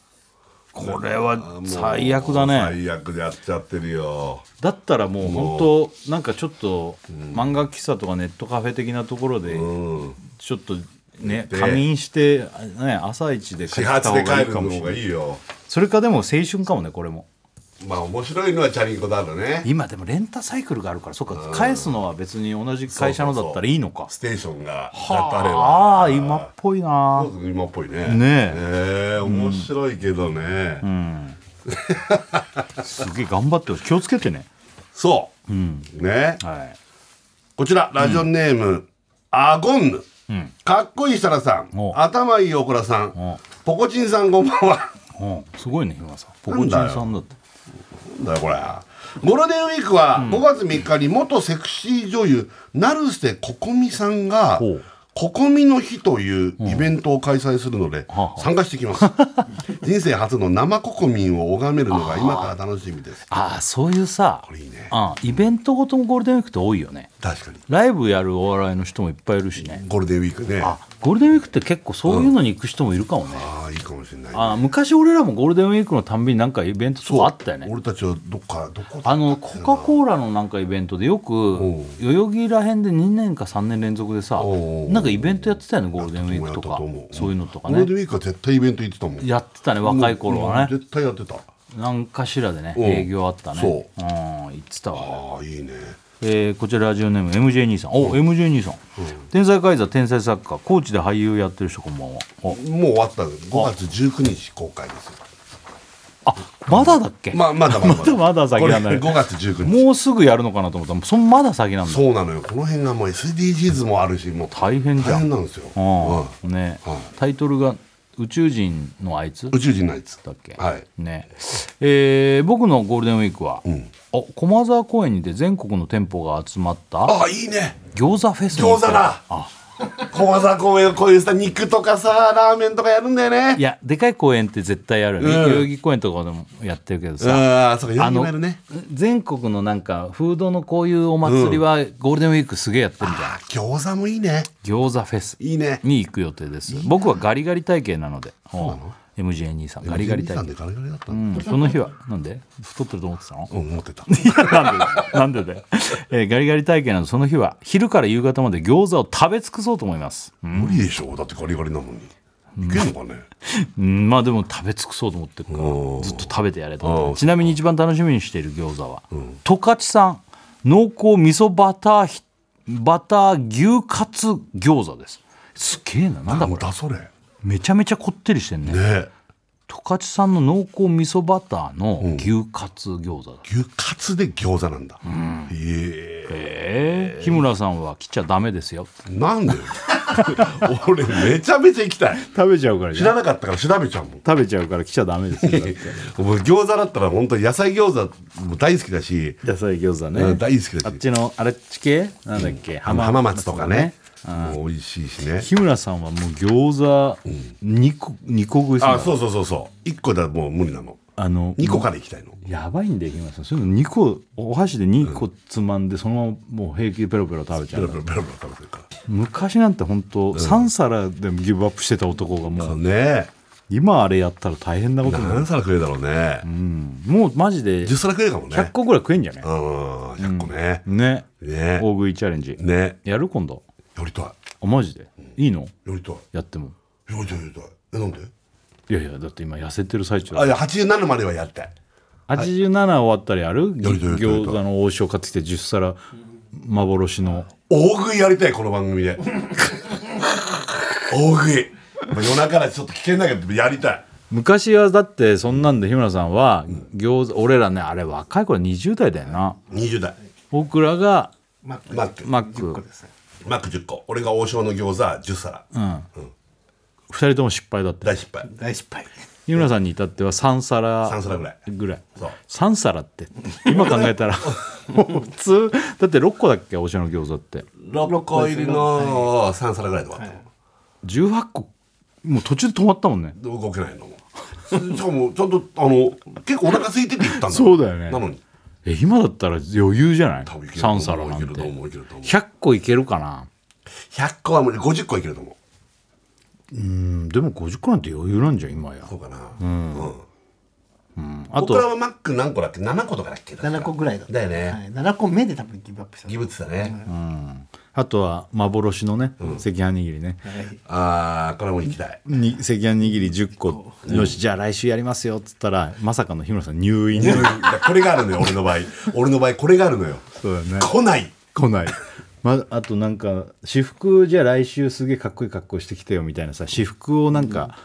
Speaker 2: これは最悪だね
Speaker 3: 最悪でやっちゃってるよ
Speaker 2: だったらもう本当なんかちょっと漫画喫茶とかネットカフェ的なところで
Speaker 3: うん
Speaker 2: ちょっとね
Speaker 3: で
Speaker 2: 仮眠してね朝一で帰
Speaker 3: 始
Speaker 2: っ
Speaker 3: 発
Speaker 2: た方
Speaker 3: で
Speaker 2: がい
Speaker 3: 帰
Speaker 2: い
Speaker 3: る
Speaker 2: か
Speaker 3: の
Speaker 2: もしれ
Speaker 3: が
Speaker 2: ない
Speaker 3: いいよ
Speaker 2: それかでも青春かもねこれも
Speaker 3: まあ面白いのはチャリンコだろうね
Speaker 2: 今でもレンタサイクルがあるからそうか返すのは別に同じ会社のだったらいいのか
Speaker 3: ステーションがやったれば
Speaker 2: はあ今っぽいな
Speaker 3: 今っぽいね
Speaker 2: ね
Speaker 3: ええ面白いけどね、
Speaker 2: すげえ頑張ってほしい気をつけてね
Speaker 3: そう、ね
Speaker 2: は
Speaker 3: こちらラジオネーム、アゴンヌ、
Speaker 2: ん
Speaker 3: かっこいい設楽さん
Speaker 2: お
Speaker 3: 頭いい大倉さん
Speaker 2: お
Speaker 3: ポコチンさんこんばんは
Speaker 2: い、うん、すごいね日村さんポコチンさんだって
Speaker 3: なんだよこれゴールデンウィークは5月3日に元セクシー女優成瀬ここみさんが
Speaker 2: ほう
Speaker 3: 「ここみの日」というイベントを開催するので
Speaker 2: はあ
Speaker 3: 参加してきます 人生初の生ここみんを拝めるのが今から楽しみです
Speaker 2: ああそういうさ
Speaker 3: これいいね
Speaker 2: あイベントごともゴールデンウィークって多いよね
Speaker 3: 確かに
Speaker 2: ライブやるお笑いの人もいっぱいいるしね
Speaker 3: ゴールデンウィークねあ
Speaker 2: あゴールデンウィークって結構そういうのに行く人もいるかもね、
Speaker 3: あいいかもしれない
Speaker 2: ああ昔俺らもゴールデンウィークのたんびになんかイベントとかあったよね
Speaker 3: 俺たちはどっかどこ
Speaker 2: あのコカ・コーラのなんかイベントでよく代々木らへんで2年か3年連続でさ
Speaker 3: おうおう
Speaker 2: なんかイベントやってたよねゴールデンウィークと
Speaker 3: やっ
Speaker 2: か
Speaker 3: た思
Speaker 2: そういうのとか
Speaker 3: ゴールデ
Speaker 2: ね
Speaker 3: ンウィークは絶対イベント行ってたもん
Speaker 2: やってたね若い頃は
Speaker 3: うん
Speaker 2: ね
Speaker 3: 絶対やってた
Speaker 2: 何かしらでね
Speaker 3: うん
Speaker 2: 営業あったね
Speaker 3: そうん
Speaker 2: 言ってたわ
Speaker 3: ああいいね
Speaker 2: えーこちらラジオネーム MJ 兄さんお MJ 兄さん天才カイザー天才作家コーチで俳優やってる人こんばんは
Speaker 3: も
Speaker 2: お
Speaker 3: う終わった5月19日公開です
Speaker 2: あまだだっけ
Speaker 3: まあまだまだ
Speaker 2: まだまだ先なんだね
Speaker 3: これ5月19日
Speaker 2: もうすぐやるのかなと思ったらそんまだ先なんだ
Speaker 3: そうなのよこの辺がもう SDGs もあるしもう
Speaker 2: 大変じゃん
Speaker 3: 大変なんですよ、
Speaker 2: ああ
Speaker 3: う
Speaker 2: ね、
Speaker 3: はい
Speaker 2: タイトルが「宇宙人のあいつ」
Speaker 3: ん宇宙人のやつ
Speaker 2: だっけ、
Speaker 3: はい
Speaker 2: ねえー僕のゴールデンウィークは、
Speaker 3: ん
Speaker 2: あ駒沢公園にて全国の店舗が集まった
Speaker 3: ああいいね
Speaker 2: 餃子フェスに
Speaker 3: 餃子だ
Speaker 2: あ
Speaker 3: 駒沢公園こういうさ肉とかさラーメンとかやるんだよね
Speaker 2: いやでかい公園って絶対あるよね、
Speaker 3: うん
Speaker 2: 代々木公園とかでもやってるけどさ、
Speaker 3: ああそうか
Speaker 2: あ
Speaker 3: 夜も
Speaker 2: の
Speaker 3: やるね
Speaker 2: 全国のなんかフードのこういうお祭りはゴールデンウィークすげえやってるみたいな
Speaker 3: あ餃子もいいね
Speaker 2: 餃子フェス
Speaker 3: いいね
Speaker 2: に行く予定です僕はガリガリ体型なので MJ 兄さんガリガリ体
Speaker 3: さん
Speaker 2: 型
Speaker 3: でガリガリだった
Speaker 2: う
Speaker 3: の
Speaker 2: ん、その日はなんで太ってると思ってたの
Speaker 3: うん思ってた
Speaker 2: なんでなんでだよ、えーガリガリ体験などその日は昼から夕方まで餃子を食べ尽くそうと思います、うん
Speaker 3: 無理でしょだってガリガリなのにいけんのかね
Speaker 2: うんまあでも食べ尽くそうと思ってるから
Speaker 3: おー
Speaker 2: ずっと食べてやれと
Speaker 3: お
Speaker 2: 思っ
Speaker 3: ー
Speaker 2: てちなみに一番楽しみにしている餃子は十勝産濃厚味噌バターひバター牛カツ餃子ですすげえななんだ
Speaker 3: な
Speaker 2: こ
Speaker 3: ん
Speaker 2: れ
Speaker 3: だそれ
Speaker 2: めちゃめちゃこってりしてんね
Speaker 3: ね
Speaker 2: 十勝産の濃厚味噌バターの牛カツ餃子だ、
Speaker 3: 牛カツで餃子なんだ、え
Speaker 2: えー日村さんは来ちゃダメですよ
Speaker 3: えなんで俺めちゃめちゃ行きたい
Speaker 2: 食べちゃうから
Speaker 3: 知らなかったから調べちゃうもん
Speaker 2: 食べちゃうから来ちゃダメですよ
Speaker 3: 僕餃子だったら本当野菜餃子も大好きだし
Speaker 2: 野菜餃子
Speaker 3: う
Speaker 2: ね
Speaker 3: ん大好きだし
Speaker 2: あっちのあれっち系なんだっけ、
Speaker 3: 浜松とかねもう美味しいしね
Speaker 2: 日村さんはもう餃子2個二個食いする
Speaker 3: あ
Speaker 2: の
Speaker 3: そうそうそうそう1個だともう無理なの
Speaker 2: あの
Speaker 3: 2個から行きたいの
Speaker 2: やばいんだよ日村さんそういうの2個お箸で2個つまんで、そのままもう平気でペロペロ食べちゃ
Speaker 3: ペロ
Speaker 2: う
Speaker 3: ペロペロペロ食べてるか
Speaker 2: 昔なんて本当三3皿でもギブアップしてた男がも
Speaker 3: ら
Speaker 2: う
Speaker 3: ね
Speaker 2: 今あれやったら大変なことになる
Speaker 3: 何皿食えるだろうね
Speaker 2: もうマジで
Speaker 3: 10皿食えるかもね
Speaker 2: 100個ぐらい食えんじゃね
Speaker 3: うん100個ね
Speaker 2: ね
Speaker 3: ね
Speaker 2: 大食いチャレンジ
Speaker 3: ね
Speaker 2: やる今度
Speaker 3: やりたい
Speaker 2: あマジでいいの
Speaker 3: やりたい
Speaker 2: やっても
Speaker 3: やりたいやりたいえなんで
Speaker 2: いやいやだって今痩せてる最中
Speaker 3: あ
Speaker 2: だ
Speaker 3: いや87まではやって
Speaker 2: 87終わったらやるぎ
Speaker 3: やりたいやりたい
Speaker 2: 餃子の王将買ってきて10皿幻の
Speaker 3: 大食いやりたいこの番組で大食いまあ夜中だしちょっと危険だけどやりたい
Speaker 2: 昔はだってそんなんで日村さんは餃子俺らねあれ若い頃20代だよな
Speaker 3: 20代
Speaker 2: 僕らが
Speaker 5: マック
Speaker 3: マック
Speaker 2: マッ
Speaker 5: 10個
Speaker 2: ク
Speaker 5: ですね
Speaker 3: マック10個俺が王将の餃子10皿、
Speaker 2: 2人とも失敗だった
Speaker 3: 大失敗
Speaker 5: 大失敗
Speaker 2: 日村さんに至っては3皿
Speaker 3: 3皿ぐらい
Speaker 2: ぐらい
Speaker 3: そう
Speaker 2: 3皿って今考え たらもう普通だって6個だっけおしゃの餃子って
Speaker 3: 6個入りの3皿ぐらいで終わった
Speaker 2: 18個もう途中で止まったもんね
Speaker 3: の、動けないのもしかもちゃんとあの結構お腹空いてて行ったんだ
Speaker 2: そうだよね
Speaker 3: なのに
Speaker 2: え今だったら余裕じゃない
Speaker 3: 多分いけると思う
Speaker 2: 3皿なん
Speaker 3: いけると思うい
Speaker 2: て
Speaker 3: けると思う
Speaker 2: 100個いけるかな
Speaker 3: 100個は無理50個いけると思う
Speaker 2: うんでも50個なんて余裕なんじゃん今や
Speaker 3: そうかなうん、
Speaker 2: あ
Speaker 3: 僕ら
Speaker 2: と
Speaker 3: はマック何個だっけ7個とかだっけ
Speaker 5: 7個ぐらいだった
Speaker 3: だよね
Speaker 5: はい、7個目で多分ギブアップした
Speaker 3: ギブってたね、
Speaker 2: あとは幻のね赤飯握りね
Speaker 3: ああこれも行きたい
Speaker 2: に赤飯握り10個よしじゃあ来週やりますよっつったらまさかの日村さん入院
Speaker 3: 入院 これがあるのよ俺の場合俺の場合これがあるのよ
Speaker 2: そうだね
Speaker 3: 来ない
Speaker 2: 来ない、まあ、となんか私服じゃあ来週すげえかっこいい格好してきてよみたいなさ私服をなんか、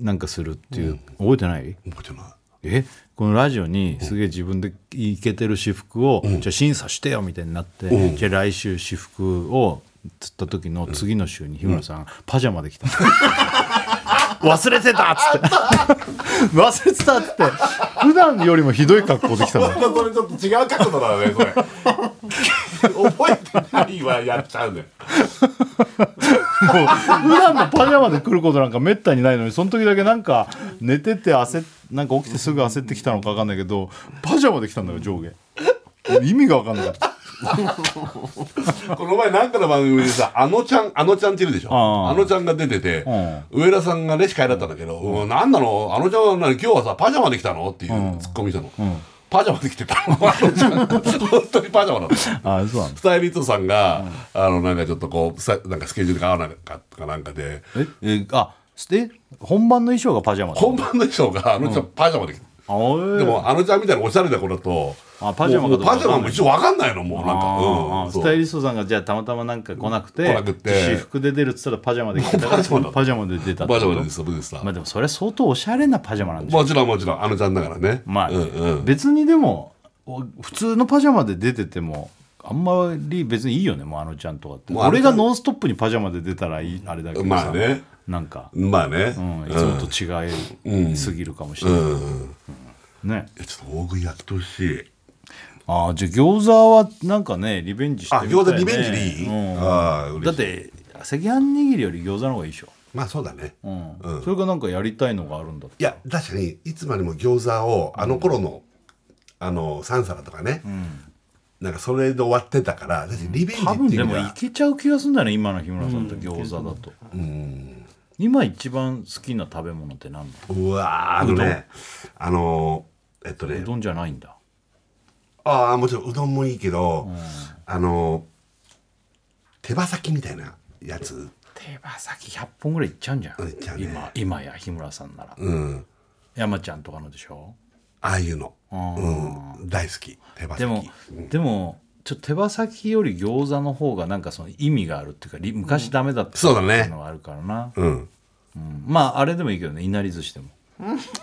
Speaker 2: なんかするっていう、覚えてない
Speaker 3: 覚えてない
Speaker 2: えこのラジオにすげえ自分でいけてる私服を、じゃあ審査してよみたいになって、じゃあ来週私服をつった時の次の週に日村さん、パジャマで来た 忘れてたっつって 忘れてたっつって普段よりもひどい格好でき たの
Speaker 3: またそれちょっと違う角度だねそれ覚えてないはやっちゃうね
Speaker 2: もう普段のパジャマで来ることなんかめったにないのにその時だけなんか寝てて焦っなんか起きてすぐ焦ってきたのか分かんないけどパジャマで来たんだよ上下意味が分かんなかった
Speaker 3: この前なんかの番組でさあのちゃんあのちゃんっているでしょ
Speaker 2: あー
Speaker 3: あのちゃんが出てて、上田さんがレシカだったんだけど「うん、なんなのあのちゃんは何今日はさパジャマで来たの?」っていうツッコミしたの、パジャマで来てたのあのちゃん本当にパジャマなの
Speaker 2: ああそうなん
Speaker 3: スタイリストさんが、あのなんかちょっとこうさなんかスケジュールが合わなかったかなんかで
Speaker 2: ええあえ本番の衣装がパジャマだ
Speaker 3: 本番の衣装があのちゃん、パジャマで来て
Speaker 2: あおい
Speaker 3: でもあのちゃんみたいなおしゃれな子だと
Speaker 2: あパジャマかどうか
Speaker 3: もうパジャマも一応わかんないのもうなんか
Speaker 2: あ
Speaker 3: う
Speaker 2: あ
Speaker 3: ん
Speaker 2: ス
Speaker 3: そ
Speaker 2: タイ
Speaker 3: う
Speaker 2: リストさんがじゃあたまたまなんか来なくて
Speaker 3: 来なくて
Speaker 2: 私服で出るっつったらパジャマで来てたから
Speaker 3: パジャマだ
Speaker 2: パジャマで出たってこ
Speaker 3: パジ
Speaker 2: と
Speaker 3: ャマでしたでした
Speaker 2: まあでもそれ相当おしゃれなパジャマなんでしょ
Speaker 3: もちろんもちろんあのちゃんだからね
Speaker 2: まあ、
Speaker 3: うんうん
Speaker 2: 別にでもお普通のパジャマで出ててもあんまり別にいいよねもうあのちゃんとかって
Speaker 3: もうあのちゃ
Speaker 2: 俺
Speaker 3: ん
Speaker 2: が「ノンストップ!」にパジャマで出たらいいあれだけどさ、
Speaker 3: まあね
Speaker 2: なんか、
Speaker 3: まあね、
Speaker 2: うん、いつもと違いすぎるかもしれない、ね
Speaker 3: えちょっと大食いやってほしい
Speaker 2: ああじゃあ餃子はなんかねリベンジして
Speaker 3: あ
Speaker 2: みたい、ね、
Speaker 3: 餃子リベンジでいい、
Speaker 2: うん
Speaker 3: ああ嬉しい
Speaker 2: だって赤飯握りより餃子の方がいいでしょ、
Speaker 3: まあそうだね、
Speaker 2: う
Speaker 3: い
Speaker 2: んそれがなんかやりたいのがあるんだって
Speaker 3: や確かにいつまでも餃子をあの頃の、あの三皿とかね、なんかそれで終わってたから私リベンジって
Speaker 2: 多分
Speaker 3: いう
Speaker 2: で
Speaker 3: 意味
Speaker 2: も
Speaker 3: で
Speaker 2: い
Speaker 3: は
Speaker 2: けちゃう気がするんだよね今の日村さんと餃子だと、今一番好きな食べ物って何だ
Speaker 3: うわーあのねあのえっとね
Speaker 2: うどんじゃないんだ
Speaker 3: ああもちろんうどんもいいけど、あの手羽先みたいなやつ
Speaker 2: 手羽先100本ぐらいいっちゃうんじゃん、
Speaker 3: うんいっちゃうね
Speaker 2: 今今や日村さんなら、
Speaker 3: うん
Speaker 2: 山ちゃんとかのでしょ
Speaker 3: ああいうの、
Speaker 2: あ
Speaker 3: うん、大好き手羽先
Speaker 2: でもでもちょっと手羽先より餃子の方がなんかその意味があるっていうかり昔ダメだったって
Speaker 3: そうだね
Speaker 2: いうのがあるからな、
Speaker 3: うん
Speaker 2: うんまああれでもいいけどねいなり寿司でも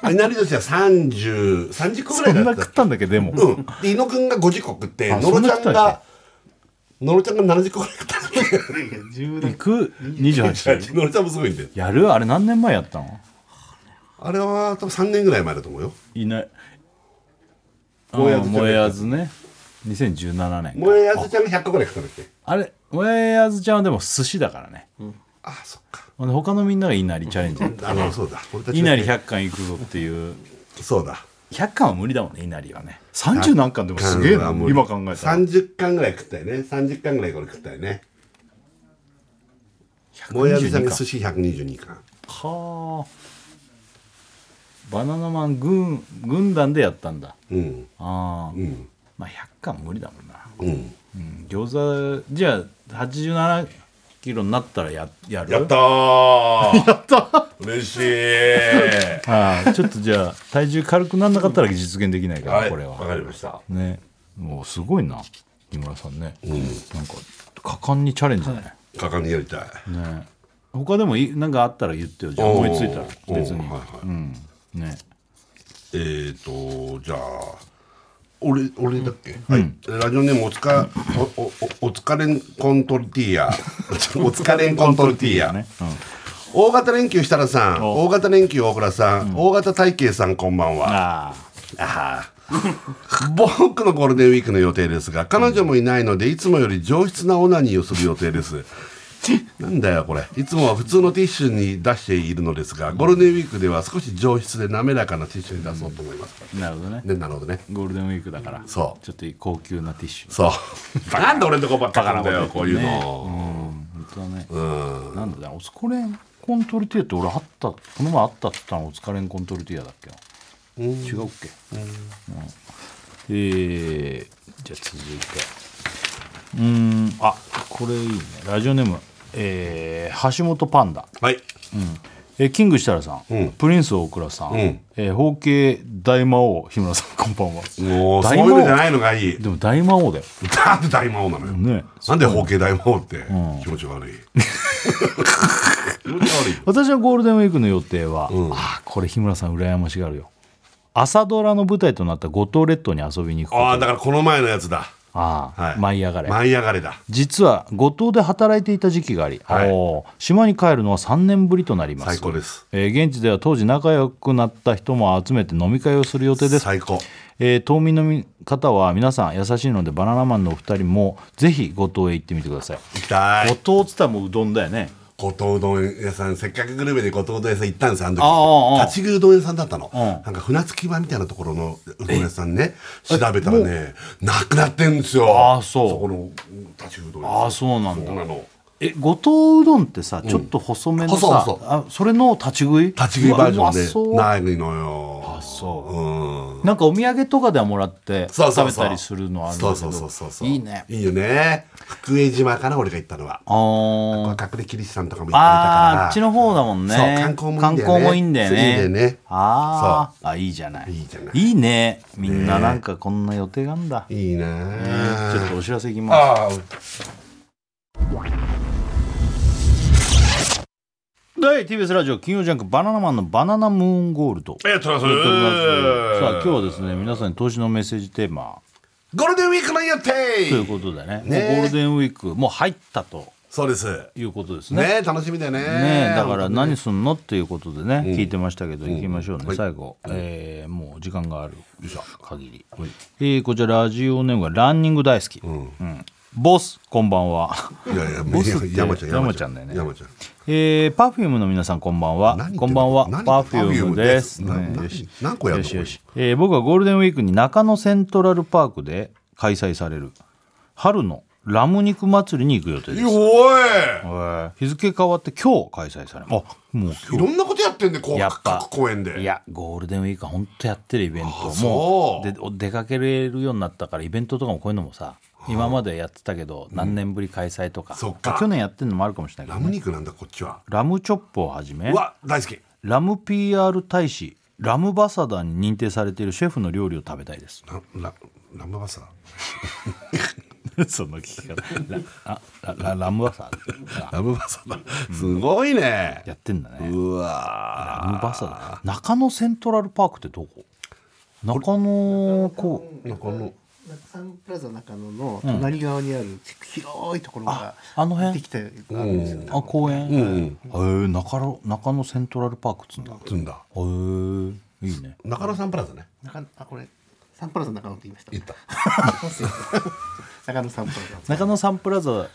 Speaker 3: あいなり寿司は30 30個ぐら
Speaker 2: そ
Speaker 3: いだ
Speaker 2: んな
Speaker 3: った
Speaker 2: 食ったんだけどでも、
Speaker 3: うんで、伊野くんが50個食って
Speaker 2: あ
Speaker 3: のろちゃん
Speaker 2: そんな食った
Speaker 3: がのろちゃんが70個ぐらい食った
Speaker 2: 行く28
Speaker 3: のろちゃんもすごいんで
Speaker 2: やるあれ何年前やったの
Speaker 3: あれは多分3年ぐらい前だと思うよ
Speaker 2: いない
Speaker 3: もえあずちゃんがやった
Speaker 2: うんもえあずね2017年
Speaker 3: もえあずちゃんが100個ぐらい食ったんだっけ
Speaker 2: あれもえあずちゃんはでも寿司だからね、
Speaker 3: あそっか
Speaker 2: ほんで他のみんながいなりチャレン ジだった
Speaker 3: あのそうだ俺たちだけ
Speaker 2: いなり100巻行くぞっていう
Speaker 3: そうだ
Speaker 2: 100巻は無理だもんねいなりはね30何巻でもすげえな
Speaker 3: あの
Speaker 2: 今考えたら
Speaker 3: 30巻ぐらい食ったよね30巻ぐらいこれ食ったよねもえあずちゃんが寿司122巻
Speaker 2: はあバナナマン軍軍団でやったんだ
Speaker 3: うん
Speaker 2: ああ、
Speaker 3: うん
Speaker 2: まあ100巻無理だもんな、
Speaker 3: うん
Speaker 2: うん、餃子じゃあ87キロになったらややる
Speaker 3: やった ーやった嬉しい
Speaker 2: ああちょっとじゃ あ体重軽くならなかったら実現できないから、
Speaker 3: はい、
Speaker 2: これは
Speaker 3: わかりました。
Speaker 2: ねもうすごいな木村さんね、なんか果敢にチャレンジだね,、
Speaker 3: 果敢にやりたい。
Speaker 2: ね他でもいなんかあったら言ってよじゃあ思いついたら
Speaker 3: おー
Speaker 2: 別に、
Speaker 3: おーはいはい
Speaker 2: うんね
Speaker 3: えーと、じゃあ。俺、俺だっけ、はい。ラジオネームおつか、お、お、お、お疲れんコントルティー ヤ。お疲れんコントルティーヤ。
Speaker 2: ね、うん、
Speaker 3: 大型連休設楽さん、
Speaker 2: お
Speaker 3: 大型連休大倉さん、大型体型さん、こんばんは。
Speaker 2: あ
Speaker 3: ああ 僕のゴールデンウィークの予定ですが彼女もいないのでいつもより上質なオナニーをする予定 ですなんだよこれいつもは普通のティッシュに出しているのですがゴールデンウィークでは少し上質で滑らかなティッシュに出そうと思います、
Speaker 2: あなるほどね
Speaker 3: ねなるほどね
Speaker 2: ゴールデンウィークだから
Speaker 3: そう
Speaker 2: ちょっと高級なティッシュ
Speaker 3: そう なんで俺のとこばっかなんだよこういうの、
Speaker 2: 本当だねなんだねお疲れんコントルティアって俺あったこの前あったっつったのお疲れんコントルティアだっけな違うっけうんえーじゃあ続いてうーんあこれいいねラジオネームえー橋本パンダ
Speaker 3: はい
Speaker 2: えーキング設楽さん、
Speaker 3: うん
Speaker 2: プリンス大倉さん、
Speaker 3: ん
Speaker 2: えー包茎大魔王日村さんこんばんは
Speaker 3: もうそうい
Speaker 2: 大魔王
Speaker 3: うのじゃないのがいい
Speaker 2: でも大魔王だよ
Speaker 3: なんで大魔王なのよ、
Speaker 2: ね
Speaker 3: なんで包茎大魔王って、気持ち悪 い気持ち悪いよ
Speaker 2: 私のゴールデンウィークの予定は、ああこれ日村さん羨ましがるよ朝ドラの舞台となった五島列島に遊びに行くこと
Speaker 3: ああだからこの前のやつだ
Speaker 2: ああ、
Speaker 3: はい
Speaker 2: 舞い上がれ、
Speaker 3: 舞い上がれだ
Speaker 2: 実は五島で働いていた時期があり、
Speaker 3: はい
Speaker 2: おー島に帰るのは3年ぶりとなります
Speaker 3: 最高です
Speaker 2: えー現地では当時仲良くなった人も集めて飲み会をする予定です
Speaker 3: 最高
Speaker 2: えー島民のみ方は皆さん優しいのでバナナマンのお二人もぜひ五島へ行ってみてください
Speaker 3: 行きた
Speaker 2: 五
Speaker 3: い
Speaker 2: 島っつったらもううどんだよね
Speaker 3: 五島うどん屋さんせっかくグルメで五島うどん屋さん行ったんですよあの時
Speaker 2: ああああ
Speaker 3: 立ち食いうどん屋さんだったの、
Speaker 2: うん
Speaker 3: なんか船着き場みたいなところのうどん屋さんね調べたらねなくなってんですよ
Speaker 2: ああそう
Speaker 3: そこの立ち食いうどん屋さん
Speaker 2: ああそうなんだ
Speaker 3: そうなの
Speaker 2: えご当うどんってさちょっと細めのさ、
Speaker 3: 細々
Speaker 2: あそれの立ち食い
Speaker 3: 立ち食いバージ
Speaker 2: うわうま
Speaker 3: ョ
Speaker 2: そ
Speaker 3: ン
Speaker 2: う
Speaker 3: でないのよ
Speaker 2: あそう、
Speaker 3: うん
Speaker 2: なんかお土産とかではもらって
Speaker 3: そうそうそ
Speaker 2: 食
Speaker 3: う
Speaker 2: べたりするのはあるんだ
Speaker 3: そ
Speaker 2: け
Speaker 3: う
Speaker 2: ど
Speaker 3: そうそうそうそう
Speaker 2: いいね
Speaker 3: いいよね福江島かな俺が行ったのは
Speaker 2: あー
Speaker 3: 隠れキリシタンとかもいっぱいいたから
Speaker 2: あーあっちの方だもんね
Speaker 3: そう観光もいいんだよね
Speaker 2: 観光もいいんだよ
Speaker 3: そ
Speaker 2: ね
Speaker 3: ういいんだよね
Speaker 2: あーあいいじゃない
Speaker 3: いいじゃない
Speaker 2: いいねみんななんかこんな予定があんだ、
Speaker 3: いいな
Speaker 2: ちょっとお知らせいきます
Speaker 3: ああ
Speaker 2: 第 TBS ラジオ金曜ジャンク「バナナマンのバナナムーンゴールド」
Speaker 3: ありがとうございます
Speaker 2: さあ今日はですね皆さんに投資のメッセージテーマ
Speaker 3: ゴールデンウィークの予
Speaker 2: とい
Speaker 3: 定
Speaker 2: うことでね
Speaker 3: ね
Speaker 2: もうゴールデンウィークもう入ったと
Speaker 3: そうです
Speaker 2: いうことですね。
Speaker 3: ね楽しみだよね
Speaker 2: ねえだから
Speaker 3: 本
Speaker 2: 何すんのっていうことでね、聞いてましたけど、行きましょうね、
Speaker 3: はい
Speaker 2: 最後、えーもう時間がある限り、
Speaker 3: い
Speaker 2: えーこちらラジオネームがランニング大好き、うんボスこんばんは、
Speaker 3: 当にいやいや
Speaker 2: ボスって
Speaker 3: 山ちゃん
Speaker 2: 山ちゃんだよね
Speaker 3: 山ちゃん
Speaker 2: えー、パフュームの皆さんこんばんは
Speaker 3: 何言ってんの
Speaker 2: こんばんは
Speaker 3: 何
Speaker 2: パフュームです
Speaker 3: な
Speaker 2: ね
Speaker 3: な
Speaker 2: よし
Speaker 3: 何個やる
Speaker 2: よ
Speaker 3: の
Speaker 2: しよし、えー僕はゴールデンウィークに中野セントラルパークで開催される春のラム肉祭りに行く予定です
Speaker 3: おい
Speaker 2: 日付変わって今日開催されますあもう
Speaker 3: い
Speaker 2: 今
Speaker 3: ろんなことやってんでこう
Speaker 2: 日やっぱ
Speaker 3: 各公演で
Speaker 2: いやゴールデンウィークは本当やってるイベントも
Speaker 3: そう
Speaker 2: でお出かけれるようになったからイベントとかもこういうのもさ今までやってたけど何年ぶり開催とか,、
Speaker 3: そっか
Speaker 2: 去年やってるのもあるかもしれない
Speaker 3: ラ
Speaker 2: けど、
Speaker 3: ム
Speaker 2: ね、
Speaker 3: 肉なんだこっちは
Speaker 2: ラムチョップをはじめ
Speaker 3: うわ大好き
Speaker 2: ラム PR 大使ラムバサダ ーに認定されているシェフの料理を食べたいです
Speaker 3: ラララムバサ
Speaker 2: その聞き方ラあラララムバサー
Speaker 3: ラブバサだ。すごいね。
Speaker 2: やってんだね
Speaker 3: うわ
Speaker 2: ラムバサダ中野セントラルパークってどこ中野こう
Speaker 3: ー。この
Speaker 5: サンプラザ中野の隣側にある広いところが
Speaker 2: ああの辺
Speaker 5: できたよ
Speaker 2: あ公
Speaker 3: う
Speaker 2: 園、
Speaker 3: ん。
Speaker 2: へえ中野中野セントラルパークっつうんだへ
Speaker 3: つんだ。
Speaker 2: えいいね
Speaker 3: 中野サンプラザね。
Speaker 5: 中野あこれサンプラザ中野って言いました
Speaker 3: 言った。
Speaker 5: 中野サンプラザ
Speaker 2: 中野サンプラザ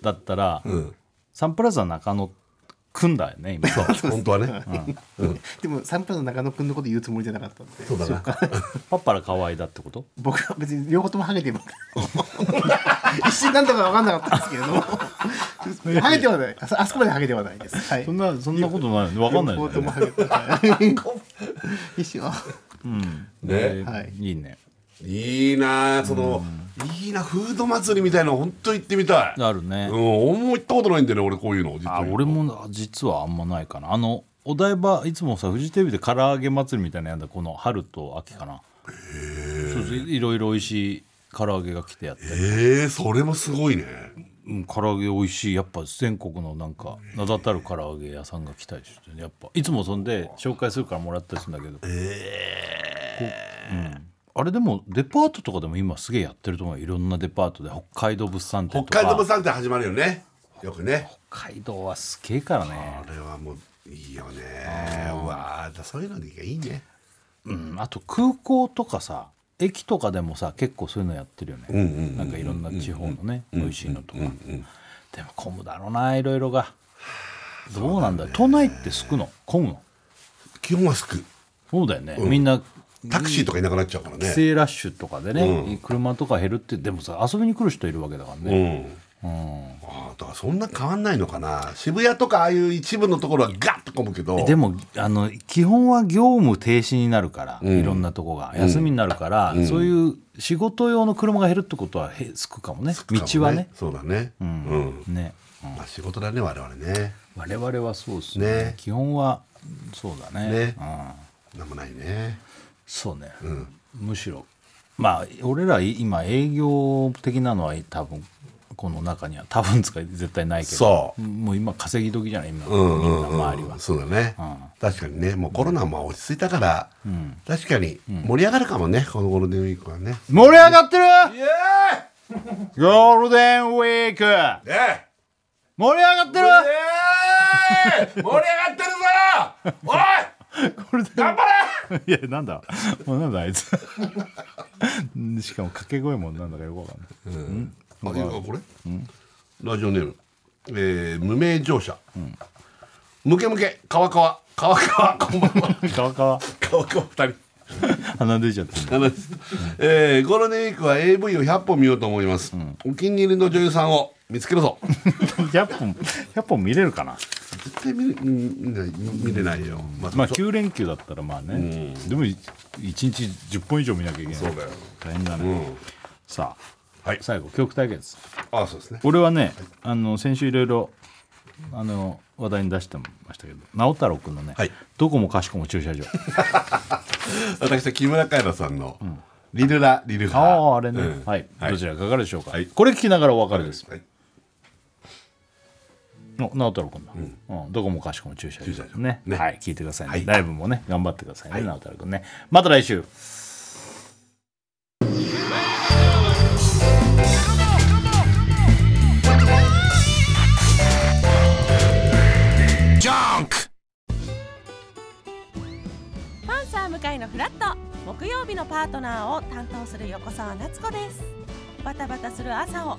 Speaker 2: だったら、
Speaker 3: うん。
Speaker 2: サンプラザ中野組んだよね今
Speaker 3: 本当はね。
Speaker 5: でもサンプラザ中野くんのこと言うつもりじゃなかったんで
Speaker 3: そうだな。
Speaker 2: パッパラ河合だってこと
Speaker 5: 僕は別に両方ともハゲてます一瞬なんだか分かんなかったんですけれどもハゲてはないあそあそこまでハゲてはないですはい
Speaker 2: そんなそんなことないよねわかんない
Speaker 5: 両
Speaker 2: よ
Speaker 5: 方と
Speaker 2: ね
Speaker 5: もハゲてはい一瞬あ
Speaker 3: ね。
Speaker 5: はい
Speaker 2: いいね
Speaker 3: いいなあそのいいなフード祭りみたいなの本当行ってみたい。
Speaker 2: あるね
Speaker 3: うん。俺も行ったことないんだよね俺こういうの。実
Speaker 2: あ
Speaker 3: は
Speaker 2: 俺も実はあんまないかなあのお台場いつもさフジテレビで唐揚げ祭りみたいなのやんだこの春と秋かなそうそういいろいろ美味しい唐揚げが来てやって、
Speaker 3: ええそれもすごいね。
Speaker 2: うん、唐揚げ美味しいやっぱ全国のなんか名だたる唐揚げ屋さんが来たりして、ね、やっぱいつもそんで紹介するからもらったりするんだけどこううんあれでもデパートとかでも今すげえやってると思うよいろんなデパートで北海道物産展
Speaker 3: 北
Speaker 2: とか
Speaker 3: 海道物産展始まるよね。よくね。
Speaker 2: 北海道はすげえからね
Speaker 3: あれはもういいよね。うわあそういうのがいいね。
Speaker 2: うん、あと空港とかさ駅とかでもさ結構そういうのやってるよね、なんかいろんな地方のね、美味しいのとか、でも混むだろうないろいろがどうなんだろう都内ってすくの混むの
Speaker 3: 基本はすく。
Speaker 2: そうだよね、みんな
Speaker 3: タクシーとかいなくなっちゃうから
Speaker 2: 帰
Speaker 3: ね。
Speaker 2: 省ラッシュとかでね、車とか減るってでもさ遊びに来る人いるわけだから
Speaker 3: う
Speaker 2: ね、
Speaker 3: ん。ああだからそんな変わんないのかな渋谷とかああいう一部のところはガッと混むけど
Speaker 2: でもあの基本は業務停止になるから、いろんなとこが休みになるから、そういう仕事用の車が減るってことはへすくかもね
Speaker 3: かも
Speaker 2: 道はね
Speaker 3: そうだねうん、
Speaker 2: ね
Speaker 3: まあ、仕事だね我々ね
Speaker 2: 我々はそうですね
Speaker 3: ね
Speaker 2: 基本はそうだね
Speaker 3: ね
Speaker 2: うん、
Speaker 3: なんもないね
Speaker 2: そうね、むしろまあ俺らい今営業的なのは多分この中には多分使い絶対ないけど
Speaker 3: そう
Speaker 2: もう今稼ぎ時じゃない今、
Speaker 3: うんう
Speaker 2: みん
Speaker 3: ん
Speaker 2: な
Speaker 3: うん
Speaker 2: 周りは、
Speaker 3: そうだね、確かにねもうコロナも落ち着いたから、確かに盛り上がるかもねこのゴールデンウィークはね
Speaker 2: 盛り上がってるゴールデンウィーク
Speaker 3: ええ
Speaker 2: 盛り上がってる
Speaker 3: ええ盛り上がってるぞおい
Speaker 2: ゴールデン 頑張れいやなんだもうなんだあい つしかも掛け声もなんだかよくわかんない
Speaker 3: あいやこれ、ラジオネーム、えー無名乗車、ムケムケ川川川川 こんばんは
Speaker 2: 川川
Speaker 3: 川川二人
Speaker 2: 鼻出ちゃった
Speaker 3: 話すえー、ゴールデンウィークは AV を100本見ようと思います、お気に入りの女優さんを見つけるぞ
Speaker 2: 100本100本見れるかな
Speaker 3: 絶対見れ見れ見れないよ、まあ
Speaker 2: まあ
Speaker 3: そ
Speaker 2: 9連休だったらまあね、でも1日10本以上見なきゃいけない
Speaker 3: そうだよ
Speaker 2: 大変だね、
Speaker 3: うん
Speaker 2: さあ、
Speaker 3: はい
Speaker 2: 最後曲対決
Speaker 3: あそうですね
Speaker 2: 俺はねあの先週いろいろあの話題に出してましたけど直太朗君のね、
Speaker 3: はい
Speaker 2: どこもかしこも駐車場
Speaker 3: 私は木村カエラさんの「リルラリルハ」
Speaker 2: あああれね、
Speaker 3: うん
Speaker 2: はい、
Speaker 3: はい
Speaker 2: どちらかかるでしょうか、
Speaker 3: はい
Speaker 2: これ聞きながらお別れです、
Speaker 3: はい
Speaker 2: お直太朗君だ、うんどこもかしこも駐車場
Speaker 3: 駐車場
Speaker 2: ね
Speaker 3: ね
Speaker 2: はい聞いてくださいね、
Speaker 3: はい
Speaker 2: ライブもね頑張ってくださいね、直太朗君ねまた来週
Speaker 7: パンサー向かいのフラット木曜日のパートナーを担当する横澤夏子ですバタバタする朝を